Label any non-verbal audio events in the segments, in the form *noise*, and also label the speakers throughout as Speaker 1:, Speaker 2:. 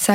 Speaker 1: Ça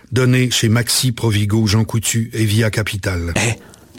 Speaker 2: Donnée chez Maxi, Provigo, Jean Coutu et Via Capital.
Speaker 3: Eh,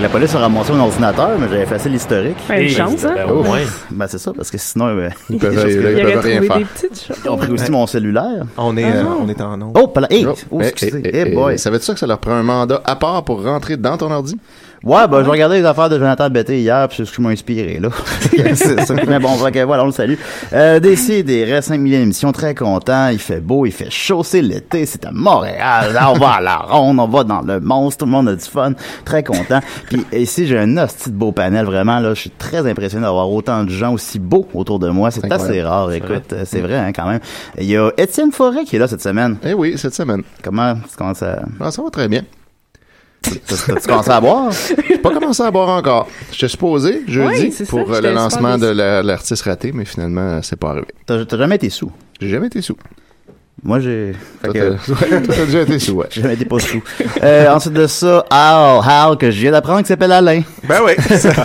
Speaker 4: la police a ramassé mon ordinateur, mais j'avais effacé l'historique.
Speaker 5: Ouais, une chance, hein?
Speaker 4: Au moins. Ben, c'est ça, parce que sinon, euh, *laughs*
Speaker 6: Ils peuvent, ils
Speaker 5: Il
Speaker 6: peuvent
Speaker 5: aurait
Speaker 6: rien
Speaker 5: trouvé des
Speaker 6: faire.
Speaker 5: petites choses.
Speaker 4: ils ont pris aussi mon cellulaire.
Speaker 7: On est, euh, on est en onde.
Speaker 4: Oh, pala, hey!
Speaker 6: Oh,
Speaker 4: Oh,
Speaker 6: eh,
Speaker 4: excusez.
Speaker 6: eh,
Speaker 4: Eh,
Speaker 6: eh,
Speaker 4: boy.
Speaker 6: eh, Savais-tu que ça leur prend un mandat à part pour rentrer dans ton ordi?
Speaker 4: Ouais, ben, je regardais les affaires de Jonathan Betté hier, puis c'est ce qui m'a
Speaker 6: *laughs*
Speaker 4: inspiré, là. *laughs* c'est ça. Mais bon, ok, voilà, on le salue. Euh, DC, des restes 5 millions d'émissions, très content. Il fait beau, il fait chaud, c'est l'été, c'est à Montréal. Là, on va à la ronde, on va dans le monstre, tout le monde a du fun. Très content. Puis ici, j'ai un hostie de beau panel, vraiment, là. Je suis très impressionné d'avoir autant de gens aussi beaux autour de moi. C'est
Speaker 6: Incroyable.
Speaker 4: assez rare, écoute. euh, C'est vrai, hein, quand même. Il y a Étienne Forêt qui est là cette semaine.
Speaker 6: Eh oui, cette semaine.
Speaker 4: Comment, comment ça,
Speaker 6: Ah, ça va très bien.
Speaker 4: tu commencé à boire?
Speaker 6: J'ai pas commencé à boire encore. J'étais supposé jeudi
Speaker 5: Oui, c'est ça,
Speaker 6: pour euh,
Speaker 5: j'étais
Speaker 6: le
Speaker 5: super
Speaker 6: lancement de
Speaker 5: déçue.
Speaker 6: la- l'artiste raté, mais finalement, euh, c'est pas arrivé.
Speaker 4: T'as t'as jamais été sous?
Speaker 6: J'ai jamais été sous.
Speaker 4: Moi, j'ai... fait
Speaker 6: Toi,
Speaker 4: que-
Speaker 6: t'as *laughs* ouais, toi, t'as déjà été sous, ouais.
Speaker 4: J'ai jamais été pas sous. Euh, ensuite de ça, Al, Hal, que je viens d'apprendre, qui s'appelle Alain.
Speaker 7: Ben
Speaker 6: *laughs*
Speaker 7: oui. Salut.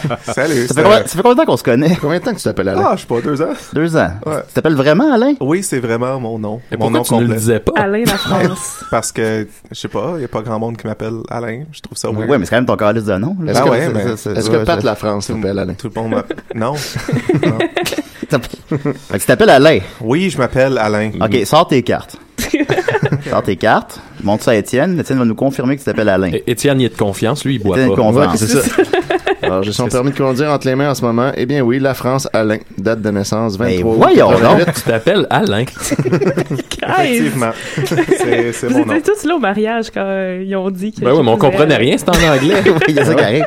Speaker 4: Ça fait, combien, ça fait combien de temps qu'on se connaît?
Speaker 6: Combien de temps que tu t'appelles Alain?
Speaker 7: Ah, je suis pas deux ans.
Speaker 4: Deux ans.
Speaker 7: Ouais.
Speaker 4: Tu t'appelles vraiment Alain?
Speaker 7: Oui, c'est vraiment mon nom.
Speaker 8: Et
Speaker 7: mon nom
Speaker 8: pourquoi tu ne le disais pas?
Speaker 5: Alain la France.
Speaker 9: *laughs*
Speaker 7: Parce que, je sais pas, il y a pas grand monde qui m'appelle Alain. Je trouve ça
Speaker 4: Oui,
Speaker 7: weird.
Speaker 4: mais c'est quand même ton calice de nom. là.
Speaker 6: Est-ce
Speaker 7: Ah
Speaker 6: que,
Speaker 7: ouais, mais-
Speaker 6: est-ce que Pat La France t'appelle Alain?
Speaker 7: Tout le monde m'appelle. non.
Speaker 4: Fait que tu t'appelles *laughs* Alain.
Speaker 7: Oui, je m'appelle Alain.
Speaker 6: Mm.
Speaker 4: OK, sors tes cartes. sors tes cartes. Montre ça à Étienne. Étienne va nous confirmer que tu t'appelles
Speaker 6: Eh,
Speaker 4: Alain.
Speaker 8: Et- Étienne, il est de confiance, lui, il boit
Speaker 4: Étienne
Speaker 8: pas.
Speaker 4: confiance.
Speaker 6: c'est ça. *laughs* Alors, j'ai son permis de conduire entre les mains en ce moment. Eh bien oui, La France Alain, date de naissance 23
Speaker 4: Ben,
Speaker 6: août
Speaker 4: voyons donc.
Speaker 6: 88.
Speaker 4: *laughs*
Speaker 8: Tu t'appelles Alain.
Speaker 5: Guys!
Speaker 7: Effectivement. c'est c'est
Speaker 5: Vous
Speaker 7: mon nom.
Speaker 5: étiez tous là au mariage quand euh, ils ont dit que.
Speaker 8: Ben oui, mais on comprenait rien, c'est en anglais.
Speaker 4: Oui, il y a ça qui arrive.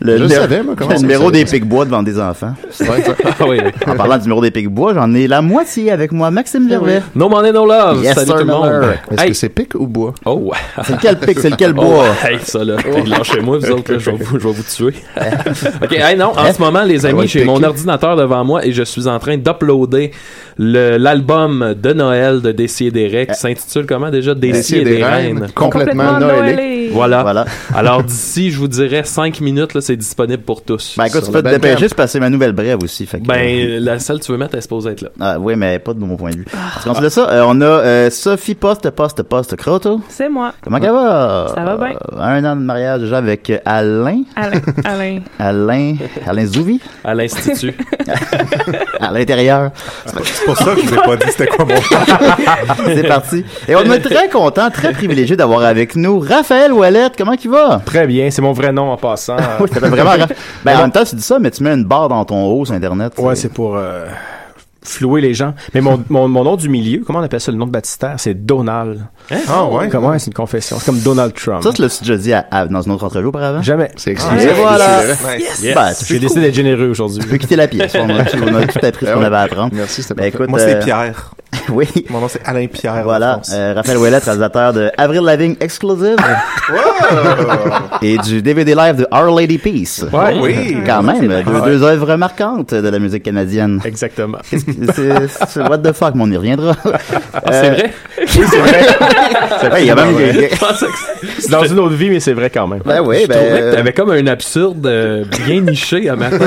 Speaker 4: Le
Speaker 6: Je
Speaker 4: numéro-
Speaker 6: savais, moi, comment
Speaker 4: le
Speaker 6: ça,
Speaker 4: numéro
Speaker 6: ça,
Speaker 4: des
Speaker 6: ça.
Speaker 4: pics-bois devant des enfants. *laughs*
Speaker 6: Ouais, ça-
Speaker 8: *laughs* Ah oui.
Speaker 4: En parlant du numéro des pics-bois, j'en ai la moitié avec moi,
Speaker 6: Ah
Speaker 4: Maxime Gervais.
Speaker 8: *laughs* No money, no love.
Speaker 4: Yes,
Speaker 8: Salut
Speaker 4: sir,
Speaker 8: tout le monde.
Speaker 4: Miller.
Speaker 6: Est-ce
Speaker 8: Hey.
Speaker 6: que c'est pic ou bois?
Speaker 8: Oh,
Speaker 4: C'est lequel pic? C'est lequel
Speaker 8: Oh,
Speaker 4: bois?
Speaker 8: hey, ça là, lâchez-moi, vous autres, là, *laughs* je vais vous, je vais vous tuer. ok, hey, non, en ce moment, les
Speaker 6: Ah ouais,
Speaker 8: amis, j'ai
Speaker 6: t'es
Speaker 8: mon
Speaker 6: qui?
Speaker 8: ordinateur devant moi et je suis en train d'uploader le- l'album de Noël de Décideret qui s'intitule comment déjà
Speaker 6: Essayer
Speaker 8: Décideret des Reines.
Speaker 6: complètement noëlé.
Speaker 8: Voilà.
Speaker 4: Voilà. *laughs*
Speaker 8: Alors d'ici, je vous dirais 5 minutes, là, c'est disponible pour tous.
Speaker 4: Ben écoute,
Speaker 6: Sur
Speaker 4: tu
Speaker 6: le
Speaker 4: peux te
Speaker 6: Bandcamp.
Speaker 4: dépêcher, c'est parce que c'est ma nouvelle brève aussi. Fait que- euh,
Speaker 8: Ben, la salle que tu veux mettre, elle est supposée être là.
Speaker 4: Ah, oui, mais pas de mon point de vue.
Speaker 5: Ah.
Speaker 4: Ensuite de ça, euh, on a euh, Sophie Poste, Poste, Poste, Croto.
Speaker 5: C'est moi,
Speaker 4: Comment qu'elle va?
Speaker 5: Ça va bien.
Speaker 4: Euh, un an de mariage déjà avec euh, Alain.
Speaker 5: Alain. Alain. *laughs*
Speaker 4: Alain. Alain Zouvi.
Speaker 8: À l'Institut.
Speaker 4: *laughs* À l'intérieur.
Speaker 7: C'est pour ça que je vous ai pas dit c'était quoi mon nom.
Speaker 4: C'est parti. Et on est très content, très privilégié d'avoir avec nous Raphaël Ouellette. Comment qu'il va?
Speaker 9: Très bien, c'est mon vrai nom en passant.
Speaker 5: Ah.
Speaker 9: Euh,
Speaker 4: *laughs* Oui, je t'appelle
Speaker 5: *laughs*
Speaker 4: vraiment Raph- Ben, en même temps, tu dis ça, mais tu mets une barre dans ton haut sur Internet.
Speaker 9: ouais, c'est pour euh, flouer les gens. Mais mon, mon, mon nom du milieu, comment on appelle ça le nom de baptistère C'est Donald.
Speaker 7: Ah ouais?
Speaker 9: Comment c'est une confession C'est comme Donald Trump.
Speaker 4: Hein? Ça, tu l'as déjà dit à- à- dans une autre entrevue auparavant?
Speaker 9: Jamais.
Speaker 6: C'est
Speaker 4: Et
Speaker 6: exclusif.
Speaker 4: voilà!
Speaker 8: Yes.
Speaker 4: Ben, tu
Speaker 9: J'ai
Speaker 4: peux,
Speaker 9: décidé d'être généreux aujourd'hui.
Speaker 4: tu peux quitter la pièce. On a, on a tout appris ce qu'on avait à apprendre.
Speaker 6: Merci, c'était
Speaker 4: Ben,
Speaker 6: parfait.
Speaker 4: écoute,
Speaker 7: Moi,
Speaker 4: euh,
Speaker 7: c'est Pierre.
Speaker 4: *laughs* oui.
Speaker 7: Mon nom, c'est Alain Pierre.
Speaker 4: Voilà,
Speaker 7: en France.
Speaker 4: euh, Raphaël Ouellet, réalisateur de Avril Lavigne
Speaker 7: *laughs*
Speaker 4: Exclusive et du DVD live de Our Lady Peace.
Speaker 9: Ouais.
Speaker 7: Oui.
Speaker 4: Quand même, deux, deux œuvres marquantes de la musique canadienne.
Speaker 9: *laughs* Exactement.
Speaker 4: C'est- c'est- what the fuck, mais on y reviendra.
Speaker 8: Ah,
Speaker 4: Euh,
Speaker 8: C'est vrai?
Speaker 4: *laughs* Ouais, il y a même-
Speaker 8: Je pensais que-
Speaker 9: C'est dans une autre vie, mais c'est vrai quand même.
Speaker 4: Ben oui,
Speaker 8: je trouvais
Speaker 4: ben.
Speaker 8: que t'avais comme un absurde euh,
Speaker 4: *laughs*
Speaker 8: bien niché à matin.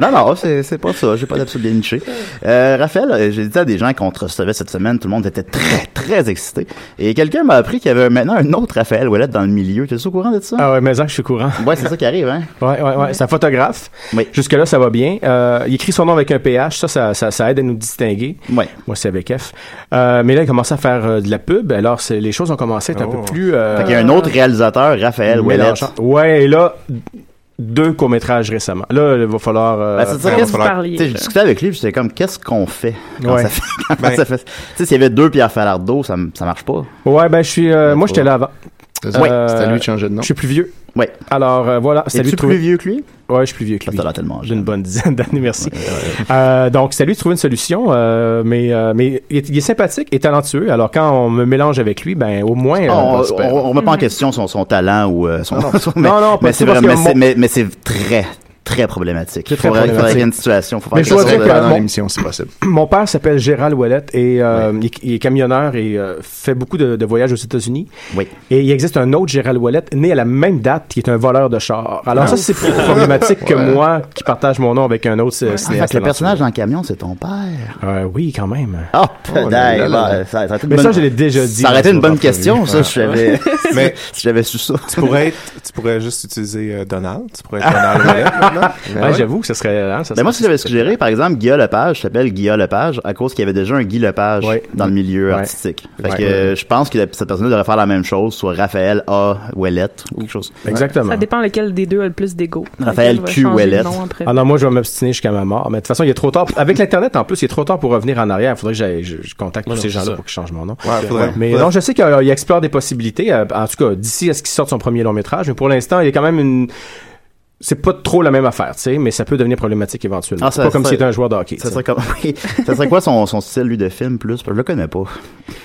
Speaker 4: non, non, c'est c'est pas ça. J'ai pas d'absolu bien niché. Euh, Raphaël, euh, j'ai dit à des gens qu'on te recevait cette semaine, tout le monde était très, très excité. Et quelqu'un m'a appris qu'il y avait maintenant un autre Raphaël Ouellet dans le milieu. T'es au courant de ça?
Speaker 9: Ah ouais, mais en, je suis courant.
Speaker 4: Ouais, c'est ça qui arrive, hein?
Speaker 9: Ouais, ouais, ouais. C'est un photographe.
Speaker 4: Oui.
Speaker 9: Jusque-là, ça va bien. Euh, il écrit son nom avec un PH. Ça, ça, ça, ça aide à nous distinguer.
Speaker 4: Ouais.
Speaker 9: Moi, c'est avec F. Euh, mais là, il commence à faire euh, de la pub. Alors, c'est- les choses ont commencé à être
Speaker 4: Oh.
Speaker 9: un peu plus. euh,
Speaker 4: Fait qu'il y a un autre réalisateur, Raphaël Ouellet.
Speaker 9: mélangeant. Ouais, et là, deux courts-métrages récemment. Là, il va falloir. euh,
Speaker 4: Ben, c'est ça,
Speaker 7: Ouais,
Speaker 4: qu'est-ce
Speaker 7: on
Speaker 5: Vous
Speaker 7: va falloir-
Speaker 4: Tu sais,
Speaker 5: parliez.
Speaker 4: je discutais avec lui, puis j'étais comme, qu'est-ce qu'on fait quand
Speaker 9: Ouais.
Speaker 4: ça fait, quand
Speaker 7: Ben.
Speaker 4: ça fait- Tu sais, s'il y avait deux Pierre Falardeau, ça, m- ça marche pas.
Speaker 9: Ouais, ben, je suis. euh, moi, j'étais là avant.
Speaker 6: C'était
Speaker 9: Ouais.
Speaker 6: à lui de changer de nom.
Speaker 9: Euh, Je suis plus vieux.
Speaker 4: Ouais.
Speaker 9: Alors, euh, voilà.
Speaker 4: Es-tu
Speaker 9: à lui de
Speaker 4: plus
Speaker 9: trouver-
Speaker 4: vieux que lui?
Speaker 9: Ouais, je suis plus vieux que
Speaker 4: Parce
Speaker 9: lui.
Speaker 4: que t'as l'air tellement
Speaker 9: J'ai
Speaker 4: jeune.
Speaker 9: une bonne dizaine d'années, *laughs* merci.
Speaker 4: Ouais, ouais.
Speaker 9: Euh, donc, c'est à lui de trouver une solution, euh, mais, euh, mais il, est, il est sympathique et talentueux. Alors, quand on me mélange avec lui, ben, au
Speaker 6: Ah,
Speaker 9: moins. euh,
Speaker 4: Ah, On,
Speaker 6: super.
Speaker 4: on, on remet pas en question son, son talent ou euh, son. *laughs* son- mais,
Speaker 9: non, non, pas
Speaker 4: mais
Speaker 9: du
Speaker 4: c'est
Speaker 9: tout, parce
Speaker 4: vrai, mais
Speaker 9: que
Speaker 4: c'est-
Speaker 9: mon-
Speaker 4: mais- mais c'est très, très problématique.
Speaker 9: C'est
Speaker 4: Il
Speaker 9: très
Speaker 4: faudrait faudrait qu'il y ait
Speaker 9: problématique.
Speaker 4: une situation. Faut faire
Speaker 9: Mais
Speaker 4: quelque
Speaker 9: je dois
Speaker 4: chose
Speaker 9: dire
Speaker 4: de-
Speaker 9: que-
Speaker 6: Dans
Speaker 9: mon-
Speaker 6: l'émission, si possible.
Speaker 9: *coughs* Mon père s'appelle Gérald Ouellette et euh, il, il est camionneur et euh, fait beaucoup de, de voyages aux États-Unis.
Speaker 4: Oui.
Speaker 9: Et il existe un autre Gérald Ouellette né à la même date qui est un voleur de char. Alors,
Speaker 4: Ah.
Speaker 9: ça, c'est plus
Speaker 6: *coughs*
Speaker 9: problématique que moi qui partage mon nom avec un autre euh,
Speaker 4: Ah, fait
Speaker 9: cinéaste.
Speaker 4: que le
Speaker 9: talentueux.
Speaker 4: personnage dans le camion, c'est ton père.
Speaker 9: Euh, oui, quand même.
Speaker 4: Ah,
Speaker 6: là, là, là.
Speaker 4: ça, aurait été une
Speaker 9: Mais ça,
Speaker 4: bonne-
Speaker 9: je l'ai déjà dit.
Speaker 4: Ça aurait été
Speaker 9: dans
Speaker 4: une bonne
Speaker 9: votre entrevue.
Speaker 4: question, ça, si j'avais,
Speaker 7: Mais-
Speaker 4: *laughs* si j'avais su ça.
Speaker 7: Tu pourrais, être- tu pourrais juste utiliser euh, Donald. Tu pourrais être Donald Ouellet,
Speaker 9: *laughs*
Speaker 7: maintenant.
Speaker 9: Ouais, J'avoue que ce serait. hein, ça
Speaker 4: *laughs* Ben moi,
Speaker 9: serait-
Speaker 4: si j'avais suggéré, par exemple, Guillaume Lepage s'appelle Guillaume Lepage à cause qu'il y avait déjà un Guy Lepage
Speaker 9: Ouais.
Speaker 4: dans le milieu
Speaker 9: Ouais.
Speaker 4: artistique. Fait
Speaker 9: Ouais.
Speaker 4: que euh, je pense que la- cette personne devrait faire la même chose, soit Raphaël A. Ouellette ou quelque chose.
Speaker 9: Exactement.
Speaker 5: Ça dépend lequel des deux a le plus d'ego.
Speaker 4: Raphaël
Speaker 5: Lequel va
Speaker 4: Q.
Speaker 5: changer de
Speaker 4: Ouellet.
Speaker 5: nom après.
Speaker 9: Ah non, moi, je vais m'obstiner jusqu'à ma mort. Mais de toute façon, il est trop tard. Avec l'Internet, en plus, il est trop tard pour revenir en arrière. Il faudrait que j'aille- je, je contacte
Speaker 3: Ouais,
Speaker 9: tous
Speaker 3: non,
Speaker 9: ces
Speaker 3: c'est
Speaker 9: gens-là
Speaker 3: ça.
Speaker 9: pour qu'ils changent mon nom.
Speaker 7: Ouais, faudrait-
Speaker 9: Mais
Speaker 7: faudrait-
Speaker 9: non, je sais qu'il euh, il explore des possibilités, euh, en tout cas, d'ici à ce qu'il sorte son premier long métrage. Mais pour l'instant, il est quand même une. C'est pas trop la même affaire, tu sais, mais ça peut devenir problématique éventuellement.
Speaker 4: Ah,
Speaker 9: c'est
Speaker 4: ça-
Speaker 9: pas comme
Speaker 4: ça-
Speaker 9: si c'était un joueur de hockey.
Speaker 4: Ça
Speaker 9: tu sais.
Speaker 4: serait, comme- oui. *laughs* ça serait quoi son, son style, lui, de film, plus? Parce que Je le connais pas.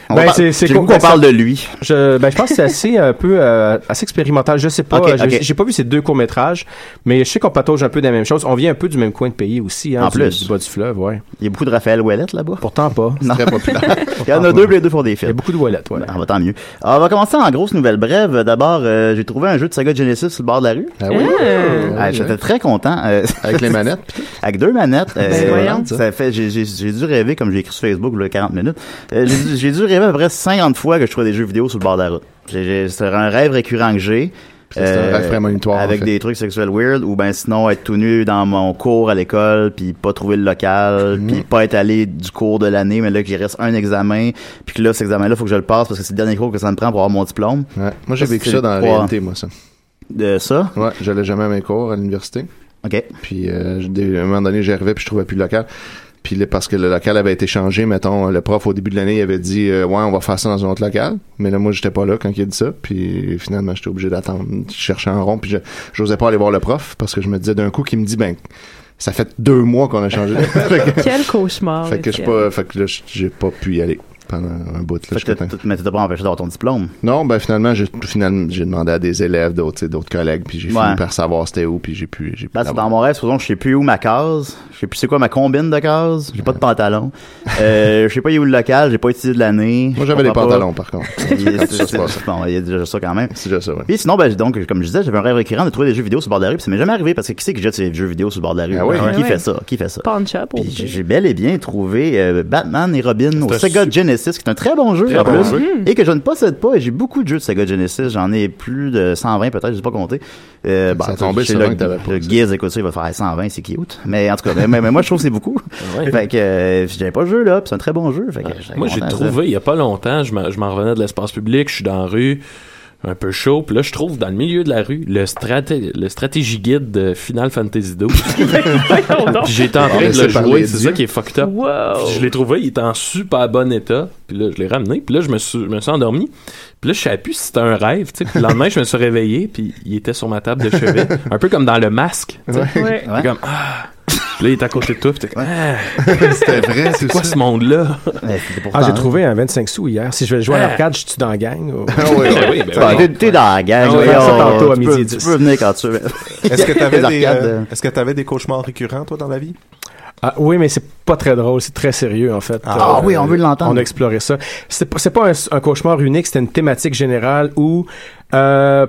Speaker 4: On
Speaker 9: Ben,
Speaker 4: va-
Speaker 9: c'est- c'est
Speaker 4: J'ai le goût
Speaker 9: quoi-
Speaker 4: qu'on parle de lui.
Speaker 9: Je, ben, je pense que c'est assez un peu euh, assez expérimental. Je sais pas.
Speaker 4: Ok,
Speaker 9: euh, j'ai-
Speaker 4: ok.
Speaker 9: J'ai pas vu ces deux courts métrages, mais je sais qu'on patauge un peu de la même chose. On vient un peu du même coin de pays aussi, hein,
Speaker 4: En
Speaker 9: du-
Speaker 4: plus.
Speaker 9: du bas du fleuve, ouais.
Speaker 4: Il y a beaucoup de Raphaël Ouellette là-bas.
Speaker 9: Pourtant pas.
Speaker 4: Non.
Speaker 6: Très
Speaker 9: *laughs*
Speaker 6: populaire.
Speaker 4: Il y en a deux, puis les deux font des
Speaker 9: Il y a
Speaker 4: films.
Speaker 9: beaucoup de voilettes, ouais.
Speaker 4: Ah, bah, tant mieux. Alors, on va commencer en grosse nouvelle brève. D'abord, euh, j'ai trouvé un jeu de Sega Genesis sur le bord de la rue.
Speaker 6: Ah oui?
Speaker 9: Euh,
Speaker 4: Ah,
Speaker 6: oui,
Speaker 9: hein.
Speaker 4: J'étais
Speaker 6: oui.
Speaker 4: très content. euh,
Speaker 6: Avec les manettes.
Speaker 9: *laughs*
Speaker 6: puis tout.
Speaker 4: Avec deux manettes, euh,
Speaker 5: Ben voyons.
Speaker 4: ça fait, j'ai, j'ai, j'ai dû rêver, comme j'ai écrit sur Facebook, le 40 minutes, Euh, j'ai, dû- j'ai dû rêver à peu près 50 fois que je trouvais des jeux vidéo sur le bord de la route. J'ai, j'ai- c'est un rêve récurrent que j'ai. Euh,
Speaker 6: ça, c'est un rêve prémonitoire, en
Speaker 4: Avec
Speaker 6: fait.
Speaker 4: des trucs sexuels weird, ou ben sinon être tout nu dans mon cours à l'école, puis pas trouver le local,
Speaker 6: Mm-hmm.
Speaker 4: puis pas être allé du cours de l'année, mais là qu'il reste un examen, puis que là, cet examen-là, faut que je le passe parce que c'est le dernier cours que ça me prend pour avoir mon diplôme.
Speaker 6: Ouais. Moi, j'ai
Speaker 4: Ça,
Speaker 6: vécu
Speaker 4: c'est
Speaker 6: ça dans la
Speaker 4: trois.
Speaker 6: réalité, moi, ça.
Speaker 4: De ça,
Speaker 6: Ouais, j'allais jamais à mes cours à l'université.
Speaker 4: ok.
Speaker 6: Puis, euh, je- des- à un moment donné, j'arrivais puis je trouvais plus le local. Puis, là, parce que le local avait été changé, mettons, le prof, au début de l'année, il avait dit euh, Ouais, on va faire ça dans un autre local. Mais là, moi, j'étais pas là quand il a dit ça. Puis, finalement, j'étais obligé d'attendre. Je cherchais en rond. Puis, je- j'osais pas aller voir le prof parce que je me disais d'un coup qu'il me dit Ben, ça fait deux mois qu'on a changé. fait que,
Speaker 5: Quel cauchemar.
Speaker 6: fait que je
Speaker 5: Étienne.
Speaker 6: pas, fait que là, j'ai pas pu y aller pendant un bout. Là,
Speaker 4: Fait
Speaker 6: je
Speaker 4: que
Speaker 6: suis
Speaker 4: t'as-
Speaker 6: content.
Speaker 4: t'as- mais t'as pas empêché d'avoir ton diplôme.
Speaker 6: Non, ben finalement, j'ai finalement j'ai demandé à des élèves, d'autres, tu sais, d'autres collègues, puis j'ai
Speaker 4: Ouais.
Speaker 6: fini par savoir c'était où, puis j'ai pu j'ai pu
Speaker 4: Là, c'est
Speaker 6: l'avoir.
Speaker 4: dans mon rêve, supposons, je sais plus où ma case, je sais plus c'est quoi ma combine de case, j'ai pas de pantalon, euh, je sais pas où est le local, j'ai pas étudié de l'année.
Speaker 6: Moi
Speaker 4: je
Speaker 6: j'avais des
Speaker 4: comprends pas.
Speaker 6: pantalons par contre.
Speaker 4: Et *laughs* c'est-
Speaker 6: Ça, c'est pas ça.
Speaker 4: c'est- Bon, il y a déjà ça quand même.
Speaker 6: C'est déjà ça, ouais.
Speaker 4: Puis sinon, ben, donc, comme je disais, j'avais un rêve récurrent de trouver des jeux vidéo sur le bord de la rue, puis ça m'est jamais arrivé parce que qui c'est qui jette ses jeux vidéo sur le bord de la rue?
Speaker 6: Ah oui?
Speaker 4: Qui
Speaker 5: Ouais.
Speaker 4: fait ça? Qui fait ça?
Speaker 5: Punch up. au
Speaker 4: euh, Puis j'ai
Speaker 5: pire.
Speaker 4: j'ai bel et bien trouvé euh, Batman et Robin au Sega Genesis, qui est un très bon jeu en plus, et que je ne possède pas. Et j'ai beaucoup de jeux de Sega Genesis, j'en ai plus de 120 peut-être, je sais pas compté. Euh,
Speaker 6: Ça tombait
Speaker 4: chez
Speaker 6: souvent
Speaker 4: le,
Speaker 6: que t'avais pas
Speaker 4: le
Speaker 6: ça.
Speaker 4: Giz, écoute ça, il va faire 120, c'est cute. Mais en tout cas, mais, mais- mais moi je trouve que c'est beaucoup. Fait que euh, j'avais pas le jeu là, puis c'est un très bon jeu. Fait que j'étais
Speaker 3: Moi, j'ai
Speaker 4: content de ça.
Speaker 3: trouvé, il y a pas longtemps, je m'en je m'en revenais de l'espace public, je suis dans la rue, un peu chaud, puis là, je trouve dans le milieu de la rue le, straté le stratégie guide de Final Fantasy XII.
Speaker 5: Voyons donc.
Speaker 3: puis j'étais en
Speaker 6: Ah,
Speaker 3: train
Speaker 6: mais
Speaker 3: de le
Speaker 6: c'est par les
Speaker 3: jouer, c'est
Speaker 6: dieux.
Speaker 3: ça qui est fucked up.
Speaker 5: Wow.
Speaker 3: Puis je l'ai trouvé, il était en super bon état. Puis là, je l'ai ramené. Puis là, je me suis, je me suis endormi. Puis là, je savais plus si c'était un rêve. tu sais. Puis le lendemain, je me suis réveillé. Puis il était sur ma table de chevet. Un peu comme dans le masque. tu sais.
Speaker 5: Ouais.
Speaker 4: Ouais.
Speaker 3: Comme, ah,
Speaker 8: Puis là, il est à côté de toi, pis t'es comme, Ah,
Speaker 6: C'était vrai, c'est
Speaker 8: c'est quoi
Speaker 6: ça.
Speaker 8: ce monde-là?
Speaker 4: Ouais, c'était pourtant-
Speaker 9: Ah, j'ai trouvé un 25 sous hier. Si je vais jouer à
Speaker 8: Ah.
Speaker 9: l'arcade, je suis dans la gang. ou-
Speaker 6: Ah oui,
Speaker 8: Ben oui,
Speaker 6: oui.
Speaker 8: ben
Speaker 4: Ah,
Speaker 8: oui.
Speaker 4: T'es t'es dans la gang.
Speaker 9: Ah, on va
Speaker 4: voyons.
Speaker 9: faire ça tantôt à
Speaker 4: Tu
Speaker 9: midi
Speaker 4: peux-
Speaker 9: dix.
Speaker 4: Tu peux venir quand tu veux.
Speaker 7: Est-ce que t'avais
Speaker 4: Les
Speaker 7: des,
Speaker 4: arcades,
Speaker 7: euh,
Speaker 4: euh,
Speaker 7: est-ce que t'avais des cauchemars récurrents, toi, dans la vie?
Speaker 9: Ah, oui, mais c'est pas très drôle. C'est très sérieux, en fait.
Speaker 7: Ah
Speaker 4: oui, on veut l'entendre.
Speaker 9: On a exploré ça. C'est pas, c'est pas un, un cauchemar unique, c'était une thématique générale où euh,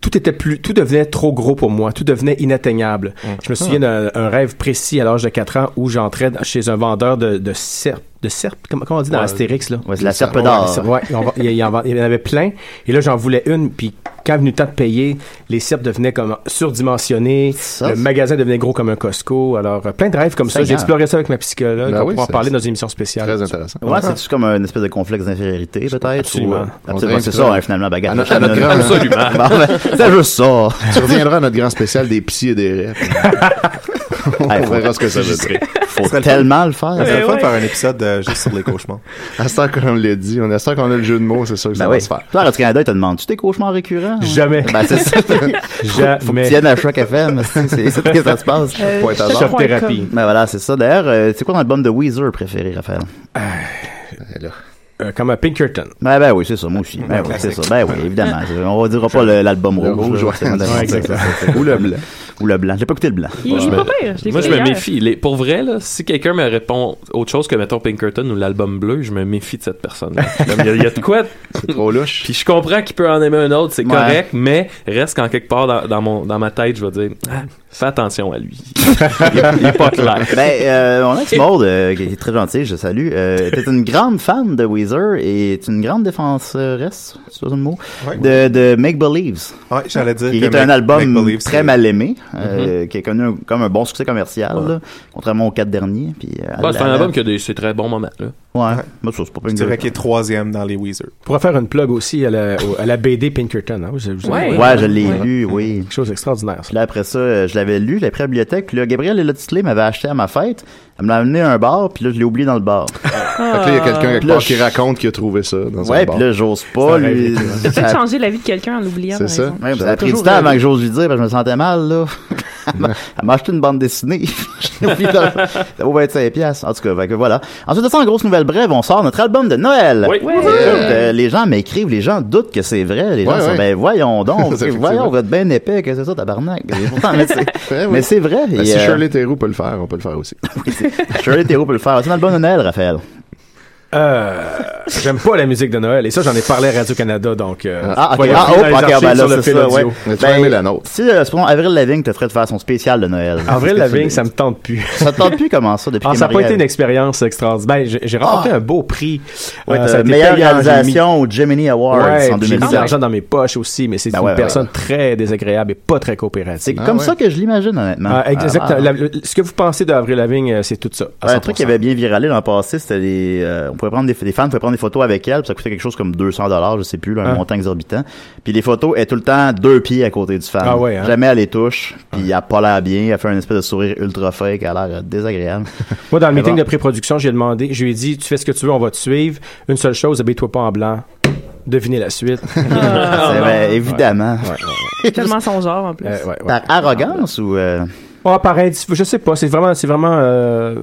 Speaker 9: tout était plus, tout devenait trop gros pour moi, tout devenait inatteignable. Je me souviens d'un un rêve précis à l'âge de 4 ans où j'entrais dans- chez un vendeur de, de serpes, de serpes, comment, comment on dit dans
Speaker 6: Ouais.
Speaker 9: Astérix là.
Speaker 4: Ouais, c'est la serpe
Speaker 9: Ouais,
Speaker 4: d'or.
Speaker 9: c'est- ouais, on va- il, y en vend- il y en avait plein. Et là, j'en voulais une. Puis quand venu le temps de payer, les serpes devenaient comme surdimensionnés.
Speaker 4: Ça,
Speaker 9: le
Speaker 4: c'est-
Speaker 9: magasin devenait gros comme un Costco. Alors, euh, plein de rêves comme ça.
Speaker 4: Seigneur.
Speaker 9: J'ai exploré ça avec ma psychologue.
Speaker 6: Ben
Speaker 9: on
Speaker 6: oui,
Speaker 9: pourra en
Speaker 6: c'est-
Speaker 9: parler dans
Speaker 6: c'est
Speaker 9: une émission spéciale.
Speaker 6: Très intéressant.
Speaker 4: Ouais, c'est comme un espèce de complexe d'infériorité, peut-être.
Speaker 9: Absolument.
Speaker 4: ou, euh,
Speaker 6: On
Speaker 4: Absolument,
Speaker 6: dirait
Speaker 4: c'est
Speaker 6: que-
Speaker 4: ça, hein, finalement, bagarre.
Speaker 6: À notre- à notre grand-
Speaker 4: *laughs* Absolument. c'est juste ça.
Speaker 6: *laughs* Tu reviendras à notre grand spécial des psy et des rêves.
Speaker 4: *laughs* Hey,
Speaker 6: On
Speaker 4: faut,
Speaker 6: verra ce que ça veut dire.
Speaker 4: faut tellement le
Speaker 9: Ah,
Speaker 4: faire.
Speaker 9: ben
Speaker 7: Ça serait le fun
Speaker 5: ouais.
Speaker 7: de faire un épisode euh, juste sur les cauchemars.
Speaker 6: À ce temps qu'on l'a dit, on- à ce temps qu'on a le jeu de mots, c'est sûr que ça
Speaker 4: Ben
Speaker 6: va
Speaker 4: oui.
Speaker 6: se faire.
Speaker 4: Toi, à Radio-Canada, ils te demandent-tu tes cauchemars récurrents?
Speaker 9: *laughs* Jamais.
Speaker 4: Ben, c'est ça. Faut que tu
Speaker 9: Jamais.
Speaker 4: viennes à Choc FM. *laughs* C'est c'est- c'est que ça se passe.
Speaker 5: Euh,
Speaker 6: Point à
Speaker 5: choc
Speaker 6: barre.
Speaker 5: point com.
Speaker 9: Thérapie.
Speaker 4: Ben voilà, c'est ça. D'ailleurs, euh, c'est quoi ton album de Weezer préféré, Raphaël?
Speaker 6: Et là,
Speaker 9: Euh, comme à Pinkerton.
Speaker 4: Ben, ben oui, c'est ça, moi aussi. Ben oui, c'est ça. Ben oui, évidemment. On ne dira pas le- l'album
Speaker 6: Le
Speaker 4: rouge.
Speaker 6: rouge,
Speaker 4: là.
Speaker 6: ouais.
Speaker 4: C'est vraiment-
Speaker 9: Ouais, exactement.
Speaker 4: Ou le blanc. Ou le blanc. J'ai pas écouté le blanc.
Speaker 5: Il il est pas pire. l'ai
Speaker 8: Moi, je
Speaker 5: écouté
Speaker 8: me
Speaker 5: hier.
Speaker 8: méfie. Les- pour vrai, là, si quelqu'un me répond autre chose que, mettons, Pinkerton ou l'album bleu, je me méfie de cette personne. Ben, Il y, a- il y a de quoi.
Speaker 6: C'est trop louche.
Speaker 8: Puis je comprends qu'il peut en aimer un autre, c'est
Speaker 4: Ouais.
Speaker 8: correct, mais reste qu'en quelque part dans, dans mon, dans ma tête, je vais dire Ah, fais attention à lui. il, est- il est pas clair.
Speaker 4: *laughs* Ben, euh, on a Exmode, euh, qui est très gentil, je salue. Euh, t'es une grande fan de Weezer et t'es une grande défenseresse, c'est ça le mot,
Speaker 7: Ouais.
Speaker 4: de, de Make Believes,
Speaker 7: Ouais, j'allais dire.
Speaker 4: qui
Speaker 7: que
Speaker 4: est un
Speaker 7: Make-
Speaker 4: album
Speaker 7: Make Believe,
Speaker 4: très
Speaker 7: c'est-
Speaker 4: mal aimé,
Speaker 8: Mm-hmm.
Speaker 4: euh, qui a connu un- comme un bon succès commercial, là, contrairement aux quatre derniers. Puis, euh,
Speaker 8: Bon, Bah, c'est
Speaker 4: à
Speaker 8: un
Speaker 4: la-
Speaker 8: album qui a des c'est très bons moments. Là.
Speaker 4: Ouais, Moi, ça, c'est pas
Speaker 7: Je
Speaker 4: une
Speaker 7: dirais
Speaker 4: gueule.
Speaker 7: qu'il est troisième dans les Weezer.
Speaker 9: On pourrait faire une plug aussi à la, au- à la BD Pinkerton. hein. Vous- vous-
Speaker 5: Ouais.
Speaker 4: Ouais, je l'ai lu, oui.
Speaker 9: Quelque chose d'extraordinaire. ça.
Speaker 4: Puis là, après ça, euh, je l'avais lu, je l'avais pris à la bibliothèque. Puis là, Gabriel et Lotisley m'avait acheté à ma fête. Elle me l'a amené à un bar, puis là, je l'ai oublié dans le bar.
Speaker 6: Fait que là, il y a quelqu'un quelque
Speaker 4: Là,
Speaker 6: part
Speaker 4: je-
Speaker 6: qui raconte qu'il a trouvé ça dans un
Speaker 4: Ah. ouais,
Speaker 6: bar.
Speaker 4: puis là, j'ose pas
Speaker 9: C'est un
Speaker 4: lui... *laughs*
Speaker 5: T'as peut-être changé la vie de quelqu'un en l'oubliant.
Speaker 6: C'est
Speaker 5: par
Speaker 6: ça.
Speaker 5: exemple.
Speaker 4: Ouais, mais ça
Speaker 6: J'avais
Speaker 4: a pris du
Speaker 6: toujours
Speaker 4: temps
Speaker 6: rêvé.
Speaker 4: avant que j'ose lui dire, parce que je me sentais mal, là. Elle m'a- Elle m'a acheté une bande dessinée. *laughs* J'ai oublié d'en- Ça vaut 25 piastres. En tout cas, fait que voilà. Ensuite de ça, en grosse nouvelle brève, on sort notre album de Noël.
Speaker 8: Oui. Ouais.
Speaker 4: Écoute, euh, les gens m'écrivent, les gens doutent que c'est vrai. Les gens
Speaker 6: Ouais,
Speaker 4: sont,
Speaker 6: ouais.
Speaker 4: ben
Speaker 6: *laughs*
Speaker 4: voyons donc, voyons,
Speaker 6: C'est effectivement.
Speaker 4: vous êtes bien épais, que c'est ça, tabarnak.
Speaker 6: *laughs*
Speaker 4: Et pourtant, mais c'est,
Speaker 6: Ouais, ouais.
Speaker 4: mais c'est vrai.
Speaker 6: *laughs* Ben,
Speaker 4: et,
Speaker 6: si
Speaker 4: euh, *laughs*
Speaker 6: Shirley Theroux peut le faire, on peut le faire aussi.
Speaker 4: Shirley Thérault peut le faire. C'est un album de Noël, Raphaël.
Speaker 9: Euh, J'aime pas la musique de Noël. Et ça, j'en ai parlé à Radio-Canada. Donc, euh,
Speaker 4: Ah, ok,
Speaker 9: voyez,
Speaker 4: ah,
Speaker 9: dans
Speaker 4: oh,
Speaker 9: les
Speaker 4: ok,
Speaker 9: archives
Speaker 4: ben
Speaker 9: sur
Speaker 4: là,
Speaker 9: le
Speaker 4: c'est
Speaker 9: fil
Speaker 4: ça,
Speaker 9: audio.
Speaker 4: ouais.
Speaker 6: Mais tu
Speaker 4: Ben,
Speaker 6: vas aimer la nôtre.
Speaker 4: Si, euh, supposons, Avril Lavigne te ferait de faire son spécial de Noël.
Speaker 9: Avril
Speaker 4: Est-ce que tu-
Speaker 9: Lavigne, ça me tente plus.
Speaker 4: Ça te tente plus comment ça depuis
Speaker 9: Ah,
Speaker 4: que
Speaker 9: ça n'a pas
Speaker 4: Marie-
Speaker 9: été une expérience extraordinaire. Ben, j'ai- j'ai remporté un beau prix.
Speaker 4: Ah! Ouais,
Speaker 9: Euh,
Speaker 4: t'as
Speaker 9: ça a été
Speaker 4: meilleure
Speaker 9: payant, j'ai
Speaker 4: réalisation au Gemini
Speaker 9: mis-
Speaker 4: Awards
Speaker 9: Ouais,
Speaker 4: en
Speaker 9: puis j'ai mis de
Speaker 4: 2017.
Speaker 9: l'argent dans mes poches aussi, mais c'est
Speaker 4: Ben
Speaker 9: une
Speaker 4: ouais, ouais,
Speaker 9: personne très désagréable et pas très
Speaker 4: C'est
Speaker 9: coopérative.
Speaker 4: comme
Speaker 6: ouais.
Speaker 4: ça que je l'imagine, honnêtement.
Speaker 9: Ah, exactement.
Speaker 4: Ah, ah.
Speaker 9: La- le- ce que vous pensez d'Avril Lavigne, euh, c'est tout ça. à
Speaker 4: Ouais, un truc qui
Speaker 9: 100%.
Speaker 4: avait bien viralé l'an passé, c'était des, euh, on pouvait prendre des, des fans pouvaient prendre des photos avec elle, puis ça coûtait quelque chose comme 200 dollars, je sais plus, là, un
Speaker 9: Ah.
Speaker 4: montant exorbitant. Puis les photos est tout le temps deux pieds à côté du fan.
Speaker 9: Ah ouais, hein?
Speaker 4: Jamais elle les touche, puis elle a pas l'air bien, elle fait un espèce de sourire ultra fake, elle a l'air euh, désagréable.
Speaker 9: *laughs* Moi, dans le
Speaker 4: Mais
Speaker 9: meeting
Speaker 4: bon.
Speaker 9: de pré-production, j'ai demandé, je lui ai dit, tu fais ce que tu veux, on va te suivre. Une seule chose, habille-toi pas en blanc. Devinez la suite.
Speaker 4: *laughs* C'est
Speaker 9: Ah,
Speaker 4: vrai, évidemment.
Speaker 5: Ah. C'est tellement son genre en plus.
Speaker 9: Euh, ouais, ouais.
Speaker 4: Par arrogance ou euh,
Speaker 9: Ah, pareil, je sais pas, c'est vraiment, c'est vraiment, euh,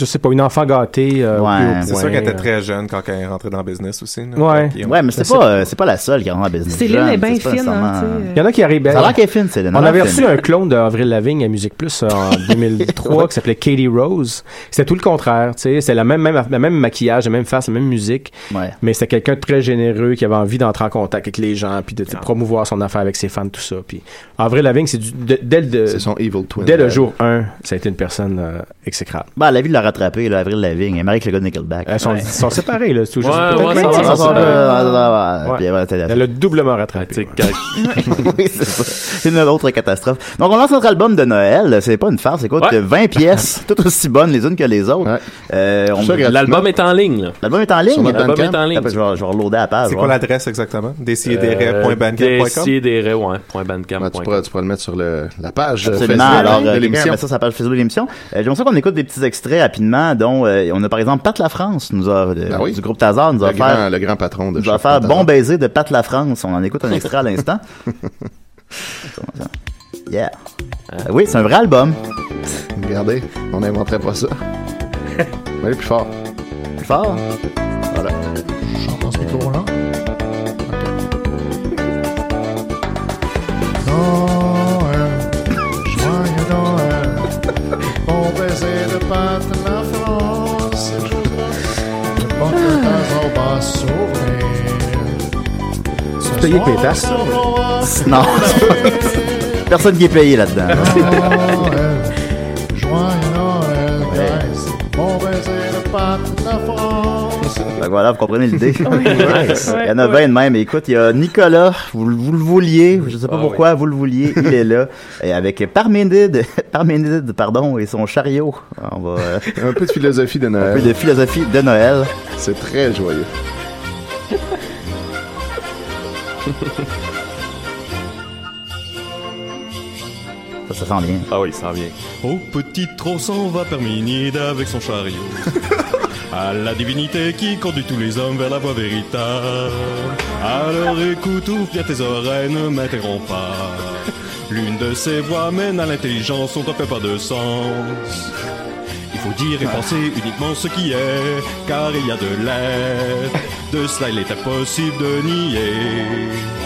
Speaker 9: je sais pas, une enfant gâtée. euh, au
Speaker 4: Ouais.
Speaker 9: plus haut
Speaker 7: C'est
Speaker 9: point,
Speaker 7: sûr qu'elle était
Speaker 9: euh.
Speaker 7: très jeune quand elle est rentrée dans le business aussi. là.
Speaker 9: Ouais.
Speaker 7: Fait qu'ils ont-
Speaker 4: ouais, mais c'est
Speaker 9: c'est
Speaker 4: pas,
Speaker 9: pas-
Speaker 4: euh, c'est pas la seule qui rentre en business.
Speaker 5: Céline
Speaker 4: jeune,
Speaker 5: est bien
Speaker 4: c'est pas
Speaker 5: fine. hein,
Speaker 4: nécessairement-
Speaker 5: tu sais,
Speaker 9: Il y en a qui arrivent.
Speaker 4: Ça a l'air qu'elle est fine, Céline.
Speaker 9: On
Speaker 4: Elle a
Speaker 9: avait
Speaker 4: l'air
Speaker 9: reçu
Speaker 4: fine.
Speaker 9: un clone d'Avril Lavigne à Musique Plus euh, en 2003 qui s'appelait Katie Rose. C'était tout le contraire, tu sais. C'était la même, même, la même maquillage, la même face, la même musique.
Speaker 4: Ouais.
Speaker 9: Mais c'était quelqu'un de très généreux qui avait envie d'entrer en contact avec les gens, puis de tu sais, promouvoir son affaire avec ses fans, tout ça. Puis Avril Lavigne, c'est du, de- dès le, de-
Speaker 6: C'est son Evil Twin.
Speaker 9: dès le jour 1, ça a été une personne euh, exécrable.
Speaker 4: Bah, la vie de la rattraper, là, Avril Lavigne. Elle est mariée avec le gars de Nickelback.
Speaker 9: Elles sont,
Speaker 4: Ouais.
Speaker 9: ils sont séparés, là. c'est tout juste-
Speaker 8: Ouais,
Speaker 9: Peut-être
Speaker 8: ouais,
Speaker 9: même
Speaker 8: ça
Speaker 9: qu'ils
Speaker 8: va,
Speaker 9: sont
Speaker 8: ça va.
Speaker 9: séparés.
Speaker 4: Ouais.
Speaker 9: Ouais.
Speaker 4: Puis, ouais, t'as-
Speaker 9: Elle l'a doublement
Speaker 8: Tu
Speaker 9: rattrapé.
Speaker 8: sais,
Speaker 9: ouais.
Speaker 8: quand-
Speaker 4: *laughs* Oui, c'est ça. C'est une autre catastrophe. Donc, on lance notre album de Noël. C'est pas une farce. Écoute,
Speaker 8: Ouais.
Speaker 4: 20 pièces, toutes aussi bonnes les unes que les autres.
Speaker 6: Ouais.
Speaker 4: Euh, on-
Speaker 6: Ça, gratuitement.
Speaker 8: L'album est en ligne. Là.
Speaker 4: L'album est en ligne.
Speaker 6: Sur notre
Speaker 8: L'album
Speaker 6: Bandcamp.
Speaker 8: est en ligne.
Speaker 4: Après, je vais, je vais reloader la page.
Speaker 7: C'est
Speaker 4: ouais.
Speaker 7: quoi l'adresse exactement?
Speaker 9: Euh,
Speaker 7: Décidéré.bandcamp.com?
Speaker 8: Décidérez.bandcamp.com.
Speaker 6: Ben, tu, pourras, tu pourras le mettre sur le- la page euh,
Speaker 4: Absolument.
Speaker 6: Facebook
Speaker 4: Alors,
Speaker 6: de
Speaker 4: euh, quelqu'un
Speaker 6: l'émission.
Speaker 4: met ça sur la page Facebook de l'émission. Euh, J'aimerais ça qu'on écoute des petits extraits rapidement, dont euh, on a par exemple Pat La France, nous a, de-
Speaker 6: Ben oui.
Speaker 4: du groupe Tazar, nous a
Speaker 6: Le grand,
Speaker 4: offert,
Speaker 6: le grand patron de
Speaker 4: nous a
Speaker 6: Choc
Speaker 4: offert
Speaker 6: Pantalon.
Speaker 4: Bon baiser de Pat La France. On en écoute un extrait à
Speaker 6: *laughs*
Speaker 4: l'instant. Comment ça? yeah. Euh, Oui, c'est un vrai album.
Speaker 6: Regardez, on n'inventerait
Speaker 4: *laughs*
Speaker 6: pas ça. Allez plus fort.
Speaker 4: Plus fort.
Speaker 6: Voilà.
Speaker 10: Je chante dans ce micro-là. Noël, joyeux Noël, bon baiser de pâte de la France, de bonnes vacances au bas sourire. Ce
Speaker 9: payé
Speaker 10: soir,
Speaker 9: tes taxes?
Speaker 10: nous serons
Speaker 4: Non, *laughs*
Speaker 10: heureux.
Speaker 4: personne qui est payé là-dedans.
Speaker 10: Noël, joyeux Noël, guys, bon baiser de pâte de la France.
Speaker 4: Fait que voilà, vous comprenez
Speaker 5: *laughs*
Speaker 4: l'idée. Il y en a
Speaker 5: Ouais, ouais.
Speaker 4: 20 de même. Écoute, il y a Nicolas, vous, le- vous le vouliez, je sais pas
Speaker 8: Ah
Speaker 4: pourquoi, vous le vouliez, il est
Speaker 8: *laughs*
Speaker 4: là. Et avec Parménide, Parménide, pardon, et son chariot. On va, euh,
Speaker 6: Un peu de philosophie de
Speaker 4: un peu
Speaker 6: Noël.
Speaker 4: de philosophie de Noël.
Speaker 6: C'est très joyeux.
Speaker 4: Ça, ça sent bien.
Speaker 8: Ah oui, ça revient.
Speaker 10: Au petit trot s'en va Perminide avec son chariot. À la divinité qui conduit tous les hommes vers la voie véritable. Alors écoute, ouvre bien tes oreilles, ne m'interromps pas. L'une de ces voies mène à l'intelligence, on t'en fait pas de sens. Il faut dire et penser uniquement ce qui est, car il y a de l'air. De cela, il est impossible de nier.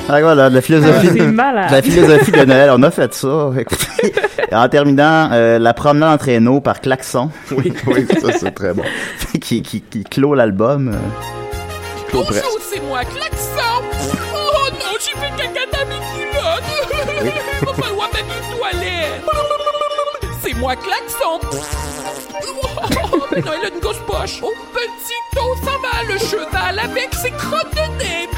Speaker 4: Ah, voilà, de la philosophie.
Speaker 5: C'est
Speaker 4: De La
Speaker 5: malade.
Speaker 4: philosophie de Noël, on a fait
Speaker 5: *laughs*
Speaker 4: ça. Écoutez, en terminant, euh, la promenade en traîneau par Klaxon, *laughs*
Speaker 6: Oui, *laughs* oui, ça c'est très bon.
Speaker 4: qui, qui, qui clôt l'album. euh.
Speaker 6: Claude Presse.
Speaker 11: c'est moi, Klaxon! Oh non, j'ai fait caca dans mes culottes! Va falloir mettre une toilette! C'est moi, Klaxon! Oh, mais non, elle a une grosse poche! Au petit dos s'en va le cheval avec ses crottes de nez!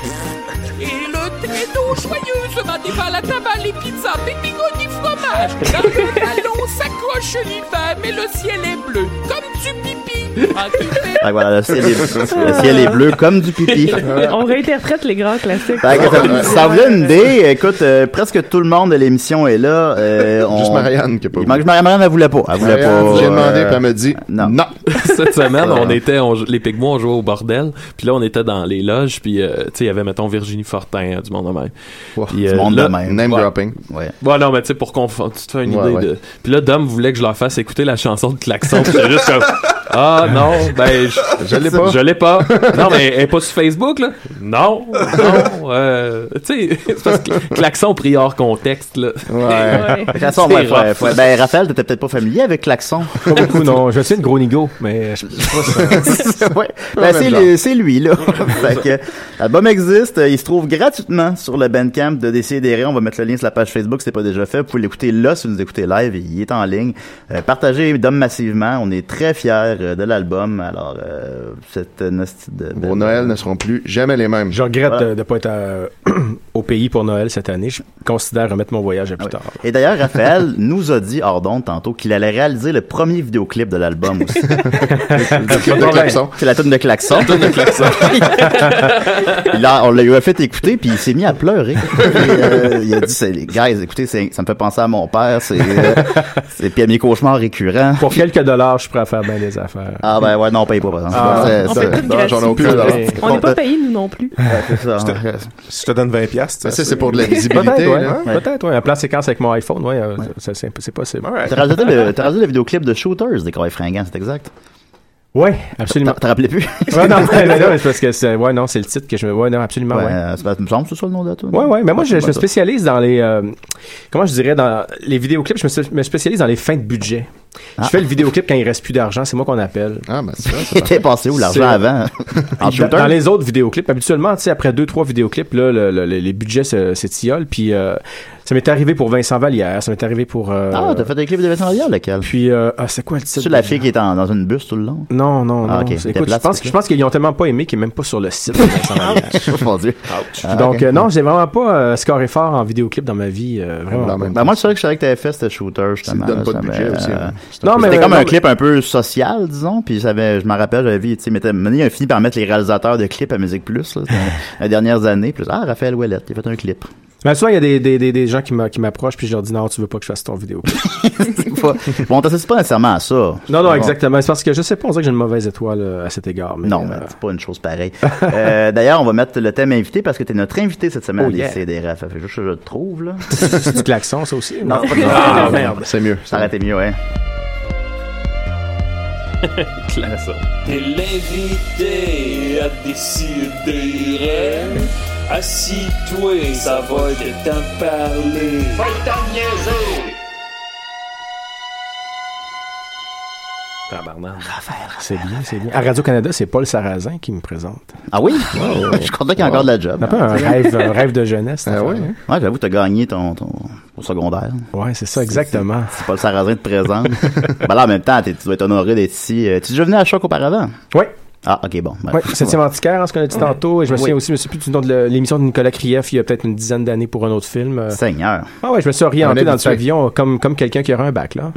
Speaker 11: Et le traîneau joyeusement dévale à table les pizzas, pépigoni, fromage! Dans le ballon s'accroche l'hiver, mais le ciel est bleu, comme du pipi! En tout cas,
Speaker 4: Fait que voilà, le ciel, est, le ciel est bleu comme du
Speaker 5: *laughs*
Speaker 4: pipi.
Speaker 5: On réinterprète les grands
Speaker 4: Fait
Speaker 5: classiques.
Speaker 6: Ah,
Speaker 4: que ça, ça vous donne une idée. Écoute, euh, presque tout le monde de l'émission est là. Euh, on...
Speaker 6: Juste Marianne qui a pas
Speaker 4: Il
Speaker 6: voulu.
Speaker 4: manque Marianne, Marianne, elle voulait pas. Elle voulait
Speaker 6: Marianne,
Speaker 4: pas.
Speaker 6: J'ai demandé,
Speaker 4: euh,
Speaker 6: puis elle me dit
Speaker 4: non.
Speaker 6: non.
Speaker 8: Cette semaine, on était, on- les Pygmois, on jouait au bordel. Puis là, on était dans les loges. Puis, euh, tu sais, il y avait, mettons, Virginie Fortin, euh, du monde de même.
Speaker 6: Wow,
Speaker 8: Puis,
Speaker 4: du
Speaker 8: euh,
Speaker 4: monde
Speaker 8: là-
Speaker 4: de même.
Speaker 6: Name
Speaker 8: Ouais.
Speaker 6: dropping. *laughs*
Speaker 4: Ouais.
Speaker 8: Ouais, non, mais tu sais, pour confondre, tu te fais une
Speaker 6: Ouais,
Speaker 8: idée
Speaker 6: ouais.
Speaker 8: de. Puis là, Dom voulait que je leur fasse écouter la chanson de Klaxon. Puis j'étais juste
Speaker 9: *laughs*
Speaker 8: comme. Ah non, ben. Je,
Speaker 6: Je l'ai pas.
Speaker 8: Je l'ai pas. Non, mais elle est pas sur Facebook, là. Non, non. Euh, tu sais, c'est parce que Klaxon pris hors contexte, là.
Speaker 6: Ouais.
Speaker 5: Ouais.
Speaker 4: Fait que De toute façon,
Speaker 8: C'est
Speaker 4: ouais, faut-
Speaker 8: rough.
Speaker 4: faut- ben, Raphaël, t'étais peut-être pas familier avec Klaxon.
Speaker 9: Pas beaucoup, non. Je suis une gros nigo, mais je-
Speaker 4: *laughs* ouais. Ben, c'est
Speaker 6: genre.
Speaker 4: lui, c'est lui, là. fait que, l'album existe. euh, Il se trouve gratuitement sur le Bandcamp de Décidéré. On va mettre le lien sur la page Facebook si c'est pas déjà fait. Vous pouvez l'écouter là si vous nous écoutez live. Il est en ligne. Euh, partagez Dom massivement. On est très fiers euh, de l'album. Alors, euh, cette euh, nostie de...
Speaker 6: Vos Noëls ne seront plus jamais les mêmes.
Speaker 9: je regrette
Speaker 4: Voilà.
Speaker 9: de ne pas être
Speaker 8: euh, *clears throat*
Speaker 9: à- au pays pour Noël cette année. Je considère remettre mon voyage à plus
Speaker 8: Ah
Speaker 4: Ouais.
Speaker 9: tard.
Speaker 4: Et d'ailleurs, Raphaël *laughs* nous a dit, hors d'onde, tantôt, qu'il allait réaliser le premier vidéoclip de l'album aussi.
Speaker 8: *laughs*
Speaker 6: Claude de Klaxon.
Speaker 4: C'est la tune de klaxon. *laughs* Il a- on l'a fait écouter, puis il s'est mis à pleurer. Et, euh, il a dit, c'est- guys, écoutez, c'est- ça me fait penser à mon père, c'est, euh, c'est puis à mes cauchemars récurrents.
Speaker 9: Pour quelques dollars, je pourrais faire bien des affaires.
Speaker 4: Ah ben ouais, non, on paye pas, par exemple.
Speaker 9: Ah.
Speaker 4: C'est-
Speaker 5: On
Speaker 4: c'est-
Speaker 5: fait tout
Speaker 6: Non, j'en ai
Speaker 5: gratuit.
Speaker 6: aucun
Speaker 9: Ouais.
Speaker 6: dollar.
Speaker 5: On n'est pas payés, nous non plus.
Speaker 4: c'est ça.
Speaker 7: Si je te donne 20$, piastres,
Speaker 6: Mais
Speaker 7: ça,
Speaker 6: ça,
Speaker 4: *laughs*
Speaker 6: c'est pour de la
Speaker 9: Peut-être,
Speaker 6: visibilité.
Speaker 9: ouais.
Speaker 6: là.
Speaker 4: Ouais.
Speaker 9: Peut-être, ouais. Un plan séquence avec mon iPhone, ouais. euh, ça, C'est c'est possible.
Speaker 4: T'as rajouté le, t'as rajouté le vidéoclip de Shooters des Corées Fringants, c'est exact?
Speaker 9: Ouais,
Speaker 4: T'en
Speaker 9: absolument.
Speaker 4: t'en rappelais plus?
Speaker 9: Ouais, non, mais
Speaker 4: *laughs*
Speaker 9: non, mais c'est parce que c'est, ouais, non, c'est le titre que je me, ouais, non, absolument,
Speaker 4: Ouais,
Speaker 9: ouais.
Speaker 4: euh, c'est pas- il me semble que c'est ça le nom de la tune.
Speaker 9: Ouais, ouais, mais moi, je, je
Speaker 4: Ça.
Speaker 9: me spécialise dans les. euh, comment je dirais Dans les vidéoclips, je me, spé- me spécialise dans les fins de budget.
Speaker 4: Ah.
Speaker 9: Je fais le vidéoclip quand il reste plus d'argent, c'est moi qu'on appelle.
Speaker 6: Ah, ben c'est ça.
Speaker 4: Il était passé où l'argent
Speaker 9: C'est- *laughs*
Speaker 4: avant? en
Speaker 9: Dans-
Speaker 4: shooter?
Speaker 9: Dans les autres vidéoclips, habituellement, tu sais, après deux, trois vidéoclips, là, le- le- les budgets se- s'étiolent. Puis euh, ça m'est arrivé pour Vincent Vallière, ça m'est arrivé pour. euh,
Speaker 4: Ah, t'as fait des clips de Vincent Vallière, lequel?
Speaker 9: Puis, euh, ah, c'est quoi le titre
Speaker 4: C'est la
Speaker 9: déjà?
Speaker 4: fille qui est en- dans une bus tout le long?
Speaker 9: Non, non,
Speaker 4: Ah,
Speaker 9: non.
Speaker 4: ok,
Speaker 9: C'est-
Speaker 4: c'était
Speaker 9: écoute,
Speaker 4: plate,
Speaker 9: je pense,
Speaker 4: c'était
Speaker 9: je pense qu'ils ont tellement pas aimé qu'il est même pas sur le
Speaker 4: *laughs*
Speaker 9: site. Vincent Vallière.
Speaker 4: Mon Dieu. Ah,
Speaker 9: Donc,
Speaker 4: ok.
Speaker 9: euh, non, j'ai vraiment pas euh, scoré fort en vidéoclip dans ma vie. euh, vraiment.
Speaker 6: Dans la même
Speaker 4: Ben moi, je savais que je savais que t'avais fait ce shooter, justement.
Speaker 6: donne
Speaker 4: là,
Speaker 6: pas de
Speaker 4: ça
Speaker 6: budget
Speaker 4: avait,
Speaker 6: aussi,
Speaker 4: euh,
Speaker 6: hein.
Speaker 9: Non, mais
Speaker 4: C'était comme
Speaker 9: non,
Speaker 4: un
Speaker 9: mais-
Speaker 4: clip un peu social, disons, puis j'avais, je m'en rappelle, j'avais vu, tu sais, mettait- Mané a fini par mettre les réalisateurs de clips à Musique Plus, là, dans
Speaker 6: *laughs*
Speaker 4: les dernières années, plus, ah, Raphaël Ouellette, il a fait un clip.
Speaker 9: Mais souvent, il y a des, des, des, des gens qui m'a- qui m'approchent, puis je leur dis non, tu veux pas que je fasse ton vidéo.
Speaker 4: Faut- bon, on t'associe pas nécessairement à ça.
Speaker 9: non, non,
Speaker 4: Bon.
Speaker 9: exactement. C'est parce que je sais pas, on dirait que j'ai une mauvaise étoile euh, à cet égard. mais,
Speaker 4: Non,
Speaker 9: euh,
Speaker 4: mais c'est pas une chose
Speaker 9: *laughs*
Speaker 4: pareille. Euh, D'ailleurs, on va mettre le thème invité parce que t'es notre invité cette semaine
Speaker 9: Oh,
Speaker 4: à
Speaker 9: yeah.
Speaker 4: DCDR. Fait
Speaker 9: *laughs*
Speaker 4: que juste, je le trouve, là.
Speaker 9: c'est du klaxon, ça aussi.
Speaker 4: Non, c'est pas-
Speaker 9: Ah, merde.
Speaker 6: C'est mieux.
Speaker 4: Ça aurait été mieux, ouais.
Speaker 8: Klaxon.
Speaker 12: T'es l'invité à décider. Assis-toi, ça va être temps de parler. Va t'en niaiser!
Speaker 8: Tabarnak.
Speaker 9: C'est bien, c'est bien. À Radio-Canada, c'est Paul Sarrazin qui me présente.
Speaker 4: Ah oui? *laughs* Je suis content qu'il y ait encore de la job.
Speaker 9: C'est Oh, un peu un rêve, un rêve de jeunesse.
Speaker 4: Ah
Speaker 6: hein.
Speaker 4: oui? Ouais, j'avoue, t'as gagné ton, ton, au secondaire.
Speaker 9: Ouais, c'est ça, exactement.
Speaker 4: C'est pas le Sarrazin te
Speaker 9: *laughs*
Speaker 4: présente. ben là, en même temps, t'es- tu dois être honoré d'être ici. Euh, Tu es déjà venu à Choc auparavant?
Speaker 9: Oui.
Speaker 4: Ah, ok, bon.
Speaker 9: Ouais, septième antiquaire, hein, ce qu'on a dit
Speaker 4: Ouais.
Speaker 9: tantôt. Et je me souviens
Speaker 4: Oui.
Speaker 9: aussi, je me souviens plus du nom de le- l'émission de Nicolas Krief il y a peut-être une dizaine d'années pour un autre film. euh.
Speaker 4: Seigneur.
Speaker 9: Ah ouais, je me suis
Speaker 4: Un
Speaker 9: orienté dans le
Speaker 4: habitué.
Speaker 9: avion comme, comme quelqu'un qui aurait un bac, là.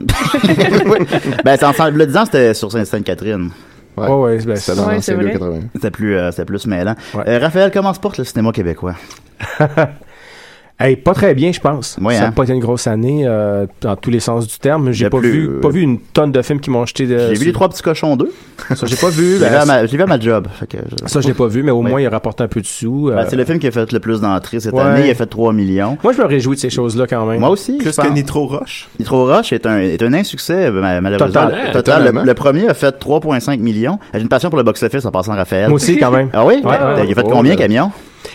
Speaker 4: ben, c'est en Saint- le 10 ans, c'était sur Saint- Sainte-Catherine.
Speaker 9: Ouais, ouais, ben, c'est- Ouais, c'est vrai.
Speaker 4: C'était plus, euh, c'était plus mêlant. Euh, Raphaël, comment se porte le cinéma québécois?
Speaker 9: *laughs* Hey, pas très bien, je pense.
Speaker 4: Ouais,
Speaker 9: ça n'a
Speaker 4: hein.
Speaker 9: pas été une grosse année euh, dans tous les sens du terme. J'ai
Speaker 4: Le
Speaker 9: pas
Speaker 4: plus- euh,
Speaker 9: vu pas vu une tonne de films qui m'ont jeté de.
Speaker 4: J'ai vu
Speaker 9: euh, sur-
Speaker 4: les trois petits cochons d'eux.
Speaker 9: Ça, j'ai pas vu.
Speaker 4: *laughs* J'ai
Speaker 9: ben,
Speaker 4: vu à ma- j'ai vu à ma job. fait que je-
Speaker 9: Ça, je l'ai pas vu, mais au
Speaker 4: Ouais.
Speaker 9: moins, il rapporte un peu de sous. euh.
Speaker 4: Ben, c'est le film qui a fait le plus d'entrées cette
Speaker 9: Ouais.
Speaker 4: année. Il a fait 3 millions.
Speaker 9: Moi, je me réjouis de ces choses-là quand même.
Speaker 4: Moi aussi.
Speaker 9: Plus
Speaker 4: je pense.
Speaker 9: que
Speaker 4: Nitro Rush. Nitro Rush est un, est un insuccès, euh, ma- malheureusement.
Speaker 9: Total.
Speaker 4: Total.
Speaker 9: Ouais,
Speaker 4: Le-
Speaker 9: totalement.
Speaker 4: le, premier a fait 3,5 millions. J'ai une passion pour le box-office en passant Raphaël.
Speaker 9: Moi aussi, quand même.
Speaker 4: Ah oui?
Speaker 9: Ouais, ouais, Oh,
Speaker 4: il a fait
Speaker 9: ouais.
Speaker 4: combien, Camion?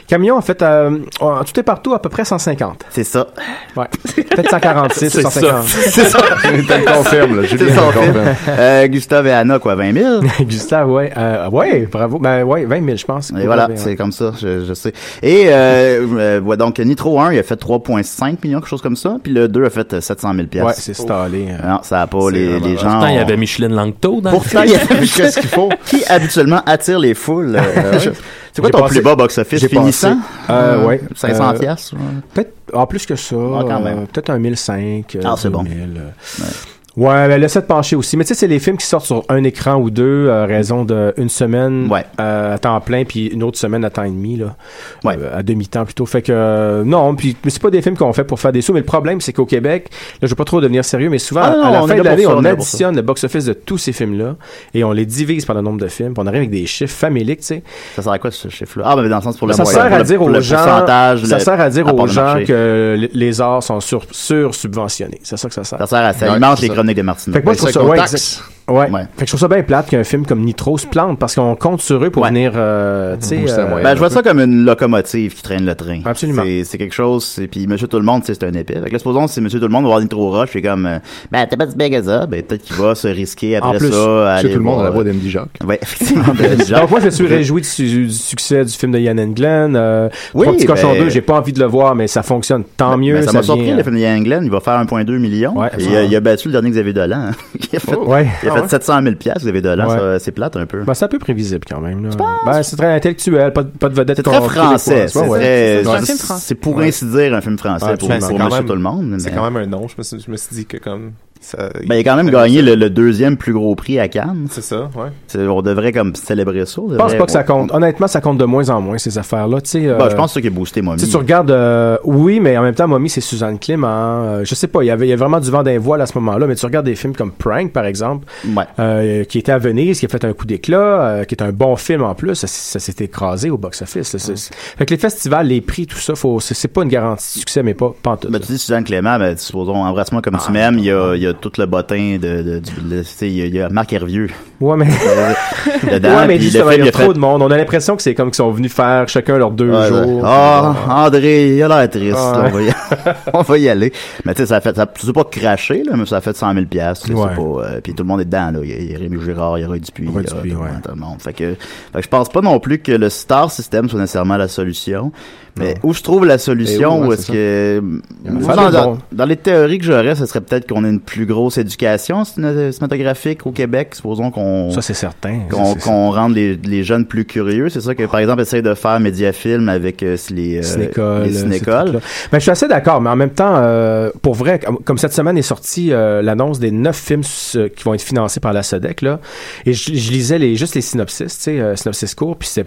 Speaker 9: Camion, en fait, euh, en tout et partout, à peu près 150.
Speaker 4: C'est ça. *laughs*
Speaker 9: Ouais. Peut-être 146 ou 150.
Speaker 4: C'est
Speaker 6: *laughs*
Speaker 4: ça. C'est son film. *laughs* Euh, Gustave et Anna, quoi, 20
Speaker 9: *laughs*
Speaker 4: 000?
Speaker 9: *laughs* Gustave, ouais. euh, ouais, bravo. Ben ouais, 20 000, je pense.
Speaker 4: Et voilà,
Speaker 9: Ouais, ouais.
Speaker 4: c'est comme ça, je, je sais. Et euh, euh, ouais, donc Nitro 1, il a fait 3,5 millions, quelque chose comme ça. Puis le 2 a fait euh, 700 000 piastres. Oh.
Speaker 9: Ouais, c'est stallé. euh.
Speaker 4: Non, ça n'a pas les, les gens.
Speaker 3: Pourtant, il y
Speaker 4: ont-
Speaker 3: avait Micheline Langto dans
Speaker 4: Pourtant,
Speaker 3: le
Speaker 4: il y
Speaker 3: film.
Speaker 4: avait ce qu'il faut. Qui habituellement attire les
Speaker 9: *laughs*
Speaker 4: foules. *laughs* euh, je- C'est quoi
Speaker 9: J'ai
Speaker 4: ton
Speaker 9: passé-
Speaker 4: plus bas box-office
Speaker 9: j'ai
Speaker 4: finissant?
Speaker 9: passé, euh, ouais.
Speaker 4: 500
Speaker 9: Euh,
Speaker 4: piastres, ouais.
Speaker 9: Peut-être en plus que ça.
Speaker 4: Ah, quand même.
Speaker 9: euh, Peut-être un 1005. euh,
Speaker 4: Ah, c'est bon.
Speaker 9: 2000, euh. Ouais, mais laisse te pencher aussi. Mais tu sais, c'est les films qui sortent sur un écran ou deux, à raison d'une semaine euh, à temps plein, puis une autre semaine à temps et demi, là. Euh, à demi-temps plutôt. Fait que, euh, non, puis mais c'est pas des films qu'on fait pour faire des sous. Mais le problème, c'est qu'au Québec, là, je veux pas trop devenir sérieux, mais souvent,
Speaker 4: Ah non,
Speaker 9: à la
Speaker 4: on est là
Speaker 9: fin de
Speaker 4: pour
Speaker 9: l'année,
Speaker 4: ça, on
Speaker 9: on
Speaker 4: est là pour ça.
Speaker 9: additionne le box-office de tous ces films-là et on les divise par le nombre de films, puis on arrive avec des chiffres faméliques, tu sais.
Speaker 4: Ça sert à quoi ce chiffre-là? Ah, ben, dans le sens pour le
Speaker 9: ça
Speaker 4: moyen,
Speaker 9: sert
Speaker 4: pour
Speaker 9: à
Speaker 4: le-
Speaker 9: dire
Speaker 4: pour
Speaker 9: aux
Speaker 4: le
Speaker 9: gens,
Speaker 4: pourcentage,
Speaker 9: ça
Speaker 4: le-
Speaker 9: sert à dire
Speaker 4: rapport
Speaker 9: aux
Speaker 4: de
Speaker 9: gens
Speaker 4: marché.
Speaker 9: que l- les arts sont sur, sur subventionnés. C'est ça que ça sert.
Speaker 4: Ça sert à ça. alimente les chroniques de Martineau.
Speaker 9: Fait que moi,
Speaker 4: Mais
Speaker 9: je trouve
Speaker 4: ça
Speaker 9: ça, ouais,
Speaker 4: contacte.
Speaker 9: exact- ouais. Fait que je trouve ça bien plate qu'un film comme Nitro se plante parce qu'on compte sur eux pour venir, euh, tu sais, euh, *laughs*
Speaker 4: Ben, je vois ça comme une locomotive qui traîne le train.
Speaker 9: Absolument.
Speaker 4: C'est- C'est quelque chose. c'est- Puis Monsieur Tout le Monde, tu sais, c'est un épée. Fait que là, supposons si Monsieur Tout le Monde va voir Nitro Rush, c'est comme euh, ben t'as pas du Bégaza, ben peut-être qu'il va se risquer après
Speaker 9: En plus,
Speaker 4: ça. à
Speaker 9: Monsieur
Speaker 4: aller
Speaker 9: Tout le Monde
Speaker 4: voir- euh,
Speaker 9: a la voix
Speaker 6: d'Andy Jacques.
Speaker 4: Ouais, *laughs* effectivement. d'Andy Jacques.
Speaker 9: Donc moi je me suis réjoui du, su- du succès du film de Yann and Glenn. Euh,
Speaker 4: Oui,
Speaker 9: Trois petits
Speaker 4: ben-
Speaker 9: cochons deux, j'ai pas envie de le voir, mais ça fonctionne. Tant
Speaker 4: Ben,
Speaker 9: mieux.
Speaker 4: ça m'a surpris,
Speaker 9: vient,
Speaker 4: le film de Ian Glenn, il va faire 1,2 million.
Speaker 9: Ouais,
Speaker 4: Et
Speaker 9: ça-
Speaker 4: il, a, il a battu le dernier Xavier Dolan. hein. *laughs* il a fait,
Speaker 9: Oh, ouais.
Speaker 4: il a
Speaker 9: Ah
Speaker 4: fait
Speaker 9: ouais.
Speaker 4: 700 000 piastres, Xavier Dolan.
Speaker 9: Ouais.
Speaker 4: ça, C'est plate un peu.
Speaker 9: Ben, c'est un peu prévisible quand même. là. Ben, c'est très intellectuel, pas, de- pas de vedette.
Speaker 4: C'est très
Speaker 9: con-
Speaker 4: français.
Speaker 9: québécoise.
Speaker 4: C'est
Speaker 9: Ouais, ouais.
Speaker 4: très-
Speaker 9: Ouais.
Speaker 4: c'est- C'est pour
Speaker 7: Ouais.
Speaker 4: ainsi dire un film français
Speaker 7: Ouais,
Speaker 4: pour,
Speaker 7: ben,
Speaker 4: pour
Speaker 7: c'est quand
Speaker 4: Monsieur
Speaker 7: même-
Speaker 4: Tout le Monde.
Speaker 7: C'est
Speaker 4: mais-
Speaker 7: quand même un nom. Je me suis, je me suis dit que comme. Ça,
Speaker 4: Ben, il a quand même gagné le, le deuxième plus gros prix à Cannes.
Speaker 7: C'est ça, ouais.
Speaker 4: On devrait comme célébrer ça. on
Speaker 9: Je pense
Speaker 4: devrait-
Speaker 9: pas que ça compte. Honnêtement, ça compte de moins en moins, ces affaires-là. Tu sais, euh,
Speaker 4: Ben, je pense que c'est ça qui a boosté Mommy.
Speaker 9: tu sais, tu regardes, euh, oui, mais en même temps, Mommy, c'est Suzanne Clément. Euh, je sais pas, il y avait il y a vraiment du vent d'un voile à ce moment-là, mais tu regardes des films comme Prank, par exemple, euh, qui était à Venise, qui a fait un coup d'éclat, euh, qui est un bon film en plus. Ça, s- ça s'est écrasé au box-office. là. C'est- c'est- Fait que les festivals, les prix, tout ça, faut, c'est, c'est pas une garantie de succès, mais pas, pas en tout.
Speaker 4: Ben, tu dis Suzanne Clément, ben, supposons, embrasse-moi comme
Speaker 9: Ah,
Speaker 4: tu m'aimes, il y a, il y a tout le bottin de, de, du- de- tu sais, il y a, il y a Marc Hervieux. *laughs*
Speaker 9: Ouais, mais.
Speaker 4: dedans,
Speaker 9: ouais, mais
Speaker 4: puis
Speaker 9: justement,
Speaker 4: le film,
Speaker 9: il y a
Speaker 4: fait-
Speaker 9: trop de monde. On a l'impression que c'est comme qu'ils sont venus faire chacun leurs deux
Speaker 4: Ouais, ouais.
Speaker 9: jours.
Speaker 4: Ah, André, il a l'air triste.
Speaker 9: Ah,
Speaker 4: on, va
Speaker 9: *laughs*
Speaker 4: y... *laughs* on va y aller. Mais tu sais, ça a fait, ça, c'est pas craché, là, mais ça a fait 100 000 piastres. tu sais,
Speaker 9: Ouais.
Speaker 4: c'est pas, euh, puis tout le monde est dedans, là. Il y a- il y a Rémi Girard, il y a Roy Dupuis, il y a tout, le monde, tout le monde. Fait que, fait que je pense pas non plus que le star system soit nécessairement la solution. Mais où je trouve la
Speaker 9: Et
Speaker 4: solution,
Speaker 9: où, ouais,
Speaker 4: où est-ce
Speaker 9: c'est
Speaker 4: que,
Speaker 9: Il y en a
Speaker 4: Moi, dans,
Speaker 9: pas de bon.
Speaker 4: dans les théories que j'aurais, ce serait peut-être qu'on ait une plus grosse éducation ciné- cinématographique au Québec. Supposons qu'on
Speaker 9: Ça, c'est certain. Ça,
Speaker 4: qu'on
Speaker 9: c'est
Speaker 4: qu'on rende les, les jeunes plus curieux. C'est ça que, par exemple, essayer de faire Mediafilm avec euh, les, euh,
Speaker 9: Cinécole,
Speaker 4: les
Speaker 9: euh,
Speaker 4: cinécoles.
Speaker 9: Ben, je suis assez d'accord, mais en même temps, euh, pour vrai, comme- comme cette semaine est sortie euh, l'annonce des neuf films euh, qui vont être financés par la SODEC, là, et je, je lisais les, juste les synopsis, tu sais, euh, synopsis court, puis c'est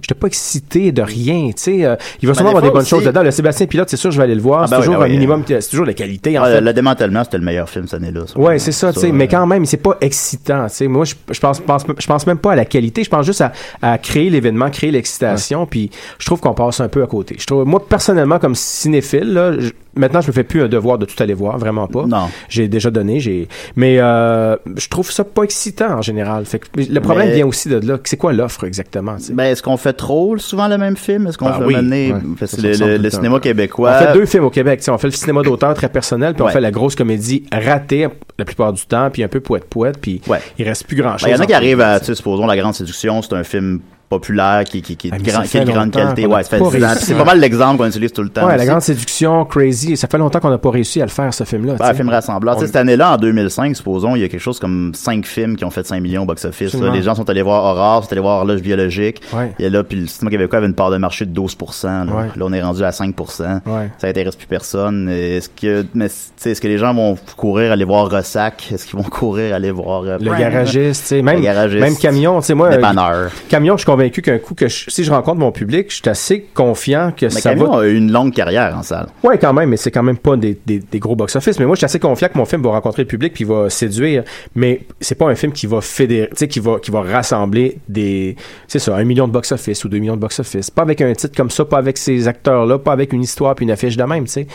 Speaker 9: j'étais pas excité de rien, tu sais. euh, il va
Speaker 4: Ben,
Speaker 9: sûrement
Speaker 4: des
Speaker 9: avoir des
Speaker 4: fois
Speaker 9: bonnes
Speaker 4: aussi-
Speaker 9: choses dedans. Le Sébastien Pilote, c'est sûr, je vais aller le voir.
Speaker 4: Ah, ben
Speaker 9: c'est
Speaker 4: oui,
Speaker 9: toujours
Speaker 4: ben
Speaker 9: un
Speaker 4: oui.
Speaker 9: minimum, que- c'est toujours la qualité, en
Speaker 4: Ah,
Speaker 9: fait.
Speaker 4: Le démantèlement, c'était le meilleur film cette année-là. ça.
Speaker 9: Ouais, c'est ça, tu sais.
Speaker 4: euh,
Speaker 9: Mais quand même, c'est pas excitant, tu sais. Moi, je, je pense, pense- je pense même pas à la qualité. Je pense juste à, à créer l'événement, créer l'excitation. Puis, je trouve qu'on passe un peu à côté. Je trouve, moi, personnellement, comme cinéphile, là, je- maintenant, je me fais plus un devoir de tout aller voir, vraiment pas. Non. J'ai déjà donné, j'ai. Mais euh, je trouve ça pas excitant en général. Fait que le problème
Speaker 4: Mais-
Speaker 9: vient aussi de là. C'est quoi l'offre exactement tu sais?
Speaker 4: Ben, est-ce qu'on fait trop souvent le même film? Est-ce qu'on
Speaker 9: Ah
Speaker 4: fait
Speaker 9: oui,
Speaker 4: mener
Speaker 9: ouais.
Speaker 4: parce que
Speaker 9: Ça, ça
Speaker 4: le,
Speaker 9: ressemble
Speaker 4: le-
Speaker 9: tout
Speaker 4: le
Speaker 9: le temps.
Speaker 4: cinéma québécois?
Speaker 9: On fait deux films au Québec. tu sais, On fait le cinéma d'auteur très personnel, puis on
Speaker 4: Ouais.
Speaker 9: fait la grosse comédie ratée la plupart du temps, puis un peu poète-poète, puis il reste plus
Speaker 4: Ben,
Speaker 9: grand-chose.
Speaker 4: Il y en a qui
Speaker 9: entre-
Speaker 4: arrivent à, tu sais, supposons, La Grande Séduction, c'est un film populaire qui, qui, qui,
Speaker 9: Ah, mais
Speaker 4: grand-
Speaker 9: ça
Speaker 4: qui a
Speaker 9: fait
Speaker 4: une grande
Speaker 9: longtemps
Speaker 4: qualité.
Speaker 9: qu'on a
Speaker 4: Ouais, ça fait
Speaker 9: pas
Speaker 4: 10 ans.
Speaker 9: réussi.
Speaker 4: Puis C'est pas mal l'exemple qu'on utilise tout le temps.
Speaker 9: Ouais, la
Speaker 4: aussi.
Speaker 9: grande séduction, crazy. Ça fait longtemps qu'on n'a pas réussi à le faire, ce film-là.
Speaker 4: Ben,
Speaker 9: tu
Speaker 4: un
Speaker 9: sais.
Speaker 4: film rassembleur. Tu sais,
Speaker 9: On-
Speaker 4: Cette année-là, en 2005, supposons, il y a quelque chose comme 5 films qui ont fait 5 millions au box-office. là.
Speaker 9: Absolument.
Speaker 4: Les gens sont allés voir Horror, sont allés voir Horloge biologique.
Speaker 9: Ouais.
Speaker 4: Et là, puis le cinéma québécois avait une part de marché de 12 là.
Speaker 9: Ouais.
Speaker 4: Là, on est rendu à 5
Speaker 9: Ouais.
Speaker 4: Ça intéresse plus personne. Et Est-ce que, mais, tu sais, est-ce que les gens vont courir aller voir Rossac? Est-ce qu'ils vont courir aller voir euh,
Speaker 9: Le
Speaker 4: Prime?
Speaker 9: garagiste, tu sais, même,
Speaker 4: Le garagiste.
Speaker 9: même camion, tu sais, moi. euh,
Speaker 4: Dépanneur.
Speaker 9: Camion, je suis convaincu qu'un coup que je- si je rencontre mon public, je suis assez confiant que
Speaker 4: Mais
Speaker 9: ça
Speaker 4: Camion euh,
Speaker 9: va.
Speaker 4: a eu une longue carrière en salle.
Speaker 9: Ouais, quand même, mais c'est quand même pas des, des- des gros box-office. Mais moi, je suis assez confiant que mon film va rencontrer le public puis va séduire. Mais c'est pas un film qui va fédérer, tu sais, qui va, qui va rassembler des, c'est ça, un million de box-office ou deux millions de box-office. Pas avec un titre comme ça, pas avec ces acteurs-là, pas avec une histoire puis une affiche de même, tu sais.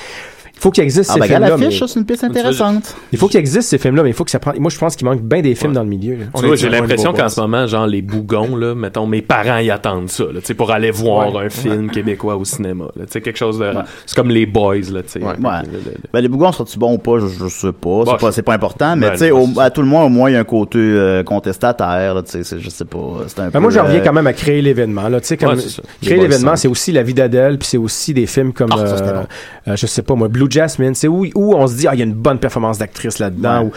Speaker 9: Il faut qu'il existe
Speaker 4: Ah,
Speaker 9: ces
Speaker 4: ben,
Speaker 9: films-là.
Speaker 4: regarde l'affiche,
Speaker 9: mais-
Speaker 4: ça, c'est une piste intéressante.
Speaker 9: Il faut qu'il existe ces films-là, mais il faut que ça prenne. Moi, je pense qu'il manque bien des films dans le milieu. là.
Speaker 8: Tu vois, j'ai l'impression qu'en ce moment, genre, les bougons, là, mettons, mes parents y attendent ça, là, tu sais, pour aller voir
Speaker 4: Ouais.
Speaker 8: un film québécois au cinéma, là, tu sais, quelque chose de... C'est comme les boys, là, tu sais.
Speaker 4: Ouais. Ben, les bougons sont-ils bons ou pas? Je, je sais pas. C'est
Speaker 8: Bah,
Speaker 4: pas,
Speaker 8: je-
Speaker 4: c'est pas important. Mais
Speaker 8: Ben,
Speaker 4: tu sais,
Speaker 8: non,
Speaker 4: au- à tout le moins, au moins, il y a un côté euh, contestataire. là, Tu sais, c'est- je sais pas. C'est un
Speaker 9: Ben, moi,
Speaker 4: peu,
Speaker 9: je reviens
Speaker 4: euh,
Speaker 9: quand même à créer l'événement. là. Tu sais, comme-
Speaker 4: Ouais, c'est ça.
Speaker 9: créer
Speaker 4: Les Boys
Speaker 9: l'événement,
Speaker 4: cinq.
Speaker 9: c'est aussi La vie d'Adèle, puis c'est aussi des films comme,
Speaker 4: Ah, ça, c'était
Speaker 9: euh,
Speaker 4: bon.
Speaker 9: euh, je sais pas moi, Blue Jasmine. C'est où, où on se dit, ah, il y a une bonne performance d'actrice là-dedans, ou,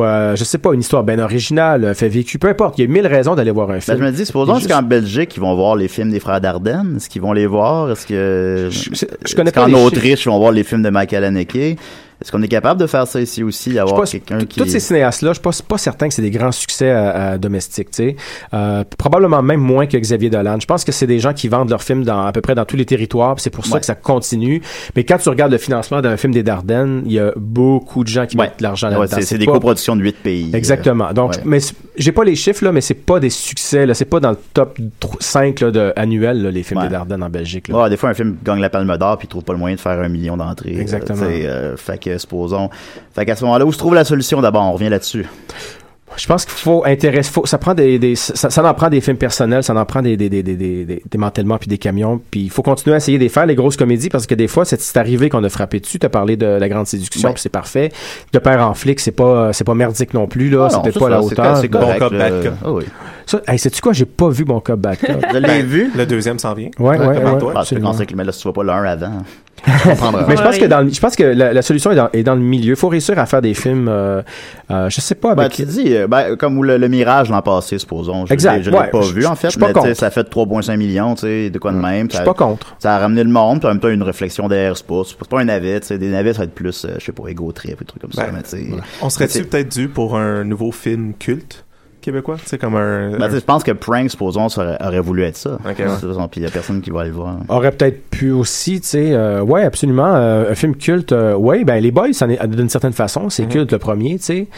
Speaker 9: ou, euh, je sais pas, une histoire bien originale, euh, fait vécu. Peu importe, il y a mille raisons d'aller voir un
Speaker 4: Ben,
Speaker 9: film.
Speaker 4: je me dis, supposons
Speaker 9: Et juste-
Speaker 4: qu'en Belgique, ils vont voir les films des frères Dardenne. Est-ce qu'ils vont les voir? Est-ce que. Je,
Speaker 9: connais pas
Speaker 4: qu'en
Speaker 9: les
Speaker 4: Autriche, ils vont voir les films de Michael Haneke? Est-ce qu'on est capable de faire ça ici aussi? D'avoir
Speaker 9: Je sais
Speaker 4: quelqu'un qui.
Speaker 9: Tous ces cinéastes-là, je suis pas, pas certain que c'est des grands succès euh, euh, domestiques. tu sais. Euh, probablement même moins que Xavier Dolan. Je pense que c'est des gens qui vendent leurs films dans, à peu près dans tous les territoires. puis C'est pour ça
Speaker 4: Ouais.
Speaker 9: que ça continue. Mais quand tu regardes le financement d'un film des Dardennes, il y a beaucoup de gens qui mettent de l'argent
Speaker 4: Ouais,
Speaker 9: là-dedans.
Speaker 4: c'est, c'est des
Speaker 9: pas-
Speaker 4: coproductions de 8 pays. euh.
Speaker 9: Exactement. Donc,
Speaker 4: Ouais.
Speaker 9: mais c'est- j'ai pas les chiffres là, mais c'est pas des succès là, c'est pas dans le top 5 là, de, annuel là, les films des Dardennes en Belgique. là.
Speaker 4: Ouais, des fois, un film gagne la Palme d'Or puis il trouve pas le moyen de faire un million d'entrées.
Speaker 9: Exactement.
Speaker 4: Euh, tu sais, euh, fait que, supposons. Fait qu'à ce moment-là, où se trouve la solution d'abord? On revient là-dessus.
Speaker 9: Je pense qu'il faut intéresser, faut, ça prend des, des- ça, ça en prend des films personnels, ça en prend des, des, des, des, des, des démantèlements puis des camions, puis il faut continuer à essayer de les faire les grosses comédies parce que des fois c'est, c'est arrivé qu'on a frappé dessus. T'as parlé de la grande séduction,
Speaker 4: Ouais.
Speaker 9: puis c'est parfait. De père en flic, c'est pas, c'est pas merdique non plus là,
Speaker 4: Ah non,
Speaker 9: c'était
Speaker 4: ça,
Speaker 9: pas à la
Speaker 4: ça, c'est
Speaker 9: hauteur.
Speaker 4: co- c'est correct, Bon cop, là. bad cop. Ah oui.
Speaker 9: Ça, hey, sais-tu quoi, j'ai pas vu mon cop back.
Speaker 4: *laughs*
Speaker 9: Up.
Speaker 4: l'avez vu?
Speaker 7: Le deuxième
Speaker 4: *laughs*
Speaker 7: s'en vient.
Speaker 9: Ben, Ouais, ouais,
Speaker 4: Comme toi.
Speaker 9: ouais,
Speaker 4: Tu peux
Speaker 9: absolument. Ah,
Speaker 4: penser que mais là, si tu vois pas le 1 avant.
Speaker 9: Mais je pense que dans, le- je pense que la, la solution est dans, est dans le milieu. Faut réussir à faire des films, euh, euh, je sais pas
Speaker 4: Ben,
Speaker 9: avec.
Speaker 4: tu dis, euh, ben, comme le, le Mirage l'an passé, supposons. Je
Speaker 9: Exact,
Speaker 4: l'ai- Je l'ai
Speaker 9: ouais,
Speaker 4: pas
Speaker 9: je-
Speaker 4: vu,
Speaker 9: je-
Speaker 4: en
Speaker 9: je
Speaker 4: fait.
Speaker 9: suis pas
Speaker 4: mais tu sais,
Speaker 9: contre. Hmm.
Speaker 4: ça fait 3,5 millions, tu sais, de quoi de même. Je
Speaker 9: suis pas contre.
Speaker 4: Ça a ramené le monde, puis en même temps, une réflexion derrière c'est pas. C'est pas un navet, tu sais. Des navets, ça va être plus, euh, je sais pas, égo trip, et trucs comme ça.
Speaker 7: Ben,
Speaker 4: mais tu sais.
Speaker 7: On
Speaker 4: Mais
Speaker 7: serait-tu
Speaker 4: c'est-
Speaker 7: peut-être dû pour un nouveau film culte québécois? Tu sais, comme un.
Speaker 4: Ben, tu sais, je pense que Prank, supposons, ça aurait, aurait voulu être ça.
Speaker 7: Euh, Ok, ouais.
Speaker 4: De toute façon, Puis il y a personne qui va aller le voir.
Speaker 9: aurait peut-être pu aussi, tu sais, euh, ouais, absolument, euh, un film culte, euh, ouais, ben les Boys, c'en est- d'une certaine façon, c'est culte le premier, tu sais.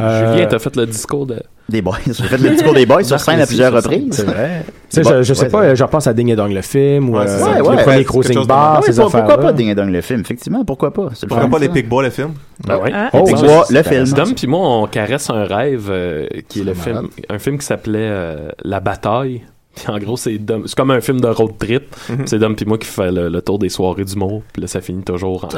Speaker 9: Euh,
Speaker 8: Mhm. Julien, t'as fait le discours de...
Speaker 4: Des boys. *laughs* J'ai fait le discours des boys sur
Speaker 8: Marc
Speaker 4: scène à
Speaker 8: Messi,
Speaker 4: plusieurs
Speaker 8: sur scène,
Speaker 4: reprises.
Speaker 9: c'est vrai. Tu sais, je, je sais pas, euh, je pense à Ding et Dong le film, ou
Speaker 4: Ouais,
Speaker 9: euh,
Speaker 4: c'est ça.
Speaker 9: les
Speaker 4: Ouais, ouais.
Speaker 9: premiers
Speaker 4: Quelque
Speaker 9: Crossing
Speaker 4: chose de-
Speaker 9: Bar,
Speaker 4: Ah oui,
Speaker 9: ces
Speaker 4: pour-
Speaker 9: affaires
Speaker 4: Pourquoi pas Ding et Dong le film? Effectivement, pourquoi pas? C'est le
Speaker 7: Pourquoi
Speaker 4: fun,
Speaker 7: pas
Speaker 4: ça.
Speaker 7: les Big Boys, le film?
Speaker 9: Ben
Speaker 8: Ah ouais.
Speaker 4: Oh,
Speaker 8: Pic
Speaker 4: Pic
Speaker 8: Bois,
Speaker 4: Bois, le film.
Speaker 8: Dom puis moi, on caresse un rêve euh, qui est le
Speaker 4: malade.
Speaker 8: film, un film qui s'appelait euh, La Bataille. Puis en gros, c'est Dom- c'est comme un film de road trip.
Speaker 4: Mm-hmm.
Speaker 7: Mhm.
Speaker 8: C'est Dom puis moi qui fait le, le tour des soirées d'humour. Puis là, ça finit toujours en,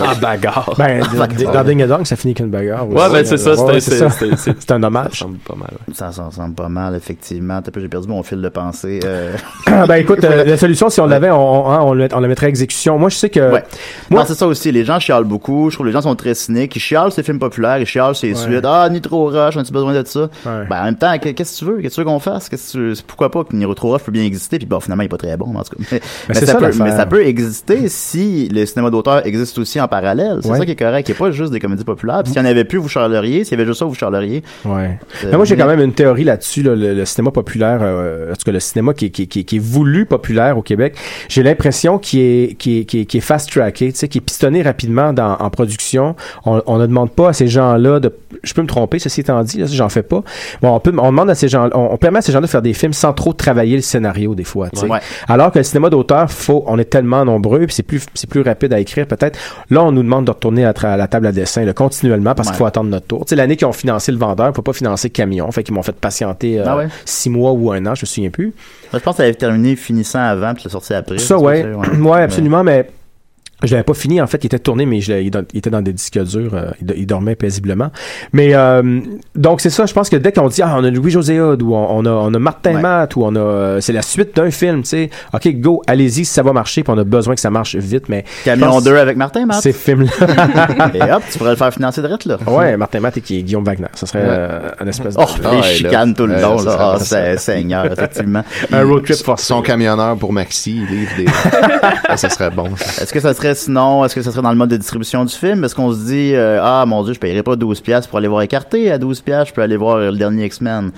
Speaker 8: en bagarre. *laughs*
Speaker 9: Ben, dans- dans Ding et Dong, ça finit qu'une bagarre.
Speaker 8: Ouais,
Speaker 9: aussi. euh,
Speaker 8: ben, c'est ça,
Speaker 9: Ouais,
Speaker 8: c'était- c'est- c'est- c'est-
Speaker 9: C'est un hommage.
Speaker 8: pas mal.
Speaker 4: Ça s'en ressemble pas mal, effectivement. T'as peu, j'ai perdu mon fil de pensée. euh.
Speaker 9: ben écoute, euh, la solution, si on l'avait, on, hein, on, on le- on la mettrait à exécution. Moi, je sais que.
Speaker 4: Moi, c'est ça aussi. Les gens chialent beaucoup. Je trouve que les gens sont très cyniques. Ils chialent ces films populaires. Ils chialent ces
Speaker 9: Ouais.
Speaker 4: suites. Ah, Nitro Rush, on a-tu besoin de ça? Ben, en même temps, que- qu'est-ce que tu veux? Qu'est-ce que tu veux qu'on fasse? Qu'est-ce qu'est-ce que tu- pourquoi pas que Niro Trorov peut bien exister, puis bon, finalement, il est pas très bon, mais en tout cas. Mais, mais
Speaker 9: c'est
Speaker 4: ça,
Speaker 9: ça
Speaker 4: peut,
Speaker 9: l'affaire.
Speaker 4: mais ça peut exister si le cinéma d'auteur existe aussi en parallèle. C'est
Speaker 9: Ouais.
Speaker 4: ça qui est correct, il n'y a pas juste des comédies populaires. Puis s'il n'y en avait plus, vous charleriez. S'il y avait juste ça, vous charleriez.
Speaker 9: Ouais. Mais moi, j'ai quand même une théorie là-dessus, là, le, le cinéma populaire, euh, en tout cas le cinéma qui, est- qui, est- qui est- qui est voulu populaire au Québec, j'ai l'impression qu'il est, qui est, qui est, qui est fast-tracké, tu sais, qui est pistonné rapidement dans, en production. On, on ne demande pas à ces gens-là de... Je peux me tromper, ceci étant dit, là, si j'en fais pas. Bon, on, peut, on demande à ces gens on, on permet à ces gens-là de faire des films sans trop travailler le scénario des fois. tu sais.
Speaker 4: Ouais.
Speaker 9: Alors que le cinéma d'auteur, faut, on est tellement nombreux, puis c'est plus, c'est plus rapide à écrire peut-être. Là, on nous demande de retourner à, tra- à la table à dessin là, continuellement parce qu'il faut
Speaker 4: Ouais.
Speaker 9: attendre notre tour. Tu sais, l'année qu'ils ont financé le vendeur, on peut pas financer Camion, fait qu'ils m'ont fait patienter euh,
Speaker 4: Ah ouais?
Speaker 9: six mois ou un an, je me souviens plus.
Speaker 4: Je pense que ça avait terminé finissant avant, puis le sorti après.
Speaker 9: Ça,
Speaker 4: c'est
Speaker 9: ouais.
Speaker 4: pas sûr,
Speaker 9: ouais, absolument, mais je l'avais pas fini. En fait, il était tourné, mais je l'ai- il, don- il était dans des disques durs. euh, il, do- il dormait paisiblement. Mais euh, donc, c'est ça. Je pense que dès qu'on dit, ah, on a Louis-José Hood, ou on, on a, on a Martin Matt, ou on a. euh, C'est la suite d'un film, tu sais. OK, go, allez-y si ça va marcher, puis on a besoin que ça marche vite, mais.
Speaker 4: Camion
Speaker 9: je pense-
Speaker 4: 2 avec Martin Matt.
Speaker 9: Ces films-là. *laughs*
Speaker 4: Et hop, tu pourrais le faire financer direct, là.
Speaker 9: Ouais, Martin Matt et qui est Guillaume Wagner. Ça serait
Speaker 4: Ouais.
Speaker 9: euh, un espèce de.
Speaker 4: Oh, puis les chicanes tout le
Speaker 9: Ouais,
Speaker 4: long,
Speaker 9: ça
Speaker 4: là.
Speaker 9: serait-
Speaker 4: Ah, c'est- Seigneur,
Speaker 9: *laughs*
Speaker 4: effectivement.
Speaker 9: Un road trip forcé.
Speaker 6: Son camionneur pour Maxi, il livre
Speaker 4: *laughs*
Speaker 6: des. Ah, ça serait bon. ça.
Speaker 4: Est-ce que ça serait sinon, est-ce que ça serait dans le mode de distribution du film? Est-ce qu'on se dit, euh, ah mon dieu, je paierai pas 12$ piastres pour aller voir Écarté à 12$, piastres, je peux aller voir le dernier X-Men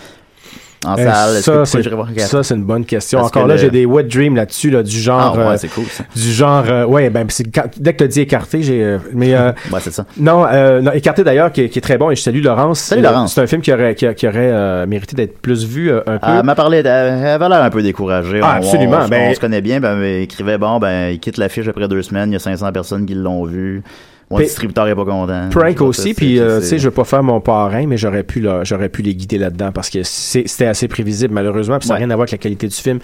Speaker 4: en
Speaker 9: Euh,
Speaker 4: salle? Est-ce que
Speaker 9: ça,
Speaker 4: pourquoi
Speaker 9: c'est-
Speaker 4: j'irais voir Écarté?
Speaker 9: ça, c'est une bonne question.
Speaker 4: Parce
Speaker 9: Encore
Speaker 4: que
Speaker 9: là,
Speaker 4: le-
Speaker 9: j'ai des wet dreams là-dessus, là, du genre.
Speaker 4: Ah, ouais,
Speaker 9: euh,
Speaker 4: c'est cool, ça.
Speaker 9: Du genre, euh, ouais, ben, c'est quand- dès que tu as dit écarté, j'ai. euh, mais.
Speaker 4: *laughs*
Speaker 9: euh,
Speaker 4: Ouais, c'est ça.
Speaker 9: Non, euh, non, écarté d'ailleurs, qui, est- qui est très bon, et je salue Laurence.
Speaker 4: Salut,
Speaker 9: Euh,
Speaker 4: Laurence.
Speaker 9: C'est un film qui aurait, qui, qui aurait euh, mérité d'être plus vu euh, un peu.
Speaker 4: Elle m'a parlé, elle avait l'air un peu découragée.
Speaker 9: Ah,
Speaker 4: On-
Speaker 9: absolument,
Speaker 4: On, on
Speaker 9: ben-
Speaker 4: se connaît bien, ben, elle écrivait, bon, ben, il quitte l'affiche après deux semaines, il y a 500 personnes qui l'ont vu. Mon
Speaker 9: Puis-
Speaker 4: distributeur est pas content.
Speaker 9: Prank aussi, puis euh, tu
Speaker 4: c'est-
Speaker 9: sais, je vais pas faire mon parrain, mais j'aurais pu, leur- j'aurais pu les guider là-dedans parce que c'est- c'était assez prévisible malheureusement, puis ça n'a rien à voir avec la qualité du film.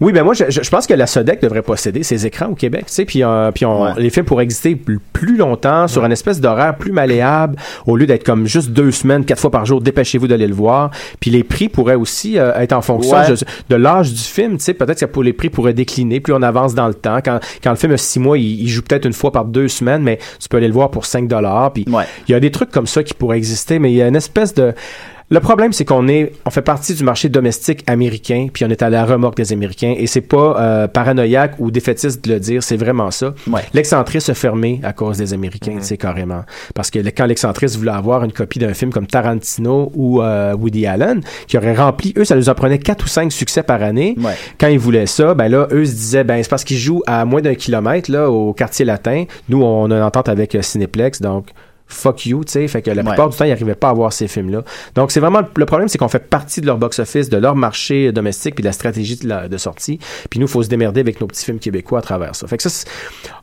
Speaker 9: Oui, ben moi, je, je- je pense que la Sodec devrait posséder ses écrans au Québec, tu sais, puis euh, puis on- les films pourraient exister plus- plus longtemps sur une espèce d'horaire plus malléable au lieu d'être comme juste deux semaines, quatre fois par jour, dépêchez-vous d'aller le voir. Puis les prix pourraient aussi euh, être en fonction
Speaker 4: Ouais.
Speaker 9: je- de l'âge du film, tu sais, peut-être que pour les prix pourraient décliner, plus on avance dans le temps. Quand, quand le film a six mois, il, il joue peut-être une fois par deux semaines, mais tu peux aller le voir pour 5 dollars. Puis il y a des trucs comme ça qui pourraient exister, mais il y a une espèce de le problème, c'est qu'on est, on fait partie du marché domestique américain, puis on est à la remorque des Américains, et c'est pas euh, paranoïaque ou défaitiste de le dire, c'est vraiment ça. L'excentrice a fermé à cause des Américains, c'est carrément. Parce que le- quand l'excentrice voulait avoir une copie d'un film comme Tarantino ou euh, Woody Allen, qui aurait rempli, eux, ça nous en prenait quatre ou cinq succès par année. Quand ils voulaient ça, ben là, eux se disaient, ben c'est parce qu'ils jouent à moins d'un kilomètre, là, au quartier latin. Nous, on a une entente avec euh, Cinéplex, donc fuck you, tu sais. Fait que la
Speaker 4: Ouais.
Speaker 9: plupart du temps, ils n'arrivaient pas à voir ces films-là. Donc, c'est vraiment le problème, c'est qu'on fait partie de leur box-office, de leur marché domestique, puis de la stratégie de, la- de sortie. Puis nous, il faut se démerder avec nos petits films québécois à travers ça. Fait que ça, c'est-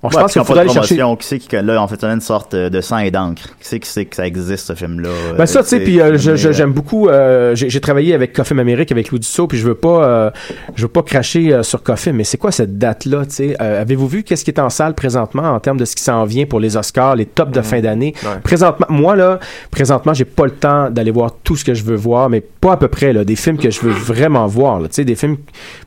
Speaker 9: on- je
Speaker 4: Ouais,
Speaker 9: pense
Speaker 4: puis
Speaker 9: qu'il
Speaker 4: ils ont
Speaker 9: faut
Speaker 4: pas de
Speaker 9: aller chercher.
Speaker 4: promotion. Qui c'est qui, que là, en fait, une sorte euh, de sang et d'encre? Qui c'est qui sait que ça existe, ce film-là?
Speaker 9: Ben
Speaker 4: Euh,
Speaker 9: ça, tu sais,
Speaker 4: c'est-
Speaker 9: puis euh, je-
Speaker 4: mais,
Speaker 9: je-
Speaker 4: euh,
Speaker 9: j'aime beaucoup. euh, j'ai j'ai travaillé avec Coffin Amérique, avec Lou Dussault, puis je veux pas, euh, je veux pas cracher euh, sur Coffin, mais c'est quoi cette date-là, tu sais Euh, Avez-vous vu qu'est-ce qui est en salle présentement en termes de ce qui s'en vient pour les Oscars, les tops de
Speaker 4: Mhm.
Speaker 9: fin d'année Présentement, moi là, présentement, j'ai pas le temps d'aller voir tout ce que je veux voir, mais pas à peu près là, des films que je veux vraiment voir, là, tu sais, des films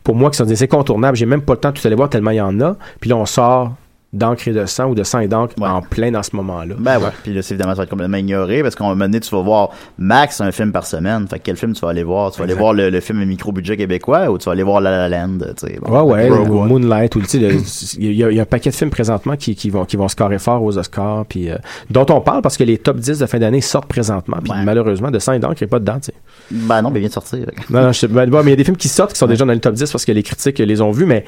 Speaker 9: pour moi qui sont des incontournables. J'ai même pas le temps de tout aller voir tellement il y en a. Puis là, on sort d'encre et de sang ou de sang et d'encre en plein dans ce moment-là.
Speaker 4: Ben ouais. Puis là, c'est évidemment, ça va être complètement ignoré parce qu'à un moment donné, tu vas voir max un film par semaine. Fait que quel film tu vas aller voir? Tu vas aller
Speaker 9: Exact.
Speaker 4: voir le, le film micro-budget québécois ou tu vas aller voir La La Land, tu sais.
Speaker 9: Ouais,
Speaker 4: Bon.
Speaker 9: ouais,
Speaker 4: Rogue
Speaker 9: ou
Speaker 4: One.
Speaker 9: Moonlight, ou le- tu sais, le- il y, a- il y a un paquet de films présentement qui, qui vont qui vont scorer fort aux Oscars, puis euh, dont on parle parce que les top 10 de fin d'année sortent présentement, puis malheureusement de 5 d'encre il est pas dedans, tu sais.
Speaker 4: Ben non, mais il vient de sortir.
Speaker 9: Non, non, je sais- ben, bon, mais il y a des films qui sortent qui sont déjà dans le top 10 parce que les critiques euh, les ont vus, mais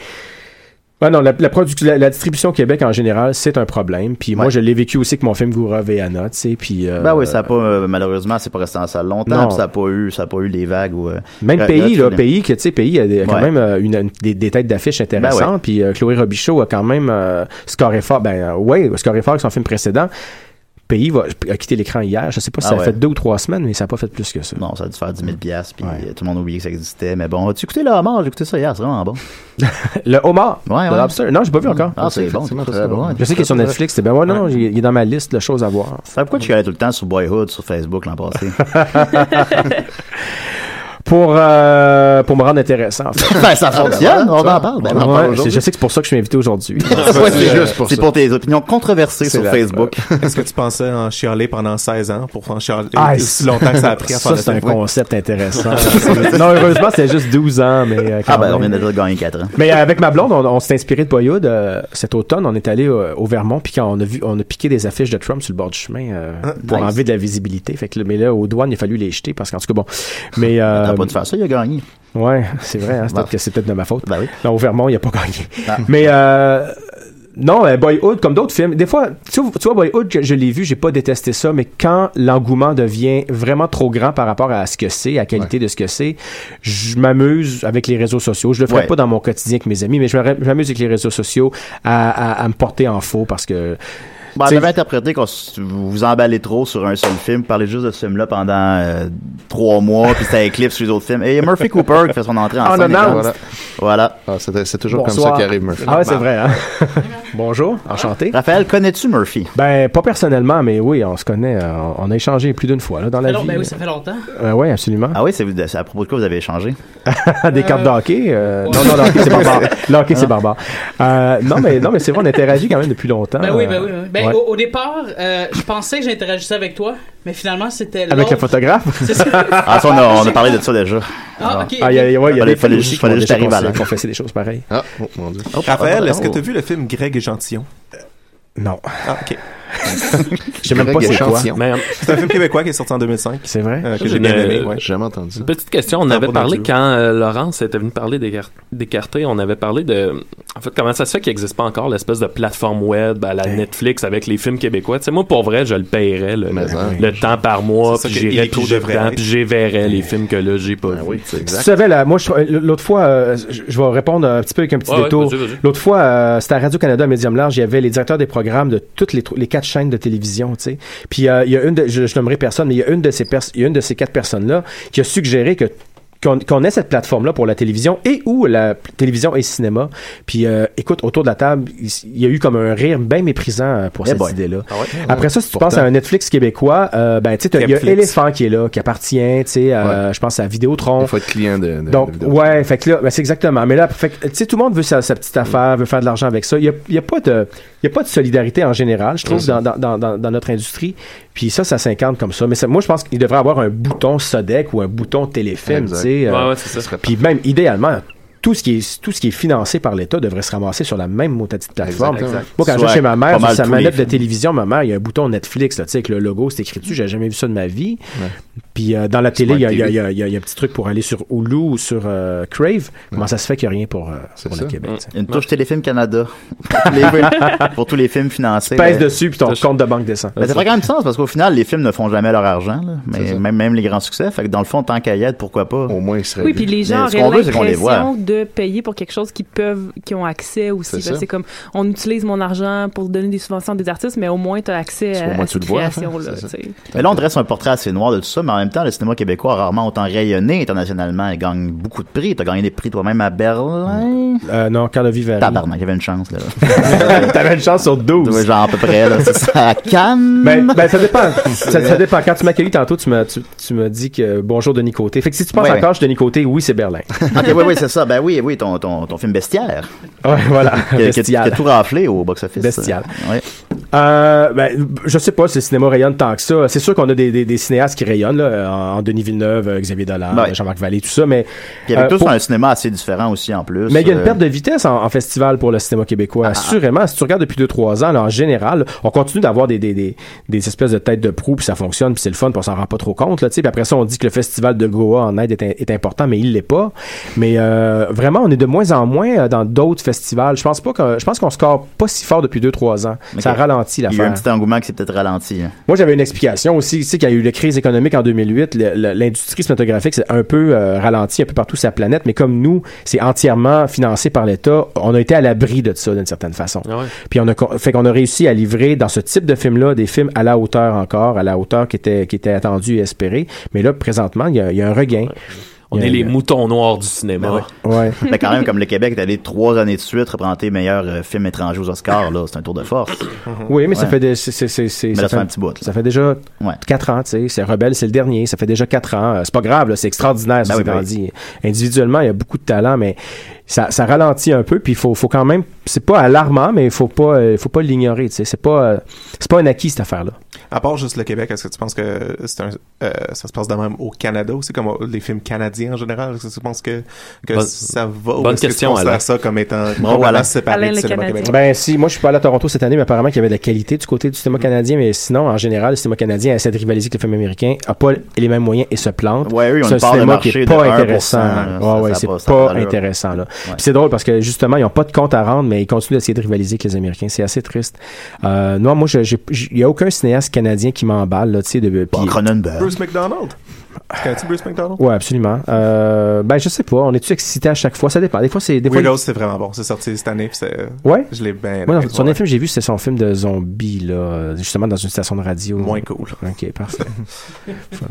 Speaker 9: ouais, non, la, la, produ- la- la distribution au Québec en général, c'est un problème. Puis moi, je l'ai vécu aussi avec mon film Goura Veana, tu sais, puis euh,
Speaker 4: Ben oui, ça a pas, euh, malheureusement, c'est pas resté en salle longtemps,
Speaker 9: Non.
Speaker 4: puis ça a pas eu, ça a pas eu les vagues ou, euh,
Speaker 9: Même
Speaker 4: quand-
Speaker 9: pays,
Speaker 4: tu-
Speaker 9: là, pays que tu sais, pays a des- quand
Speaker 4: Ouais.
Speaker 9: même euh, une, une- des, des têtes d'affiche intéressantes.
Speaker 4: Ben ouais.
Speaker 9: Puis euh, Chloé Robichaud a quand même euh, scoré fort. Ben euh, ouais, scoré fort avec son film précédent. Pays va, a quitté l'écran hier. Je sais pas si
Speaker 4: Ah
Speaker 9: ça
Speaker 4: ouais.
Speaker 9: a fait deux ou trois semaines, mais ça n'a pas fait plus que ça.
Speaker 4: Non, ça a dû faire 10 000 piastres, puis euh, tout le monde a oublié que ça existait. Mais bon, as-tu écouté Le Homard? J'ai écouté ça hier, c'est vraiment bon.
Speaker 9: Le homard?
Speaker 4: Ouais,
Speaker 9: The
Speaker 4: ouais.
Speaker 9: Lobster? Non, j'ai pas vu encore.
Speaker 4: Ah, c'est bon. c'est très bon.
Speaker 9: Je sais qu'il est sur
Speaker 4: Ouais.
Speaker 9: Netflix. c'est Ben ouais, non, il il est dans ma liste de choses à voir.
Speaker 4: *laughs* Ça, pourquoi tu allais tout le temps sur Boyhood, sur Facebook l'an passé?
Speaker 9: pour, euh, pour me rendre intéressant. en fait.
Speaker 4: Ben, *laughs*
Speaker 7: Ah,
Speaker 4: ça fonctionne, on en parle. Ben, on en parle
Speaker 9: Ouais, je,
Speaker 4: aujourd'hui.
Speaker 9: je sais que c'est pour ça que je suis invité aujourd'hui.
Speaker 4: Ouais, *laughs* c'est juste pour C'est ça. pour tes opinions controversées
Speaker 9: sur Facebook.
Speaker 7: Est-ce que tu pensais en chialer pendant 16 ans pour en chialer
Speaker 9: Ah,
Speaker 7: aussi longtemps que ça a pris à
Speaker 9: ça,
Speaker 7: faire
Speaker 9: c'est un
Speaker 7: le film?
Speaker 9: concept intéressant.
Speaker 7: *laughs*
Speaker 9: non, heureusement, c'était juste 12 ans, mais euh, quand
Speaker 4: Ah ben, on
Speaker 9: même.
Speaker 4: vient déjà de gagner 4 ans.
Speaker 9: Mais euh, avec ma blonde, on, on s'est inspiré de Boyhood. euh, cet automne, on est allé euh, au Vermont, puis quand on a vu, on a piqué des affiches de Trump sur le bord du chemin euh, pour
Speaker 4: Ah, nice.
Speaker 9: enlever de la visibilité. Fait que, là- mais là, aux douanes, il a fallu les jeter parce qu'en tout cas, bon. Mais euh,
Speaker 4: Pas de faire ça, il a gagné.
Speaker 9: ouais, *laughs* c'est vrai. hein, c'est peut-être que c'est peut-être de ma faute. Non, au Vermont, il n'a pas gagné.
Speaker 4: Ah.
Speaker 9: Mais euh, non, euh, Boyhood, comme d'autres films, des fois, tu vois, tu vois, Boyhood, je, je l'ai vu, j'ai pas détesté ça, mais quand l'engouement devient vraiment trop grand par rapport à ce que c'est, à la qualité de ce que c'est, je m'amuse avec les réseaux sociaux. Je le ferai
Speaker 4: Ouais.
Speaker 9: pas dans mon quotidien avec mes amis, mais je m'arr- je m'amuse avec les réseaux sociaux à, à- à me porter en faux parce que.
Speaker 4: Bon,
Speaker 9: tu
Speaker 4: on
Speaker 9: sais,
Speaker 4: avait interprété qu'on s- vous vous emballez trop sur un seul film, parlez juste de ce film-là pendant euh, trois mois, puis ça éclipse les autres films. Et Murphy Cooper qui fait son entrée en
Speaker 9: On
Speaker 4: scène.
Speaker 9: annonce.
Speaker 4: Voilà. voilà.
Speaker 6: c'est toujours
Speaker 9: Bonsoir. Ah ouais,
Speaker 6: Bah.
Speaker 9: c'est vrai. hein? *laughs* Bonjour, enchanté. Raphaël, connais-tu Murphy? Ben, pas personnellement, mais oui, on se connaît. euh, on a échangé plus d'une fois là, dans la
Speaker 13: Alors,
Speaker 9: vie.
Speaker 13: ben oui, ça fait longtemps.
Speaker 9: Euh, ouais, absolument.
Speaker 4: Ah oui, c'est c'est à propos de quoi vous avez échangé?
Speaker 13: Ah,
Speaker 9: *laughs* Des cartes de hockey? euh, Non, non, le hockey,
Speaker 13: *laughs*
Speaker 9: c'est barbare. Le hockey,
Speaker 13: Hein?
Speaker 9: c'est barbare. Euh, non, mais, non, mais c'est vrai, on interagit quand même depuis longtemps.
Speaker 13: Ben oui, ben oui.
Speaker 9: euh,
Speaker 13: ben oui. Ben,
Speaker 9: ouais.
Speaker 13: au, au départ, euh, je pensais que j'interagissais avec toi, mais finalement, c'était
Speaker 9: Avec le
Speaker 13: l'autre.
Speaker 9: photographe?
Speaker 13: C'est ça.
Speaker 4: Ah, ça, on a, on a parlé de ça déjà.
Speaker 13: Ah, ok.
Speaker 9: Ah, il y a, il y a- ouais, il y a
Speaker 4: ben, Fallait- fallait
Speaker 9: des films
Speaker 4: juste-
Speaker 9: aussi
Speaker 4: fallait
Speaker 9: qu'on
Speaker 4: juste
Speaker 9: déchire,
Speaker 4: arriver
Speaker 9: qu'on
Speaker 4: à
Speaker 9: s'est
Speaker 4: là.
Speaker 9: confessé des choses pareilles.
Speaker 6: Ah, oh, mon Dieu.
Speaker 7: Raphaël,
Speaker 4: Oh.
Speaker 7: est-ce que tu as vu le film Greg et Gentillon?
Speaker 9: Non.
Speaker 7: Ah, ok.
Speaker 9: Je sais même pas
Speaker 7: Greg et
Speaker 9: c'est quoi.
Speaker 7: Gentillon.
Speaker 8: Mais, euh,
Speaker 7: C'est un film québécois qui est sorti en 2005.
Speaker 9: C'est vrai?
Speaker 7: Euh, que
Speaker 8: Ça,
Speaker 7: j'ai bien
Speaker 8: j'ai
Speaker 7: aimé,
Speaker 8: une-
Speaker 7: ouais.
Speaker 6: J'ai jamais entendu ça.
Speaker 8: Une petite question, on
Speaker 7: Ah,
Speaker 8: avait
Speaker 7: pas
Speaker 8: parlé
Speaker 7: dans le
Speaker 8: quand euh, Laurence était venue parler des, gar- des cartés, on avait parlé de en fait comment ça se fait qu'il n'existe pas encore l'espèce de plateforme web à la Netflix avec les films québécois. Tu sais moi pour vrai, je le paierais le, le temps par mois,
Speaker 7: C'est
Speaker 8: puis
Speaker 7: ça que
Speaker 8: j'irais
Speaker 7: Illico
Speaker 8: puis j'ai
Speaker 7: devrait
Speaker 8: temps,
Speaker 7: être.
Speaker 8: puis j'y verrais les films que là
Speaker 6: Ah
Speaker 8: j'ai pas vu.
Speaker 9: Tu savais, là, moi, je- l'autre fois, euh, je, je vais répondre un petit peu avec un petit
Speaker 8: Ouais, ouais,
Speaker 9: détour.
Speaker 8: vas-y, vas-y.
Speaker 9: l'autre fois, euh, c'était à Radio-Canada, à Médium Large, il y avait les directeurs des programmes de toutes les, tro- les quatre chaînes de télévision, tu sais. Puis euh, il y a une, de, je, je nommerai personne, mais il y a une de ces, pers- il y a une de ces quatre personnes-là qui a suggéré que qu'on qu'on ait cette plateforme-là pour la télévision et ou la p- télévision et cinéma. Puis euh, écoute, autour de la table, il, s- il y a eu comme un rire bien méprisant euh, pour
Speaker 4: Eh
Speaker 9: cette
Speaker 4: boy.
Speaker 9: idée-là.
Speaker 4: Ah ouais?
Speaker 9: Après ça, si tu
Speaker 4: Pourtant.
Speaker 9: penses à un Netflix québécois, euh, ben, tu sais, t'as- il y a
Speaker 4: Netflix.
Speaker 9: Elephant qui est là, qui appartient, tu sais, à- je pense à Vidéotron.
Speaker 6: Il faut être client de, de-
Speaker 9: Donc,
Speaker 6: de vidéo.
Speaker 9: ouais, fait que là, ben, c'est exactement. Mais là, fait que, tu sais, tout le monde veut sa, sa petite affaire, veut faire de l'argent avec ça. Il n'y a, il y a, pas de- il y a pas de solidarité en général, je trouve,
Speaker 6: Mhm.
Speaker 9: dans, dans- dans, dans, dans notre industrie. Puis ça, ça s'incarne comme ça. Mais ça- moi, je pense qu'il devrait avoir un bouton Sodec ou un bouton téléfilm, tu
Speaker 6: Exact.
Speaker 9: sais. euh,
Speaker 6: Ouais, ouais, c'est ça. Ce serait
Speaker 9: Puis même, idéalement, tout ce, qui est, tout ce qui est financé par l'État devrait se ramasser sur la même petite
Speaker 6: Ah,
Speaker 9: plateforme.
Speaker 6: Exactement.
Speaker 9: Moi, quand je vais
Speaker 6: Soit
Speaker 9: chez ma
Speaker 6: pas
Speaker 9: mère, sur
Speaker 6: mal
Speaker 9: sa
Speaker 6: tous les
Speaker 9: manette de
Speaker 6: films.
Speaker 9: télévision, ma mère, il y a un bouton Netflix, là, tu sais, avec le logo, c'est écrit dessus. J'ai jamais vu ça de ma vie. Puis euh, dans la télé, il y, a- il y a- il y a- il y a- il y a un petit truc pour aller sur Hulu ou sur euh, Crave. Comment ça se fait qu'il n'y a rien pour, euh, pour le Québec? tu sais?
Speaker 4: Une touche Téléfilm Canada. Pour les- *laughs* pour tous les films financés.
Speaker 9: Tu pèses
Speaker 4: là.
Speaker 9: dessus, puis ton compte de banque descend.
Speaker 4: Mais Ben, ça ferait quand même du sens parce qu'au final, les films ne font jamais leur argent, là. mais même, même les grands succès. Fait que dans le fond, tant qu'à y être, pourquoi
Speaker 9: Oh,
Speaker 4: pas? Au
Speaker 6: moins, ils seraient.
Speaker 5: Oui, puis les gens
Speaker 4: ce
Speaker 5: auraient
Speaker 4: qu'on veut, c'est qu'on les
Speaker 5: l'impression
Speaker 4: voit.
Speaker 5: de payer pour quelque chose qu'ils peuvent, qu'ils ont accès aussi.
Speaker 4: C'est
Speaker 5: Parce que
Speaker 4: ça.
Speaker 5: C'est comme, on utilise mon argent pour donner des subventions à des artistes, mais au moins tu as accès
Speaker 4: au
Speaker 5: à,
Speaker 4: moins,
Speaker 5: à
Speaker 4: tu
Speaker 5: cette
Speaker 4: le vois, hein,
Speaker 5: création-là.
Speaker 4: c'est ça.
Speaker 5: tu sais.
Speaker 4: Mais là, on dresse un portrait assez noir de tout ça, mais en même temps, le cinéma québécois a rarement autant rayonné internationalement. Il gagne beaucoup de prix. T'as gagné des prix toi-même à Berlin. Ah,
Speaker 9: Euh, non, Carlo Vivari.
Speaker 4: Tabarnak, j'avais une chance, là.
Speaker 9: *laughs* T'avais une chance sur 12.
Speaker 4: Ouais, genre à peu près, là. C'est ça, à Cannes.
Speaker 9: Ben, ben, ça dépend. ça, ça dépend. Quand tu m'accueillis tantôt, tu m'as tu, tu m'as dit que bonjour Denis Côté. Fait que si tu penses
Speaker 4: Ouais,
Speaker 9: encore, je suis Denis Côté, oui, c'est Berlin.
Speaker 4: *laughs*
Speaker 9: *laughs*
Speaker 4: ok, oui, oui, c'est ça. Ben oui, oui, ton, ton, ton film Bestiaire.
Speaker 9: Ouais, voilà.
Speaker 4: Qui a- qui a- qui a
Speaker 9: Bestial.
Speaker 4: tout raflé au box-office.
Speaker 9: Bestial.
Speaker 4: Ouais.
Speaker 9: Euh, ben, je sais pas si le cinéma rayonne tant que ça. C'est sûr qu'on a des, des, des cinéastes qui rayonnent, là, en, en Denis Villeneuve, euh, Xavier Dolan,
Speaker 4: Ouais.
Speaker 9: Jean-Marc Vallée, tout ça, mais.
Speaker 4: Puis avec
Speaker 9: euh,
Speaker 4: tous
Speaker 9: pour-
Speaker 4: un cinéma assez différent aussi, en plus.
Speaker 9: Mais il y a une
Speaker 4: Euh, Ah.
Speaker 9: perte de vitesse en, en festival pour le cinéma québécois. Assurément, si tu regardes depuis 2-3 ans, là, en général, on continue d'avoir des, des, des, des espèces de têtes de proue, puis ça fonctionne, puis c'est le fun, puis on s'en rend pas trop compte. Là, tu sais. puis après ça, on dit que le festival de Goa en Inde est, in- est important, mais il l'est pas. Mais euh, vraiment, on est de moins en moins euh, dans d'autres festivals. Je pense pas que je pense qu'on score pas si fort depuis 2-3 ans. Ça
Speaker 4: Ok.
Speaker 9: ralentit
Speaker 4: Il y a eu un
Speaker 9: l'affaire.
Speaker 4: petit engouement qui s'est peut-être ralenti. hein.
Speaker 9: Moi, j'avais une explication aussi. Tu sais qu'il y a eu la crise économique en 2008. le- le- L'industrie cinématographique c'est un peu euh, ralenti un peu partout sur la planète, mais comme nous, c'est entièrement financé par l'État, on a été à l'abri de ça d'une certaine façon.
Speaker 8: Ah
Speaker 9: Puis on a con- fait qu'on a réussi à livrer dans ce type de film-là des films à la hauteur encore, à la hauteur qui était qui était attendue et espérée. Mais là, présentement, il y a, il y a un regain.
Speaker 8: On
Speaker 4: Il y a
Speaker 8: est les
Speaker 4: une-
Speaker 8: moutons noirs du cinéma. *laughs*
Speaker 4: ouais. Mais Ben, quand même, comme le Québec est allé trois années de suite représenter meilleur euh, film étranger aux Oscars, là, c'est un tour de force.
Speaker 9: Oui, mais ça
Speaker 4: Mhm. Ouais.
Speaker 9: fait, des- c'est- c'est- c'est- c'est-
Speaker 4: Mais là,
Speaker 9: ça
Speaker 4: ça fait un petit bout, là.
Speaker 9: Ça fait déjà 4 ans, tu sais. C'est Rebelle, c'est le dernier. Ça fait déjà 4 ans. Euh, C'est pas grave, là, c'est extraordinaire, ça
Speaker 4: Ben
Speaker 9: s'est
Speaker 4: oui, ben
Speaker 9: grandi. Individuellement, il y a beaucoup de talent, mais ça, ça ralentit un peu. Puis il faut, faut quand même. C'est pas alarmant, mais il faut pas, euh, faut pas l'ignorer, tu sais. C'est pas, euh, c'est pas un acquis, cette affaire-là.
Speaker 7: À part juste le Québec, est-ce que tu penses que c'est un, euh, ça se passe de même au Canada aussi, comme euh, les films canadiens en général? Est-ce que tu penses que, que
Speaker 9: Bonne-
Speaker 7: ça va ou
Speaker 9: bonne
Speaker 7: est-ce que
Speaker 9: question,
Speaker 7: tu considères
Speaker 9: Alain.
Speaker 7: ça comme étant
Speaker 9: Bravo, Alain.
Speaker 7: complètement séparé
Speaker 9: Alain,
Speaker 7: du
Speaker 9: le
Speaker 7: cinéma québécois?
Speaker 9: Ben si, moi je suis pas allé à Toronto cette année, mais apparemment qu'il y avait de la qualité du côté du
Speaker 4: Mm.
Speaker 9: cinéma canadien, mais sinon, en général, le cinéma canadien essaie de rivaliser avec le film américain, a pas les mêmes moyens et se plante.
Speaker 4: Ouais, oui, on
Speaker 9: c'est un
Speaker 4: parle de
Speaker 9: cinéma
Speaker 4: marché
Speaker 9: qui est
Speaker 4: de
Speaker 9: pas
Speaker 4: 1%,
Speaker 9: intéressant.
Speaker 4: là,
Speaker 9: Ouais,
Speaker 4: ça-
Speaker 9: ouais,
Speaker 4: ça a
Speaker 9: c'est
Speaker 4: pas-
Speaker 9: pas,
Speaker 4: ça a pas d'allure.
Speaker 9: intéressant là. Puis c'est drôle parce que justement, ils ont pas de compte à rendre, mais ils continuent d'essayer de rivaliser avec les Américains. C'est assez triste. Euh, non, moi, je- j'ai- j'ai- il y a aucun cinéaste canadien qui m'emballe là, tu sais, de. puis-
Speaker 4: ben,
Speaker 7: Bruce McDonald? Connais-tu Bruce McDonald?
Speaker 9: Ouais, absolument. Euh, ben je sais pas. On est-tu excité à chaque fois Ça dépend. Des fois, c'est des fois.
Speaker 7: Weirdos, c'est vraiment bon. C'est sorti cette année. Puis c'est-
Speaker 9: Ouais.
Speaker 7: Je l'ai bien.
Speaker 9: Moi,
Speaker 7: aimé.
Speaker 9: dans- son dernier film que j'ai vu, c'est son film de zombie, là, euh, justement dans une station de radio.
Speaker 7: Moins cool.
Speaker 9: Ok, parfait.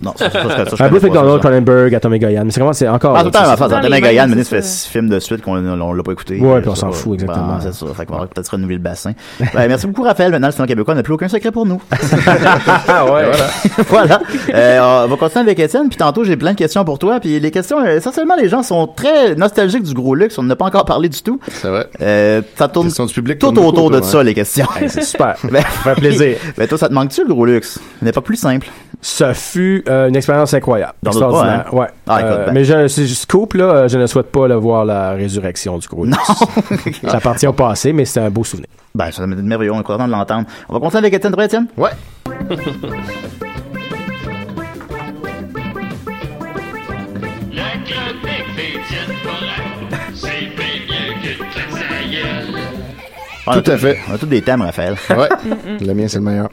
Speaker 4: Non, ça, ça, ça, ça, je
Speaker 9: Un
Speaker 4: connais
Speaker 9: Bruce
Speaker 4: pas,
Speaker 9: McDonald,
Speaker 4: ça.
Speaker 9: Cronenberg, Atomic Goyan. Mais c'est comment c'est encore.
Speaker 4: Ah, tout le temps,
Speaker 9: c'est-
Speaker 4: ma face,
Speaker 9: c'est-
Speaker 4: Antonin Goyan, mais ça fait six films de suite qu'on on l'a pas écouté.
Speaker 9: Ouais,
Speaker 4: Euh,
Speaker 9: puis on
Speaker 4: ça,
Speaker 9: s'en
Speaker 4: euh,
Speaker 9: fout, exactement.
Speaker 4: bon, c'est ça. Fait qu'on va peut-être renouveler le bassin. Ben, merci beaucoup, Raphaël. Maintenant, le cinéma québécois n'a plus aucun secret pour nous.
Speaker 9: Ah ouais.
Speaker 4: voilà. *laughs* Euh, on va continuer avec Étienne. Puis tantôt, j'ai plein de questions pour toi. Puis les questions, euh, essentiellement, les gens sont très nostalgiques du gros luxe. On n'a pas encore parlé du tout.
Speaker 6: C'est vrai.
Speaker 4: Euh, ça tourne tout
Speaker 6: tourne beaucoup
Speaker 4: autour de
Speaker 6: autour,
Speaker 4: ça,
Speaker 6: hein.
Speaker 4: les questions. *laughs*
Speaker 6: Hey, c'est super.
Speaker 4: Ben,
Speaker 9: Ça fait plaisir.
Speaker 4: ben, toi, ça te manque-tu, le gros luxe? N'est pas plus simple.
Speaker 9: Ça fut euh, une expérience incroyable.
Speaker 4: Dans d'autres
Speaker 9: extraordinaire.
Speaker 4: pas, hein?
Speaker 9: Ouais.
Speaker 4: Ah, écoute,
Speaker 9: Euh,
Speaker 4: ben.
Speaker 9: Mais je, si je scoop, là, euh, je ne souhaite pas le voir la résurrection du gros. Non.
Speaker 4: *laughs*
Speaker 9: Ça appartient au passé, mais c'est un beau souvenir.
Speaker 4: Ben, ça me merveilleux. On est content de l'entendre. On va continuer avec Étienne. Toi, Étienne?
Speaker 6: Ouais.
Speaker 11: La chronique des Étienne Morin, c'est bien mieux que de claquer sa gueule.
Speaker 4: On a
Speaker 6: Tout à fait.
Speaker 4: On a tous des thèmes,
Speaker 6: *laughs*
Speaker 4: Raphaël.
Speaker 6: Ouais. le mien, c'est le meilleur.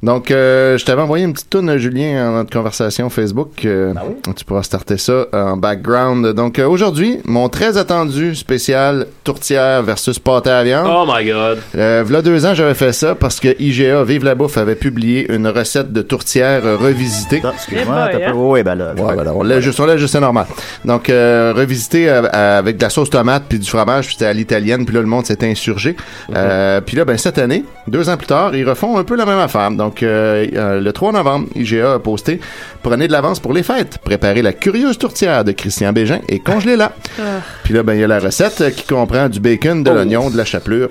Speaker 6: Donc, euh, je t'avais envoyé une petite toune, Julien, en notre conversation Facebook. euh, Tu pourras starter ça en background. Donc, euh, aujourd'hui, mon très attendu spécial tourtière versus pâté à viande.
Speaker 8: Oh my god.
Speaker 6: Euh, v'là deux ans, j'avais fait ça parce que IGA Vive la Bouffe avait publié une recette de tourtière euh, revisitée.
Speaker 4: Excuse-moi, Eh boy, t'as hein. peu- ouais, ben là.
Speaker 6: Ouais, ben là, on l'a juste, on l'a juste, c'est normal. Donc, euh, revisitée euh, euh, avec de la sauce tomate puis du fromage, puis c'était à l'italienne, puis là, le monde s'était insurgé.
Speaker 8: Mhm.
Speaker 6: Euh, puis là, ben, cette année, deux ans plus tard, ils refont un peu la même affaire. Donc, euh, euh, le 3 novembre, IGA a posté « Prenez de l'avance pour les fêtes. Préparez la curieuse tourtière de Christian Bégin et congelez-la. » *laughs* Puis là, ben, il y a la recette euh, qui comprend du bacon,
Speaker 8: Oh.
Speaker 6: de l'oignon, de la chapelure.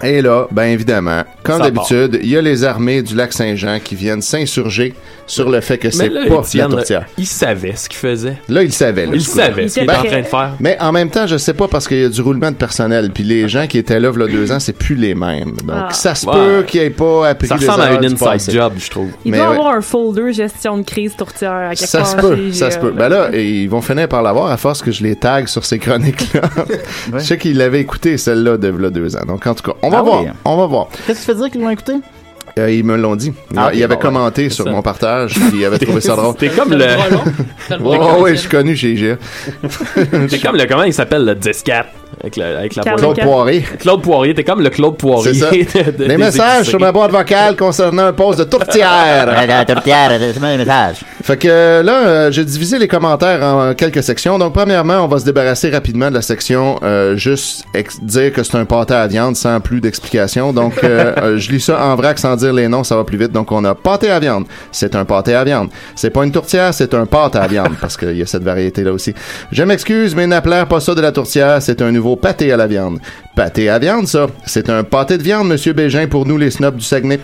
Speaker 6: Et là, ben évidemment, comme
Speaker 8: Ça
Speaker 6: d'habitude, il y a les armées du lac Saint-Jean qui viennent s'insurger sur le fait que
Speaker 8: Mais
Speaker 6: c'est
Speaker 8: là,
Speaker 6: pas
Speaker 8: Étienne,
Speaker 6: la tourtière.
Speaker 8: il savait ce qu'il faisait.
Speaker 6: Là, il savait. là,
Speaker 8: Il
Speaker 6: du coup.
Speaker 8: savait ce qu'il
Speaker 6: Ben,
Speaker 8: était en train de faire.
Speaker 6: Mais en même temps, je sais pas parce qu'il y a du roulement de personnel. Puis les gens qui étaient là il y a deux ans, c'est plus les mêmes. Donc
Speaker 5: Ah.
Speaker 6: ça se
Speaker 8: Ouais.
Speaker 6: peut qu'il n'y ait pas appris
Speaker 8: Ça
Speaker 6: les
Speaker 8: ressemble à
Speaker 6: erreurs
Speaker 8: une
Speaker 6: du
Speaker 8: inside
Speaker 6: passé.
Speaker 8: job, je trouve.
Speaker 5: Il
Speaker 6: Mais
Speaker 5: doit
Speaker 6: ouais.
Speaker 5: avoir un folder gestion de crise tourtière à quelque
Speaker 6: Ça
Speaker 5: part
Speaker 6: se
Speaker 5: chez,
Speaker 6: peut, ça se
Speaker 5: euh,
Speaker 6: peut. Ben là, et ils vont finir par l'avoir à force que je les tag sur ces
Speaker 8: *laughs*
Speaker 6: chroniques-là. Je sais qu'ils l'avaient écouté, celle-là, de là, deux ans. Donc, en tout cas, on va
Speaker 4: Ah
Speaker 6: voir.
Speaker 4: oui.
Speaker 6: On va voir.
Speaker 4: Qu'est-ce que tu fais dire qu'ils l'ont écouté?
Speaker 6: Euh, ils me l'ont dit.
Speaker 4: Ah,
Speaker 6: ils
Speaker 4: ok,
Speaker 6: avaient
Speaker 4: bon,
Speaker 6: commenté sur mon partage, puis ils avaient trouvé ça
Speaker 8: *laughs*
Speaker 6: drôle.
Speaker 8: T'es comme le.
Speaker 6: Ouais, ouais, ouais, je suis connu chez E. IGA.
Speaker 8: T'es comme le. Comment il s'appelle le 10-4 avec, le- avec la
Speaker 6: Claude
Speaker 8: poitrine.
Speaker 6: Poirier.
Speaker 8: Claude Poirier. T'es comme le Claude Poirier.
Speaker 6: C'est ça.
Speaker 8: de- de-
Speaker 6: Les
Speaker 8: des
Speaker 6: messages
Speaker 8: épiceries.
Speaker 6: sur ma boîte vocale concernant un poste de tourtière.
Speaker 4: La tourtière, c'est moi les messages.
Speaker 6: Fait que là, euh, j'ai divisé les commentaires en quelques sections. Donc, premièrement, on va se débarrasser rapidement de la section euh, juste ex- dire que c'est un pâté à viande sans plus d'explication. Donc, euh, euh, je lis ça en vrac sans dire les noms, ça va plus vite. Donc, on a pâté à viande. C'est un pâté à viande. C'est pas une tourtière, c'est un pâte à viande parce qu'il y a cette variété-là aussi. Je m'excuse, mais n'appelez pas ça de la tourtière. C'est un nouveau pâté à la viande. Pâté à viande, ça. C'est un pâté de viande, monsieur Bégin, pour nous les snobs du Saguenay.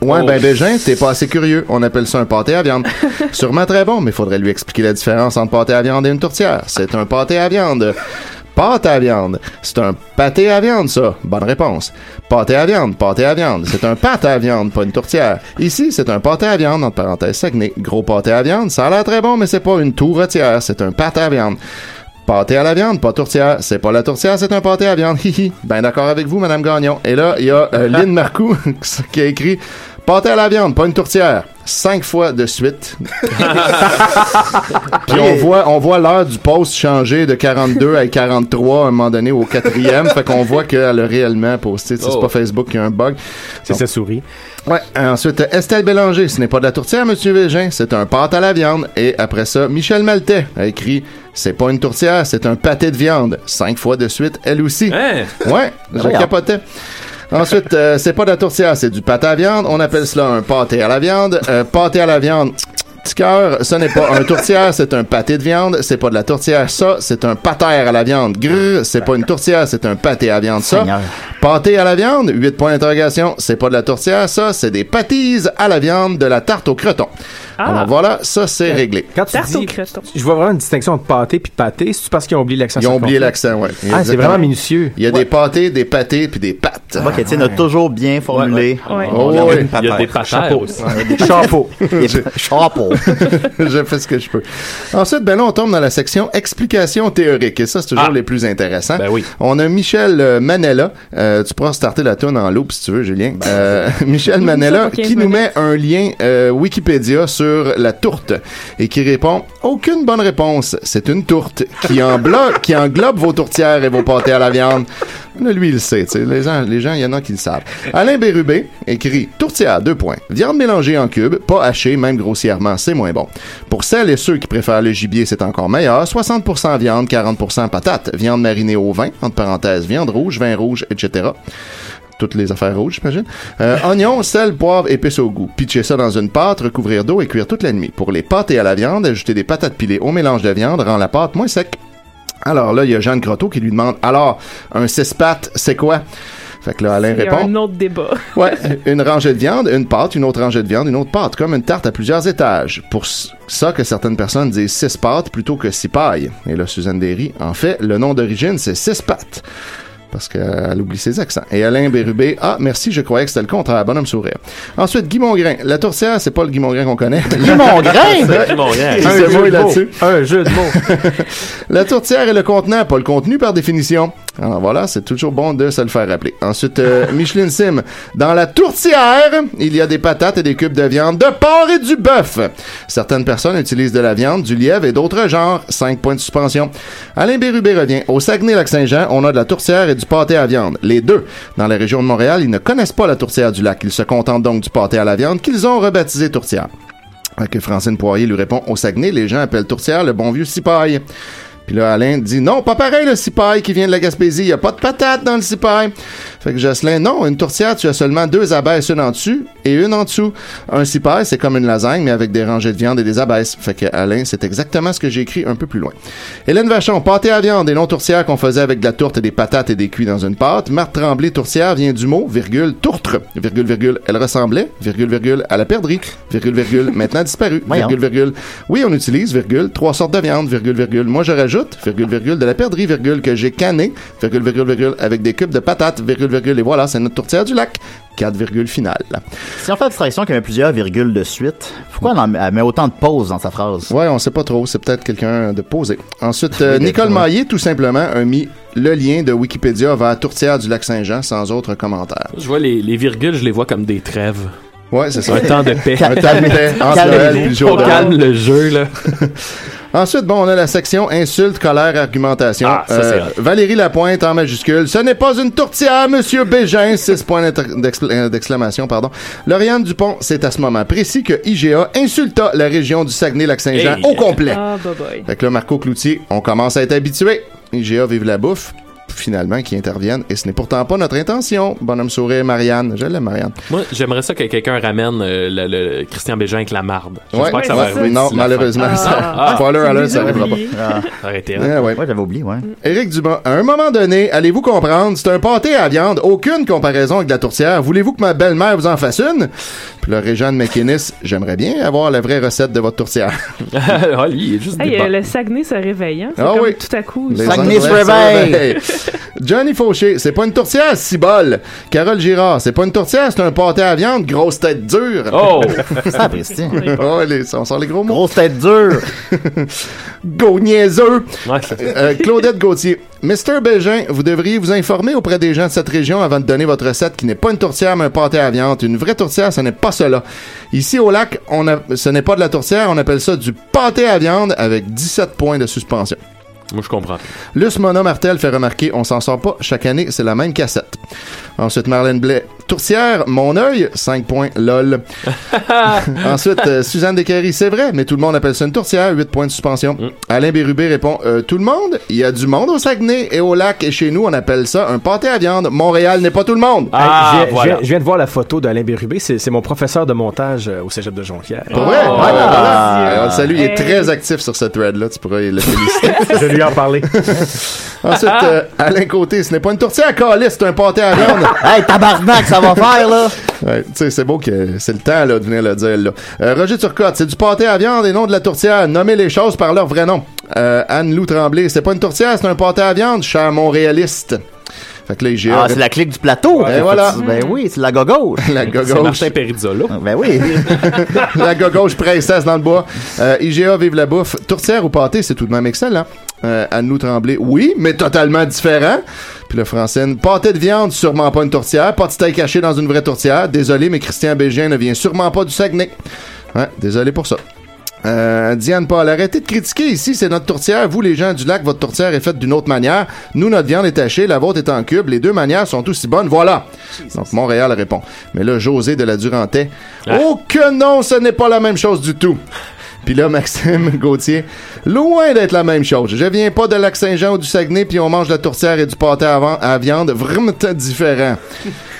Speaker 6: Ouais,
Speaker 8: Oh.
Speaker 6: ben Bégin, t'es pas assez curieux. On appelle ça un pâté à viande. *laughs* Sûrement très bon, mais faudrait lui expliquer la différence entre pâté à viande et une tourtière. C'est un pâté à viande. Pâte à viande. C'est un pâté à viande, ça. Bonne réponse. Pâté à viande, pâté à viande. C'est un pâté à viande, pas une tourtière. Ici, c'est un pâté à viande, entre parenthèses, Saguenay. Gros pâté à viande, ça a l'air très bon, mais c'est pas une tourtière. C'est un pâté à viande. Pâté à la viande, pas tourtière. C'est pas la tourtière, c'est un pâté *laughs* à viande. Hihi. Ben d'accord avec vous, Madame Gagnon. Et là, il y a euh, Lynn Marcoux *laughs* qui a écrit Pâté à la viande, pas une tourtière. Cinq fois de suite. Puis on voit, on voit l'heure du poste changer de 42 à 43 à un moment donné au quatrième. fait qu'on voit qu'elle a réellement posté. Tu sais, C'est
Speaker 9: Oh.
Speaker 6: pas Facebook qui a un bug.
Speaker 9: C'est sa souris.
Speaker 6: Ouais. Euh, Ensuite, Estelle Bélanger. Ce n'est pas de la tourtière, monsieur Végin. C'est un pâte à la viande. Et après ça, Michel Maltais a écrit C'est pas une tourtière, c'est un pâté de viande. Cinq fois de suite, elle aussi.
Speaker 9: Hein?
Speaker 8: Hein?
Speaker 6: Ouais. Je
Speaker 4: Voyons.
Speaker 6: capotais. Ensuite, euh, c'est pas de la tourtière, c'est du pâté à viande. On appelle cela un pâté à la viande. Euh, pâté à la viande, petit cœur, ce n'est pas un tourtière, c'est un pâté de viande. C'est pas de la tourtière, ça, c'est un pâtère à la viande. Grrr, c'est pas une tourtière, c'est un pâté à viande, ça.
Speaker 4: Seigneur.
Speaker 6: Pâté à la viande, 8 points d'interrogation, c'est pas de la tourtière, ça, c'est des pâtises à la viande, de la tarte au creton.
Speaker 5: Ah.
Speaker 6: Alors voilà, ça, c'est réglé.
Speaker 9: Quand tu
Speaker 5: Tarte au
Speaker 9: dis-
Speaker 5: creton.
Speaker 9: Je vois vraiment une distinction entre pâté puis pâté. C'est parce qu'ils ont oublié l'accent.
Speaker 6: Ils
Speaker 9: sur
Speaker 6: ont
Speaker 9: le
Speaker 6: oublié
Speaker 9: conflit?
Speaker 6: l'accent, ouais.
Speaker 9: Ah, c'est
Speaker 6: Exactement.
Speaker 9: vraiment minutieux.
Speaker 6: Il y a des pâtés, des pâtés, puis des pâtes.
Speaker 4: vois qu'Étienne a toujours bien formulé. Ben,
Speaker 6: Ouais.
Speaker 4: On
Speaker 6: Ah, Oh, Ouais.
Speaker 4: regarde.
Speaker 6: Il y a
Speaker 4: Patère.
Speaker 6: des patères
Speaker 4: Chapeau.
Speaker 6: aussi. *laughs*
Speaker 4: Chapeau.
Speaker 6: Chapeau. *laughs* je fais ce que je peux. Ensuite, ben là, on tombe dans la section explication théorique. Et ça, c'est toujours les plus intéressants. On a Michel euh, Manella. Euh, tu pourras starter la tourne en loop si tu veux, Julien. Euh, *laughs* Michel
Speaker 4: Ça,
Speaker 6: Manella,
Speaker 4: pour 15
Speaker 6: qui nous met un lien euh, Wikipédia sur la tourte et qui répond Aucune bonne réponse. C'est une tourte qui, englobe, *laughs* qui englobe vos tourtières et vos pâtés à la viande. Là, lui, il le sait. tu sais. Les gens, les gens, il y en a qui le savent. Alain Bérubé écrit Tourtière, deux points. Viande mélangée en cubes, pas hachée, même grossièrement, c'est moins bon. Pour celles et ceux qui préfèrent le gibier, c'est encore meilleur. 60% viande, 40% patate. Viande marinée au vin, entre parenthèses, viande rouge, vin rouge, etc toutes les affaires rouges, j'imagine. Euh, oignons, sel, poivre, épices au goût. Pitcher ça dans une pâte, recouvrir d'eau et cuire toute la nuit. Pour les pâtes et à la viande, ajouter des patates pilées au mélange de viande rend la pâte moins sec. Alors là, il y a Jeanne Croteau qui lui demande Alors, un six pâtes, c'est quoi Fait que là, Alain
Speaker 5: Il y a
Speaker 6: répond
Speaker 5: un autre débat.
Speaker 6: Ouais, *laughs* une rangée de viande, une pâte, une autre rangée de viande, une autre pâte, comme une tarte à plusieurs étages. Pour s- ça que certaines personnes disent six pâtes plutôt que six pailles. Et là, Suzanne Derry, en fait, le nom d'origine, c'est six pâtes. Parce qu'elle oublie ses accents. Et Alain Bérubé, ah, merci, je croyais que c'était le contraire. Bonhomme sourire. Ensuite, Guy Mongrain. La tourtière, c'est pas le Guy Mongrain qu'on connaît. Guy *laughs*
Speaker 9: Mongrain? Guy Mongrain. Un jeu de
Speaker 6: là-dessus.
Speaker 9: mots. Un jeu de mots.
Speaker 6: La tourtière et le contenant, pas le contenu par définition. Alors voilà, c'est toujours bon de se le faire rappeler. Ensuite, euh, Micheline Sim. Dans la tourtière, il y a des patates et des cubes de viande de porc et du bœuf. Certaines personnes utilisent de la viande, du lièvre et d'autres genres. 5 points de suspension. Alain Bérubé revient. Au Saguenay-Lac-Saint-Jean, on a de la tourtière et du pâté à viande. Les deux. Dans la région de Montréal, ils ne connaissent pas la tourtière du lac. Ils se contentent donc du pâté à la viande qu'ils ont rebaptisé tourtière. À que Francine Poirier lui répond Au Saguenay, les gens appellent tourtière le bon vieux cipaille. Puis là, Alain dit Non, pas pareil le cipaille qui vient de la Gaspésie, il n'y a pas de patate dans le cipaille. Fait que Jocelyn, non, une tourtière, tu as seulement deux abaisses, une en dessus et une en dessous. Un cipaille, c'est comme une lasagne, mais avec des rangées de viande et des abaisses. Fait que Alain, c'est exactement ce que j'ai écrit un peu plus loin. Hélène Vachon, pâté à viande et non tourtière qu'on faisait avec de la tourte et des patates et des cuits dans une pâte. Marthe Tremblay, tourtière, vient du mot, virgule, tourtre, virgule, virgule, elle ressemblait, virgule, virgule, à la perdrix, virgule, virgule, maintenant disparue,
Speaker 4: Voyons.
Speaker 6: virgule, virgule. Oui, on utilise, virgule, trois sortes de viande, virgule, virgule. Moi, je rajoute, virgule, virgule, de la perdrix, virgule, que j'ai canné, virgule, virgule, virgule, avec des cubes de patates, virgule, virgule, et voilà, c'est notre tourtière du lac. 4, virgule finale.
Speaker 4: Si on fait abstraction qu'il y a plusieurs virgules de suite, pourquoi elle, en met, elle met autant de pauses dans sa phrase?
Speaker 6: Ouais, on sait pas trop, c'est peut-être quelqu'un de posé. Ensuite, euh,
Speaker 4: Oui,
Speaker 6: Nicole
Speaker 4: d'accord.
Speaker 6: Maillé, tout simplement, a mis le lien de Wikipédia vers Tourtière du Lac-Saint-Jean sans autre commentaire.
Speaker 8: *laughs* Je vois les, les virgules, je les vois comme des trêves.
Speaker 6: Ouais, c'est
Speaker 9: *laughs*
Speaker 6: ça.
Speaker 8: Un temps de paix.
Speaker 6: Un
Speaker 4: *laughs*
Speaker 6: temps de paix entre
Speaker 8: Calme-
Speaker 6: Noël et le jour
Speaker 8: On
Speaker 6: de l'an.
Speaker 8: calme le jeu, là.
Speaker 6: Ensuite, bon, on a la section insultes, colère, argumentation. Euh,
Speaker 8: Ah, ça, c'est hot.
Speaker 6: Valérie Lapointe en majuscule. Ce n'est pas une tourtière, monsieur Bégin. 6 points d'inter- d'excl- euh, d'exclamation, pardon. Lauriane Dupont, c'est à ce moment précis que IGA insulta la région du Saguenay-Lac-Saint-Jean
Speaker 7: Hey.
Speaker 6: au complet.
Speaker 5: Ah, bye bye.
Speaker 6: Fait que là, Marco Cloutier, on commence à être habitué. IGA vive la bouffe. Finalement, qui interviennent. Et ce n'est pourtant pas notre intention. Bonhomme sourire, Marianne. Je l'aime, Marianne.
Speaker 8: Moi, j'aimerais ça que quelqu'un ramène euh, le, le Christian Bégin avec la marde. J'espère
Speaker 6: Ouais.
Speaker 8: que ça
Speaker 6: Ouais,
Speaker 8: va
Speaker 6: ça,
Speaker 8: arriver.
Speaker 6: non,
Speaker 8: d'ici la
Speaker 6: malheureusement,
Speaker 8: fin.
Speaker 6: ça- spoiler
Speaker 8: Ah.
Speaker 6: alert, ça arrivera pas.
Speaker 8: Ah. Arrêtez.
Speaker 6: Ah, ouais.
Speaker 4: j'avais oublié,
Speaker 6: *laughs*
Speaker 4: ouais.
Speaker 6: Éric Dumas, à un moment donné, allez-vous comprendre, c'est un pâté à viande, aucune comparaison avec de la tourtière. Voulez-vous que ma belle-mère vous en fasse une? Puis là, Réjeanne McInnes, j'aimerais bien avoir la vraie recette de votre tourtière.
Speaker 8: *laughs* ah, lui, il est juste
Speaker 5: Hey,
Speaker 8: des
Speaker 5: euh,
Speaker 8: bancs.
Speaker 5: le Saguenay se réveille, hein? C'est
Speaker 6: Ah
Speaker 5: comme
Speaker 6: oui.
Speaker 5: tout à coup.
Speaker 6: Les
Speaker 5: ça-
Speaker 6: Anglais se réveillent. Johnny Fauché, c'est pas une tourtière, cibole. Carole Girard, c'est pas une tourtière, c'est un pâté à viande, grosse tête dure.
Speaker 4: Oh! C'est apprécié.
Speaker 6: *laughs* Oh, les- on sort les gros mots.
Speaker 4: Grosse tête dure.
Speaker 6: Go niaiseux.
Speaker 9: *laughs*
Speaker 6: Euh, Claudette Gauthier. Mr. Bégin, vous devriez vous informer auprès des gens de cette région avant de donner votre recette qui n'est pas une tourtière mais un pâté à viande. Une vraie tourtière, ce n'est pas cela. Ici au lac, on a- ce n'est pas de la tourtière, on appelle ça du pâté à viande avec 17 points de suspension.
Speaker 8: Moi, je comprends.
Speaker 6: Luce Mona Martel fait remarquer, on s'en sort pas, chaque année, c'est la même cassette. Ensuite, Marlène Blais, tourtière, mon œil, 5 points, lol. Ensuite, euh, Suzanne Descaries, c'est vrai, mais tout le monde appelle ça une tourtière, 8 points de suspension. Alain Bérubé répond, Euh, tout le monde, il y a du monde au Saguenay et au lac, et chez nous, on appelle ça un pâté à viande. Montréal n'est pas tout le monde.
Speaker 9: Hey,
Speaker 8: Ah,
Speaker 9: je, viens- je viens- je viens de voir la photo d'Alain Bérubé. C'est c'est mon professeur de montage euh, au cégep de Jonquière.
Speaker 6: Pour vrai?
Speaker 5: Ah,
Speaker 6: Ouais, Ah, voilà. Ah,
Speaker 5: euh,
Speaker 6: Alors, salut, il est très actif sur ce thread-là, tu pourrais le féliciter.
Speaker 9: *laughs* Je lui en
Speaker 8: *laughs*
Speaker 9: parler.
Speaker 6: Ensuite, euh, Alain Côté, ce n'est pas une tourtière calée, c'est un pâté à viande.
Speaker 4: hey, tabarnak, ça va faire, là.
Speaker 6: Ouais, tu sais, c'est beau que c'est le temps là, de venir le dire. Là. Euh, Roger Turcotte, c'est du pâté à viande et non de la tourtière. Nommez les choses par leur vrai nom. Euh, Anne-Lou Tremblay, c'est pas une tourtière, c'est un pâté à viande, cher montréaliste. Fait que là, IGA-
Speaker 4: Ah, c'est la clique du plateau.
Speaker 6: Ben voilà.
Speaker 4: Ben oui, c'est la gogo.
Speaker 6: La
Speaker 4: C'est
Speaker 6: gauche.
Speaker 4: Martin
Speaker 8: Perizzola.
Speaker 4: Ben oui.
Speaker 6: la gauche princesse dans le bois. Euh, IGA, vive la bouffe. Tourtière ou pâté, c'est tout de même excellent. Euh, Anne-Lou Tremblay, oui, mais totalement différent. Puis le Francine, pâté de viande, sûrement pas une tourtière. Pas de steak caché dans une vraie tourtière. Désolé, mais Christian Bégin ne vient sûrement pas du Saguenay. Ouais, désolé pour ça. Euh, Diane Paul, arrêtez de critiquer ici, c'est notre tourtière. Vous, les gens du lac, votre tourtière est faite d'une autre manière. Nous, notre viande est tachée, la vôtre est en cube. Les deux manières sont aussi bonnes, voilà. Donc, Montréal répond. Mais là, José de la Durantais, oh que non, ce n'est pas la même chose du tout. Puis là, Maxime *laughs* Gauthier, loin d'être la même chose. Je viens pas de Lac-Saint-Jean ou du Saguenay, puis on mange de la tourtière et du pâté à, van- à viande, vraiment différent.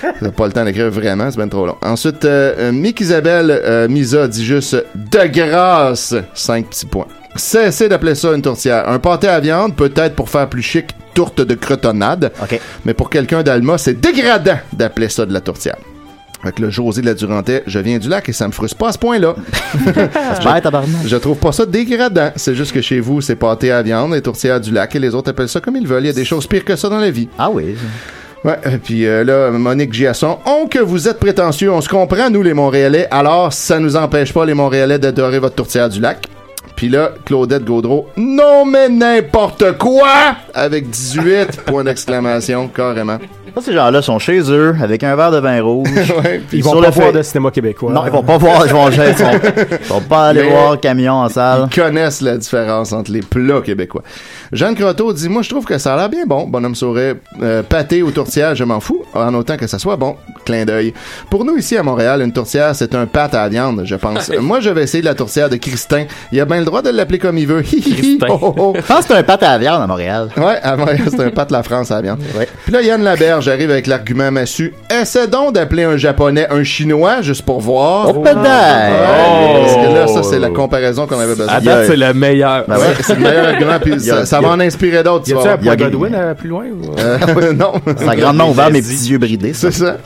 Speaker 6: T'as pas le temps d'écrire vraiment, c'est bien trop long. Ensuite, euh, Mick Isabelle euh, Misa dit juste de grâce, 5 petits points. Cessez d'appeler ça une tourtière. Un pâté à viande, peut-être pour faire plus chic, tourte de crotonnade. Mais pour quelqu'un d'Alma, c'est dégradant d'appeler ça de la tourtière. Avec le José de la Durantais, je viens du lac et ça me frustre pas à ce point-là. Ah.
Speaker 4: Ouais, tabarnak.
Speaker 6: Je trouve pas ça dégradant. C'est juste que chez vous, c'est pâté à viande, les tourtières du lac et les autres appellent ça comme ils veulent. Il y a des choses pires que ça dans la vie.
Speaker 4: Ah oui.
Speaker 6: Ouais, et puis euh, là, Monique Giasson, on que vous êtes prétentieux, on se comprend, nous les Montréalais, alors ça nous empêche pas, les Montréalais, d'adorer votre tourtière du lac. Puis là, Claudette Gaudreau, non mais n'importe quoi! Avec *laughs* 18 points d'exclamation, carrément.
Speaker 4: Ça, ces gens-là sont chez eux avec un verre de vin
Speaker 6: *laughs*
Speaker 4: rouge.
Speaker 6: Ils
Speaker 9: vont
Speaker 4: Sur
Speaker 9: pas
Speaker 4: le
Speaker 9: voir
Speaker 4: fait-
Speaker 9: de cinéma québécois.
Speaker 4: Non, ils vont pas voir. Ils vont, ils vont- ils vont pas aller
Speaker 6: Mais-
Speaker 4: voir camion en salle.
Speaker 6: Ils connaissent la différence entre les plats québécois. Jeanne Croteau dit Moi, je trouve que ça a l'air bien bon. Bonhomme saurait pâté ou tourtière, je m'en fous, en autant que ça soit bon. Clin d'œil. Pour nous, ici à Montréal, une tourtière, c'est un pâte à la viande, je pense. Moi, je vais essayer de la tourtière de Christin. Il a bien le droit de l'appeler comme il veut. Hi, hi, hi. Oh, oh, oh.
Speaker 4: Je pense que c'est un pâte à la viande à Montréal.
Speaker 6: Ouais, à Montréal, c'est un pâte la France à la viande. Puis là, Yann Laberge arrive avec l'argument massu. Essaie donc d'appeler un japonais un chinois, juste pour voir.
Speaker 4: Oh, peut-être.
Speaker 6: Ouais, Parce que là, ça, c'est la
Speaker 8: Oh.
Speaker 6: comparaison qu'on avait besoin.
Speaker 8: À date, c'est le meilleur.
Speaker 6: Ben ouais, c'est le meilleur argument, puis ça, ça va en inspirer d'autres.
Speaker 9: Y a-tu
Speaker 6: tu vas
Speaker 9: un
Speaker 6: voir.
Speaker 9: point Godwin euh, plus loin? ou-
Speaker 6: Euh, *laughs* non.
Speaker 4: Ça a grandement ouvert mes petits yeux bridés.
Speaker 6: C'est ça.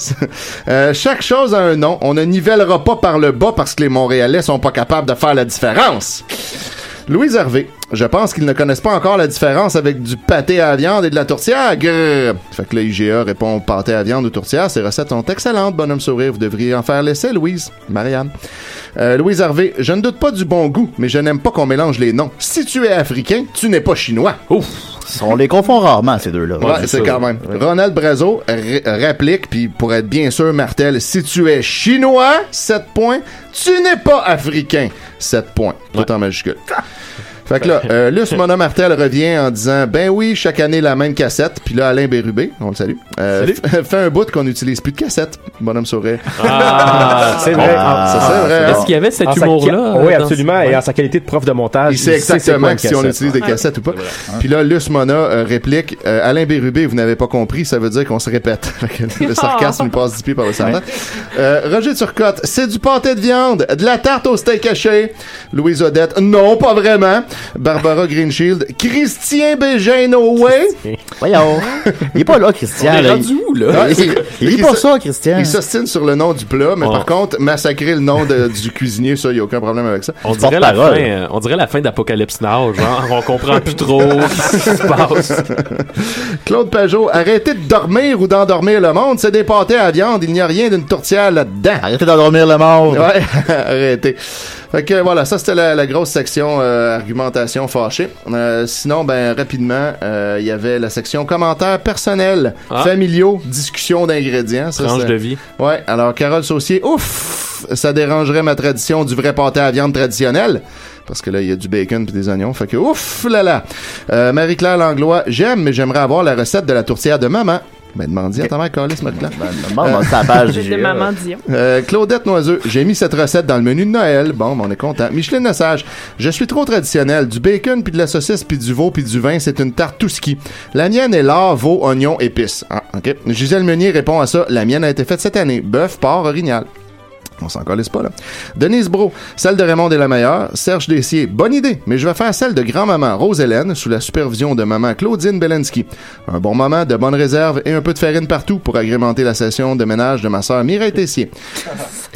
Speaker 6: Euh, chaque chose a un nom. On ne nivellera pas par le bas parce que les Montréalais sont pas capables de faire la différence. Louise Hervé, je pense qu'ils ne connaissent pas encore la différence avec du pâté à la viande et de la tourtière. Grrr. Fait que là, IGA répond pâté à viande ou tourtière. Ces recettes sont excellentes, bonhomme sourire. Vous devriez en faire l'essai, Louise. Marianne. Euh, Louise Hervé, je ne doute pas du bon goût, mais je n'aime pas qu'on mélange les noms. Si tu es africain, tu n'es pas chinois.
Speaker 4: On les confond rarement, ces deux-là.
Speaker 6: Ouais, c'est quand même. Ronald Brazo ré- réplique, puis pour être bien sûr, Martel, si tu es chinois, 7 points, tu n'es pas africain, 7 points, tout en majuscule. Fait que *laughs* là, euh, Luce Mona Martel revient en disant Ben oui, chaque année la même cassette. Puis là, Alain Bérubé, on le salue, euh, f- *laughs* fait un bout qu'on n'utilise plus de cassette. Bonhomme sourire.
Speaker 9: Ah, c'est vrai.
Speaker 6: ça, c'est vrai. hein?
Speaker 9: Est-ce qu'il y avait cet humour-là? Ah Oui, absolument. Et en sa qualité de prof de montage,
Speaker 6: Il sait
Speaker 9: Ah, c'est quoi
Speaker 6: exactement
Speaker 9: une
Speaker 6: si on
Speaker 9: cassette.
Speaker 6: utilise des
Speaker 9: Ouais.
Speaker 6: cassettes ou pas. Puis là, Luce Mona euh, réplique euh, Alain Bérubé, vous n'avez pas compris, ça veut dire qu'on se répète. *laughs*
Speaker 9: *laughs*
Speaker 6: le sarcasme nous passe du pied par le serment. Euh, Roger Turcotte, c'est du pâté de viande, de la tarte au steak haché. Louise Odette, non, pas vraiment. Barbara Greenshield, Christian Bégin Noé.
Speaker 4: Voyons. Il est pas là, Christian.
Speaker 6: Il
Speaker 4: là.
Speaker 6: est
Speaker 4: Il- il- il lit pas ça, Christian.
Speaker 6: Il s'ostine sur le nom du plat, mais
Speaker 4: Oh.
Speaker 6: par contre, massacrer le nom de- du cuisinier, ça, il n'y a aucun problème avec ça.
Speaker 8: On dirait, la fin, euh, on dirait la fin d'Apocalypse Now, genre, on comprend plus
Speaker 9: *laughs*
Speaker 8: trop ce qui se passe.
Speaker 6: Claude Pajot, arrêtez de dormir ou d'endormir le monde, c'est des pâtés à viande, il n'y a rien d'une tourtière là-dedans.
Speaker 4: Arrêtez d'endormir le monde.
Speaker 6: Ouais, *laughs* arrêtez. Fait que voilà, ça c'était la, la grosse section euh, argumentation fâchée. Euh, sinon, ben rapidement, euh, il y avait la section commentaires personnels,
Speaker 8: Ah.
Speaker 6: familiaux, discussion d'ingrédients. Ça,
Speaker 8: Tranche
Speaker 6: c'est-
Speaker 8: de vie.
Speaker 6: Ouais, alors Carole Saucier, ouf, ça dérangerait ma tradition du vrai pâté à viande traditionnel. Parce que là, il y a du bacon puis des oignons. Fait que ouf là là. Euh, Marie-Claire Langlois, j'aime, mais j'aimerais avoir la recette de la tourtière de maman. Ben, demandez à ta mère, Carlis, Marie-Claire.
Speaker 4: Ben, demande sa page
Speaker 5: De maman
Speaker 6: *laughs*
Speaker 5: Dion.
Speaker 6: ah, Euh, Claudette Noiseux, j'ai mis cette recette dans le menu de Noël. Bon, ben, on est content. Micheline Nassage, je suis trop traditionnel. Du bacon, puis de la saucisse, puis du veau, puis du vin, c'est une tarte tout ski. La mienne est lard, veau, oignon, épices. Ah, ok. Gisèle Meunier répond à ça. La mienne a été faite cette année. Bœuf, porc, orignal. On s'en calisse pas, là. Denise Bro, celle de Raymond est la meilleure. Serge Dessier, bonne idée, mais je vais faire celle de grand-maman Rose-Hélène sous la supervision de maman Claudine Belensky. Un bon moment, de bonnes réserves et un peu de farine partout pour agrémenter la session de ménage de ma sœur Mireille Tessier.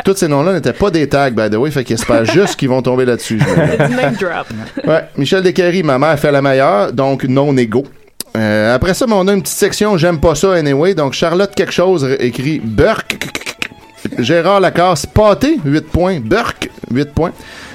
Speaker 6: Tous ces noms-là n'étaient pas des tags, by the way, fait qu'ils espèrent juste qu'ils vont tomber là-dessus. j'imagine.
Speaker 5: Du name drop.
Speaker 6: Ouais, Michel Descaries, ma mère fait la meilleure, donc non égo. Euh, après ça, ben, on a une petite section, j'aime pas ça anyway, donc Charlotte quelque chose ré- écrit Burke. Gérard Lacasse, pâté, 8 points. Burke, 8 points.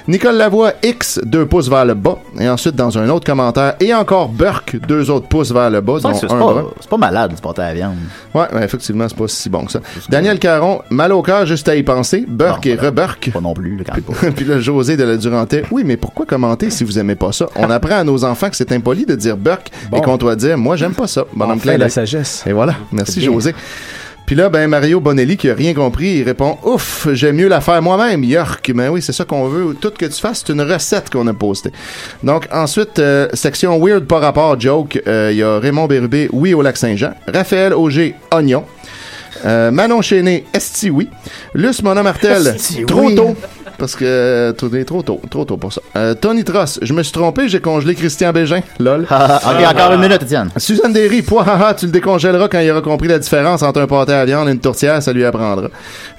Speaker 6: Nicole Lavoie, X, 2 pouces vers le bas. Et ensuite, dans un autre commentaire, et encore Burke, 2 autres pouces vers le bas.
Speaker 4: Ouais,
Speaker 6: dont
Speaker 4: c'est
Speaker 6: un
Speaker 4: pas-
Speaker 6: brun.
Speaker 4: c'est pas malade du pâté à viande.
Speaker 6: Ouais, ben, effectivement, c'est pas si bon que ça. Daniel Caron, mal au cœur juste à y penser. Burke et reburke. Pas non plus, le *laughs* Puis là, José de la Durantais. Oui, mais pourquoi commenter si vous aimez pas ça?
Speaker 9: *laughs*
Speaker 6: On apprend à nos enfants que c'est impoli de dire burke et qu'on doit dire moi j'aime pas ça. Bonhomme
Speaker 9: Enfin,
Speaker 6: plein
Speaker 9: la
Speaker 6: d'œil.
Speaker 9: sagesse.
Speaker 6: Et voilà. Merci,
Speaker 9: C'est bien.
Speaker 6: José. Puis là, ben Mario Bonelli qui a rien compris, il répond Ouf, j'aime mieux la faire moi-même, York. Ben oui, c'est ça qu'on veut. Tout que tu fasses, c'est une recette qu'on a postée. Donc ensuite, euh, section Weird par rapport joke, euh, il y a Raymond Bérubé, oui au lac Saint-Jean. Raphaël Auger, oignon. Euh, Manon Chéné, esti oui. Luce Mona Martel,
Speaker 4: Esti oui.
Speaker 6: trop tôt. Parce que euh, trop, trop tôt, trop tôt pour ça. Euh, Tony Tross, je me suis trompé, j'ai congelé Christian Bégin.
Speaker 4: *laughs*
Speaker 6: Lol.
Speaker 4: Ah, Ok, encore une minute, Étienne.
Speaker 6: Suzanne Derry, poids, haha, tu le décongèleras quand il aura compris la différence entre un pâté à viande et une tourtière, ça lui apprendra.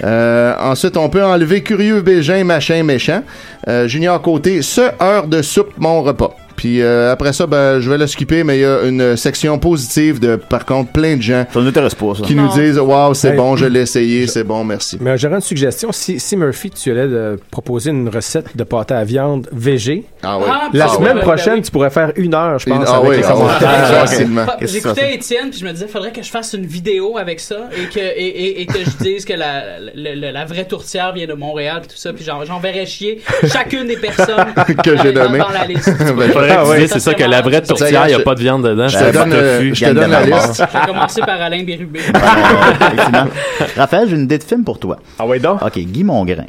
Speaker 6: Euh, ensuite, on peut enlever curieux, bégin, machin, méchant. Euh, Junior Côté, ce heure de soupe, mon repas. Puis euh, après ça, ben, je vais le skipper, mais il y a une section positive de, par contre, plein de gens.
Speaker 4: Ça n'intéresse pas, ça.
Speaker 6: Qui
Speaker 9: Non.
Speaker 6: nous disent, waouh, c'est
Speaker 9: Hey.
Speaker 6: bon, je l'ai essayé, c'est bon, merci.
Speaker 9: Mais j'aurais une suggestion. Si, si Murphy, tu allais euh, proposer une recette de pâté à viande végé,
Speaker 6: Ah oui. Ah,
Speaker 9: la
Speaker 6: ah
Speaker 9: semaine
Speaker 6: oui.
Speaker 9: prochaine, tu pourrais faire une heure, je
Speaker 6: Une-
Speaker 9: pense,
Speaker 6: ah
Speaker 9: avec
Speaker 6: oui,
Speaker 9: les
Speaker 6: ah oui,
Speaker 9: commentaires.
Speaker 6: facilement. *laughs*
Speaker 13: Fa- Ah, J'écoutais Étienne puis je me disais faudrait que je fasse une vidéo avec ça et que et, et- et que je dise que la, le- le- la vraie tourtière vient de Montréal puis tout ça puis j'en- j'enverrais chier chacune des personnes
Speaker 6: *laughs* que j'ai
Speaker 13: dans-
Speaker 6: nommé.
Speaker 13: dans la liste.
Speaker 6: *laughs* Ben, ah
Speaker 8: Faudrait que tu dises,
Speaker 6: ouais.
Speaker 8: c'est ça, que la vraie tourtière, il n'y a pas de viande dedans.
Speaker 6: Je te
Speaker 8: c'est du
Speaker 6: donne, euh,
Speaker 8: tofu.
Speaker 6: je te donne la liste.
Speaker 13: Je vais commencer par Alain Bérubé.
Speaker 4: Ah, Effectivement. Raphaël, j'ai une idée de film pour toi. Ah ouais donc? *laughs* OK, Guy Mongrain.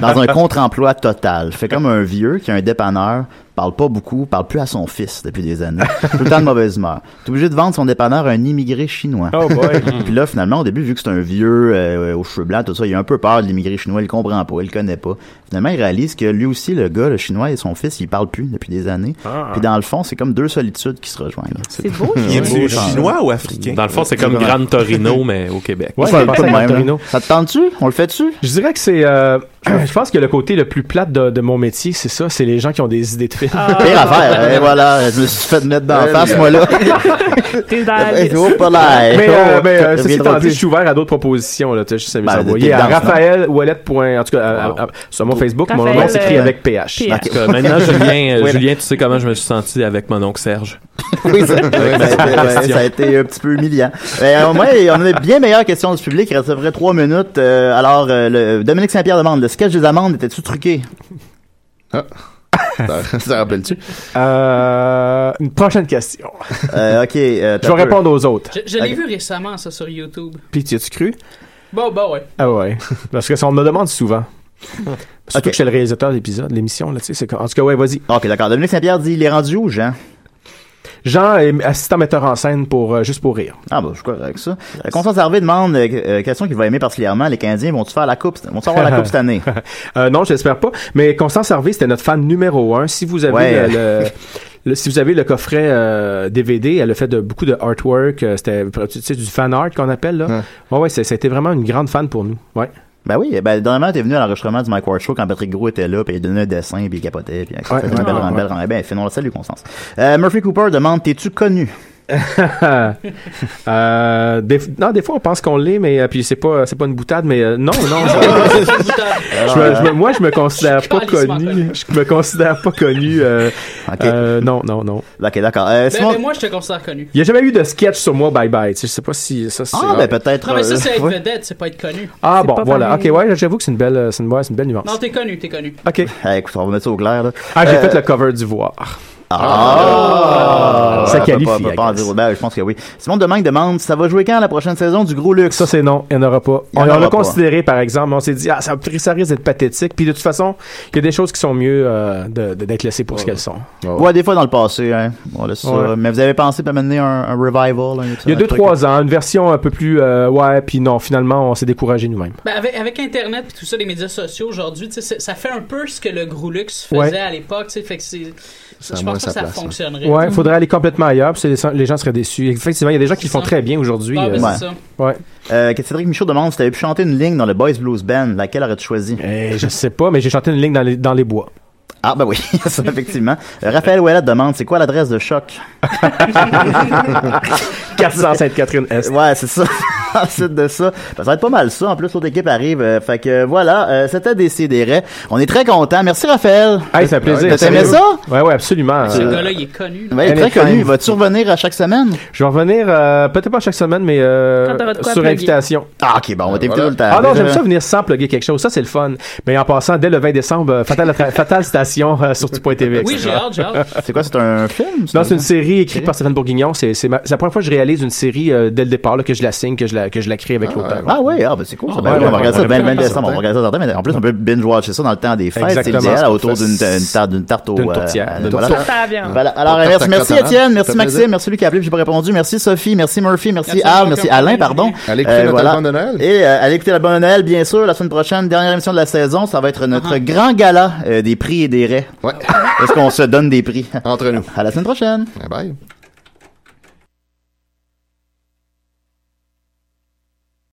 Speaker 4: Dans un contre-emploi total. Fait comme un vieux qui a un dépanneur, parle pas beaucoup, parle plus à son fils depuis des années. Tout le temps de mauvaise humeur. T'es obligé de vendre son dépanneur à un immigré chinois.
Speaker 9: Oh boy.
Speaker 4: Puis là, finalement, au début, vu que c'est un vieux euh, aux cheveux blancs, tout ça, il a un peu peur de l'immigré chinois, il comprend pas, il le connaît pas. Finalement, il réalise que lui aussi, le gars, le chinois et son fils, ils parlent plus depuis des années.
Speaker 7: Ah.
Speaker 4: Puis dans le fond, c'est comme deux solitudes qui se rejoignent.
Speaker 5: C'est beau, hein.
Speaker 7: Il
Speaker 6: *laughs*
Speaker 7: est-tu
Speaker 4: genre.
Speaker 7: chinois ou africain?
Speaker 8: Dans le fond, c'est comme Gran Torino, mais au Québec.
Speaker 9: Ouais,
Speaker 4: Ça,
Speaker 9: je pensais
Speaker 4: pas de
Speaker 9: à
Speaker 4: même, hein.
Speaker 9: Torino.
Speaker 4: là. Ça te tente-tu? On le fait-tu?
Speaker 9: Je dirais que c'est. euh, *clears throat* je pense que le côté le plus plate de, de mon métier, c'est ça, c'est les gens qui ont des idées de films.
Speaker 5: Ah.
Speaker 9: *laughs*
Speaker 4: Pire affaire, et voilà, je me suis fait mettre dans la face, moi là.
Speaker 5: T'es dans la
Speaker 4: Eh,
Speaker 5: liste.
Speaker 4: oh, pas là, eh,
Speaker 9: Mais, euh,
Speaker 4: oh,
Speaker 9: mais
Speaker 4: t'as-
Speaker 9: euh, ceci
Speaker 4: t'as-
Speaker 9: étant dit, je *laughs* suis ouvert à d'autres propositions. Là, tu sais, juste à mes
Speaker 4: Ben,
Speaker 9: envoyer
Speaker 4: t'es
Speaker 9: à
Speaker 4: dedans,
Speaker 9: Raphaël Ouellet. point- En tout cas, à- à- sur mon Facebook, mon nom
Speaker 5: Raphaël,
Speaker 9: s'écrit
Speaker 5: euh,
Speaker 9: avec PH.
Speaker 5: PH.
Speaker 9: En tout cas,
Speaker 5: *laughs*
Speaker 8: Maintenant, Julien, euh,
Speaker 9: Oui,
Speaker 8: Julien, tu sais comment je me suis senti avec mon oncle Serge.
Speaker 4: Oui, ça, ouais, ça a été- ouais, ça a été un petit peu humiliant. Mais euh, au moins, on a des bien meilleures questions du public. Il reste à peu près trois minutes. Euh, alors, euh, le- Dominique Saint-Pierre demande, le sketch des amendes était-tu truqué?
Speaker 6: Ça, ça rappelle-tu?
Speaker 9: Euh, une prochaine question.
Speaker 4: Euh, ok. euh,
Speaker 9: je
Speaker 4: t'as peu.
Speaker 9: vais répondre aux autres.
Speaker 13: Je, je l'ai
Speaker 9: Ok.
Speaker 13: vu récemment ça sur YouTube.
Speaker 9: Puis, tu as-tu cru?
Speaker 13: Bon bah ouais.
Speaker 9: Ah ouais. Parce que ça, on me le demande *laughs* souvent. Surtout que je suis le réalisateur de l'épisode, de l'émission, là, tu sais. c'est comme- En tout cas, ouais, vas-y.
Speaker 4: Ok, d'accord. Dominique Saint-Pierre dit, il est rendu où, Jean?
Speaker 9: Jean est assistant metteur en scène pour euh, juste pour rire. *laughs*
Speaker 4: Ah, bah, je suis correct, ça. Euh, Constance Harvey demande, euh, euh, question qu'il va aimer particulièrement, les Canadiens vont-tu faire la coupe, cette- vont-tu avoir la coupe cette année?
Speaker 9: Euh, non, j'espère pas. Mais Constance Harvey, c'était notre fan numéro un. Si vous avez
Speaker 4: Ouais.
Speaker 9: le, *laughs* le- le- si vous avez le coffret euh, DVD, elle a fait de, beaucoup de artwork. euh, c'était tu sais, du fan art qu'on appelle là. Ouais, ouais, c'est- ça a été vraiment une grande fan pour nous. Ouais. *laughs*
Speaker 4: Ben oui, ben, dernièrement, t'es venu à l'enregistrement du Mike Ward Show quand Patrick Gros était là, puis il donnait un dessin, puis il capotait, puis c'était une
Speaker 9: ouais,
Speaker 4: belle
Speaker 9: ouais.
Speaker 4: rembelle, rembelle. Ben, finons la salut, Constance. Euh, Murphy Cooper demande, t'es-tu connu?
Speaker 9: Euh, des, non, des fois on pense qu'on l'est, mais euh, puis c'est pas c'est pas une boutade, mais euh, non, *laughs* non. *laughs* Je me- je me- moi, je me considère pas connu. Je me considère pas connu. euh, euh, non, non, non.
Speaker 4: Ok, d'accord. Euh,
Speaker 13: Mais, mais Ben, moi, je te considère connu.
Speaker 9: Il n'y a jamais eu de sketch sur moi, bye bye. Tu sais, je sais pas si ça c'est. Euh,
Speaker 13: Ah,
Speaker 4: ben, peut-être,
Speaker 13: Non, mais ça, c'est être
Speaker 9: ouais.
Speaker 13: vedette, c'est pas être connu.
Speaker 9: Ah
Speaker 13: C'est
Speaker 9: bon,
Speaker 13: pas
Speaker 9: voilà.
Speaker 13: pareil.
Speaker 9: Ok, ouais, j'avoue que c'est une belle, euh, c'est une, ouais, c'est une belle nuance.
Speaker 13: Non, t'es connu, t'es connu.
Speaker 9: Ok.
Speaker 4: Eh, écoute, on va mettre ça au clair. Là.
Speaker 9: Ah, j'ai
Speaker 4: Euh,
Speaker 9: fait le cover du voir.
Speaker 4: Ah!
Speaker 9: Ça
Speaker 4: On peut
Speaker 9: qualifie,
Speaker 4: pas- on peut
Speaker 9: I
Speaker 4: pas en
Speaker 9: guess.
Speaker 4: dire- ben, je pense que oui. Simon Domingue demande, ça va jouer quand la prochaine saison du Gros Luxe?
Speaker 9: Ça, c'est non. Il n'y en aura pas.
Speaker 4: Il y en
Speaker 9: on
Speaker 4: aura
Speaker 9: l'a
Speaker 4: pas.
Speaker 9: considéré, par exemple, mais on s'est dit, ah, ça, ça risque d'être pathétique. Puis de toute façon, il y a des choses qui sont mieux euh, de- de- d'être laissées pour ce qu'elles sont.
Speaker 4: Ouais, des fois dans le passé, hein. On laisse ça.
Speaker 9: Ouais.
Speaker 4: Mais vous avez pensé à mener un, un revival? là, un-
Speaker 9: Il y a
Speaker 4: un
Speaker 9: deux,
Speaker 4: truc?
Speaker 9: trois ans, une version un peu plus, euh, ouais, puis non, finalement, on s'est découragé nous-mêmes.
Speaker 13: Ben, avec, avec Internet et tout ça, les médias sociaux aujourd'hui, tu sais, c'est- ça fait un peu ce que le Groulux faisait
Speaker 9: Ouais.
Speaker 13: à l'époque. tu sais, Fait que c'est.
Speaker 9: Ça a
Speaker 13: Je
Speaker 9: moins
Speaker 13: pense pas
Speaker 9: sa
Speaker 13: que ça
Speaker 9: place, hein.
Speaker 13: fonctionnerait.
Speaker 9: Ouais, il faudrait aller complètement ailleurs, puis c'est- les gens seraient déçus. Effectivement, il y a des gens qui le font
Speaker 13: ça.
Speaker 9: très bien aujourd'hui.
Speaker 13: Ah, ben,
Speaker 9: euh,
Speaker 13: c'est ça.
Speaker 9: Ouais.
Speaker 4: Euh, Cédric Michaud demande si t'avais pu chanter une ligne dans le Boys Blues Band, laquelle aurais-tu choisi?
Speaker 9: Eh, je sais pas, mais j'ai chanté une ligne dans les, dans les bois.
Speaker 4: Ah, ben oui, *laughs* ça, effectivement. Euh, Raphaël Ouellet demande, c'est quoi l'adresse de choc?
Speaker 9: 400 Sainte-Catherine Est.
Speaker 4: Ouais, c'est ça. *laughs* Ensuite de ça, ben, ça va être pas mal ça. En plus, l'autre équipe arrive. euh, fait que euh, voilà, euh, c'était Décideret. On est très contents. Merci Raphaël.
Speaker 9: Hey, c'est un plaisir.
Speaker 4: T'as aimé Ah, ça?
Speaker 9: Ouais, ouais, absolument.
Speaker 4: Ce
Speaker 9: Euh,
Speaker 13: Ce gars-là, il est connu. là.
Speaker 4: Ouais, il est très
Speaker 9: Anytime.
Speaker 4: connu. Va-tu revenir à chaque semaine?
Speaker 9: Je vais revenir, euh, peut-être pas chaque semaine, mais euh,
Speaker 4: Quand t'auras de quoi
Speaker 9: sur
Speaker 4: plugger.
Speaker 9: invitation.
Speaker 4: Ah, ok, bon, on va t'inviter tout le temps.
Speaker 9: Ah non, j'aime
Speaker 4: Euh,
Speaker 9: ça venir sans plugger quelque chose. Ça, c'est le fun. Mais en passant, dès le 20 décembre, euh, Fatal, *laughs* Fatal Station euh, sur tu.tv.
Speaker 4: Oui,
Speaker 9: etc.
Speaker 4: j'ai hâte, j'ai hâte. C'est quoi, c'est un film?
Speaker 9: Non, c'est une série écrite par Stéphane Bourguignon. C'est c'est ma- c'est la première fois que je réalise une série euh, dès le départ, là, que je la signe, que je la, que je la crée avec l'auteur.
Speaker 4: Ah ouais, ah, ben c'est cool. Ça.
Speaker 9: Ah,
Speaker 4: Ben
Speaker 9: ouais,
Speaker 4: oui, on va
Speaker 9: ouais,
Speaker 4: regarder
Speaker 9: ouais,
Speaker 4: ça
Speaker 9: ouais,
Speaker 4: le 20
Speaker 9: ouais,
Speaker 4: décembre. On
Speaker 9: certain.
Speaker 4: va regarder ça certain, mais en plus, on peut binge-watcher ça dans le temps des fêtes. C'est
Speaker 9: Exactement, c'est
Speaker 4: idéal
Speaker 9: qu'on
Speaker 4: autour
Speaker 9: fait.
Speaker 4: d'une d'une tarte d'une tarte au.
Speaker 9: D'une
Speaker 4: euh,
Speaker 9: tourtière.
Speaker 4: euh,
Speaker 9: D'une
Speaker 4: voilà.
Speaker 9: tourtière.
Speaker 14: Tarte à la viande.
Speaker 4: Voilà. Alors,
Speaker 9: Tarte
Speaker 4: merci,
Speaker 9: à
Speaker 4: merci
Speaker 9: crotonnade.
Speaker 4: Étienne,
Speaker 9: Ça
Speaker 4: merci
Speaker 9: fait
Speaker 4: Maxime,
Speaker 9: plaisir.
Speaker 4: merci lui qui a appelé, j'ai pas répondu. Merci Sophie, merci Murphy, merci
Speaker 9: Merci
Speaker 4: Al,
Speaker 9: beaucoup,
Speaker 4: merci
Speaker 9: comme
Speaker 4: Alain,
Speaker 9: vous
Speaker 4: pardon. Euh,
Speaker 9: Allez écouter notre album de Noël.
Speaker 4: Et euh, allez écouter l'album de Noël, bien sûr, la semaine prochaine, dernière émission de la saison, ça va être notre grand gala euh, des prix et des raies. Ouais. Est-ce qu'on se donne des prix? Entre nous. À la semaine prochaine. Bye bye.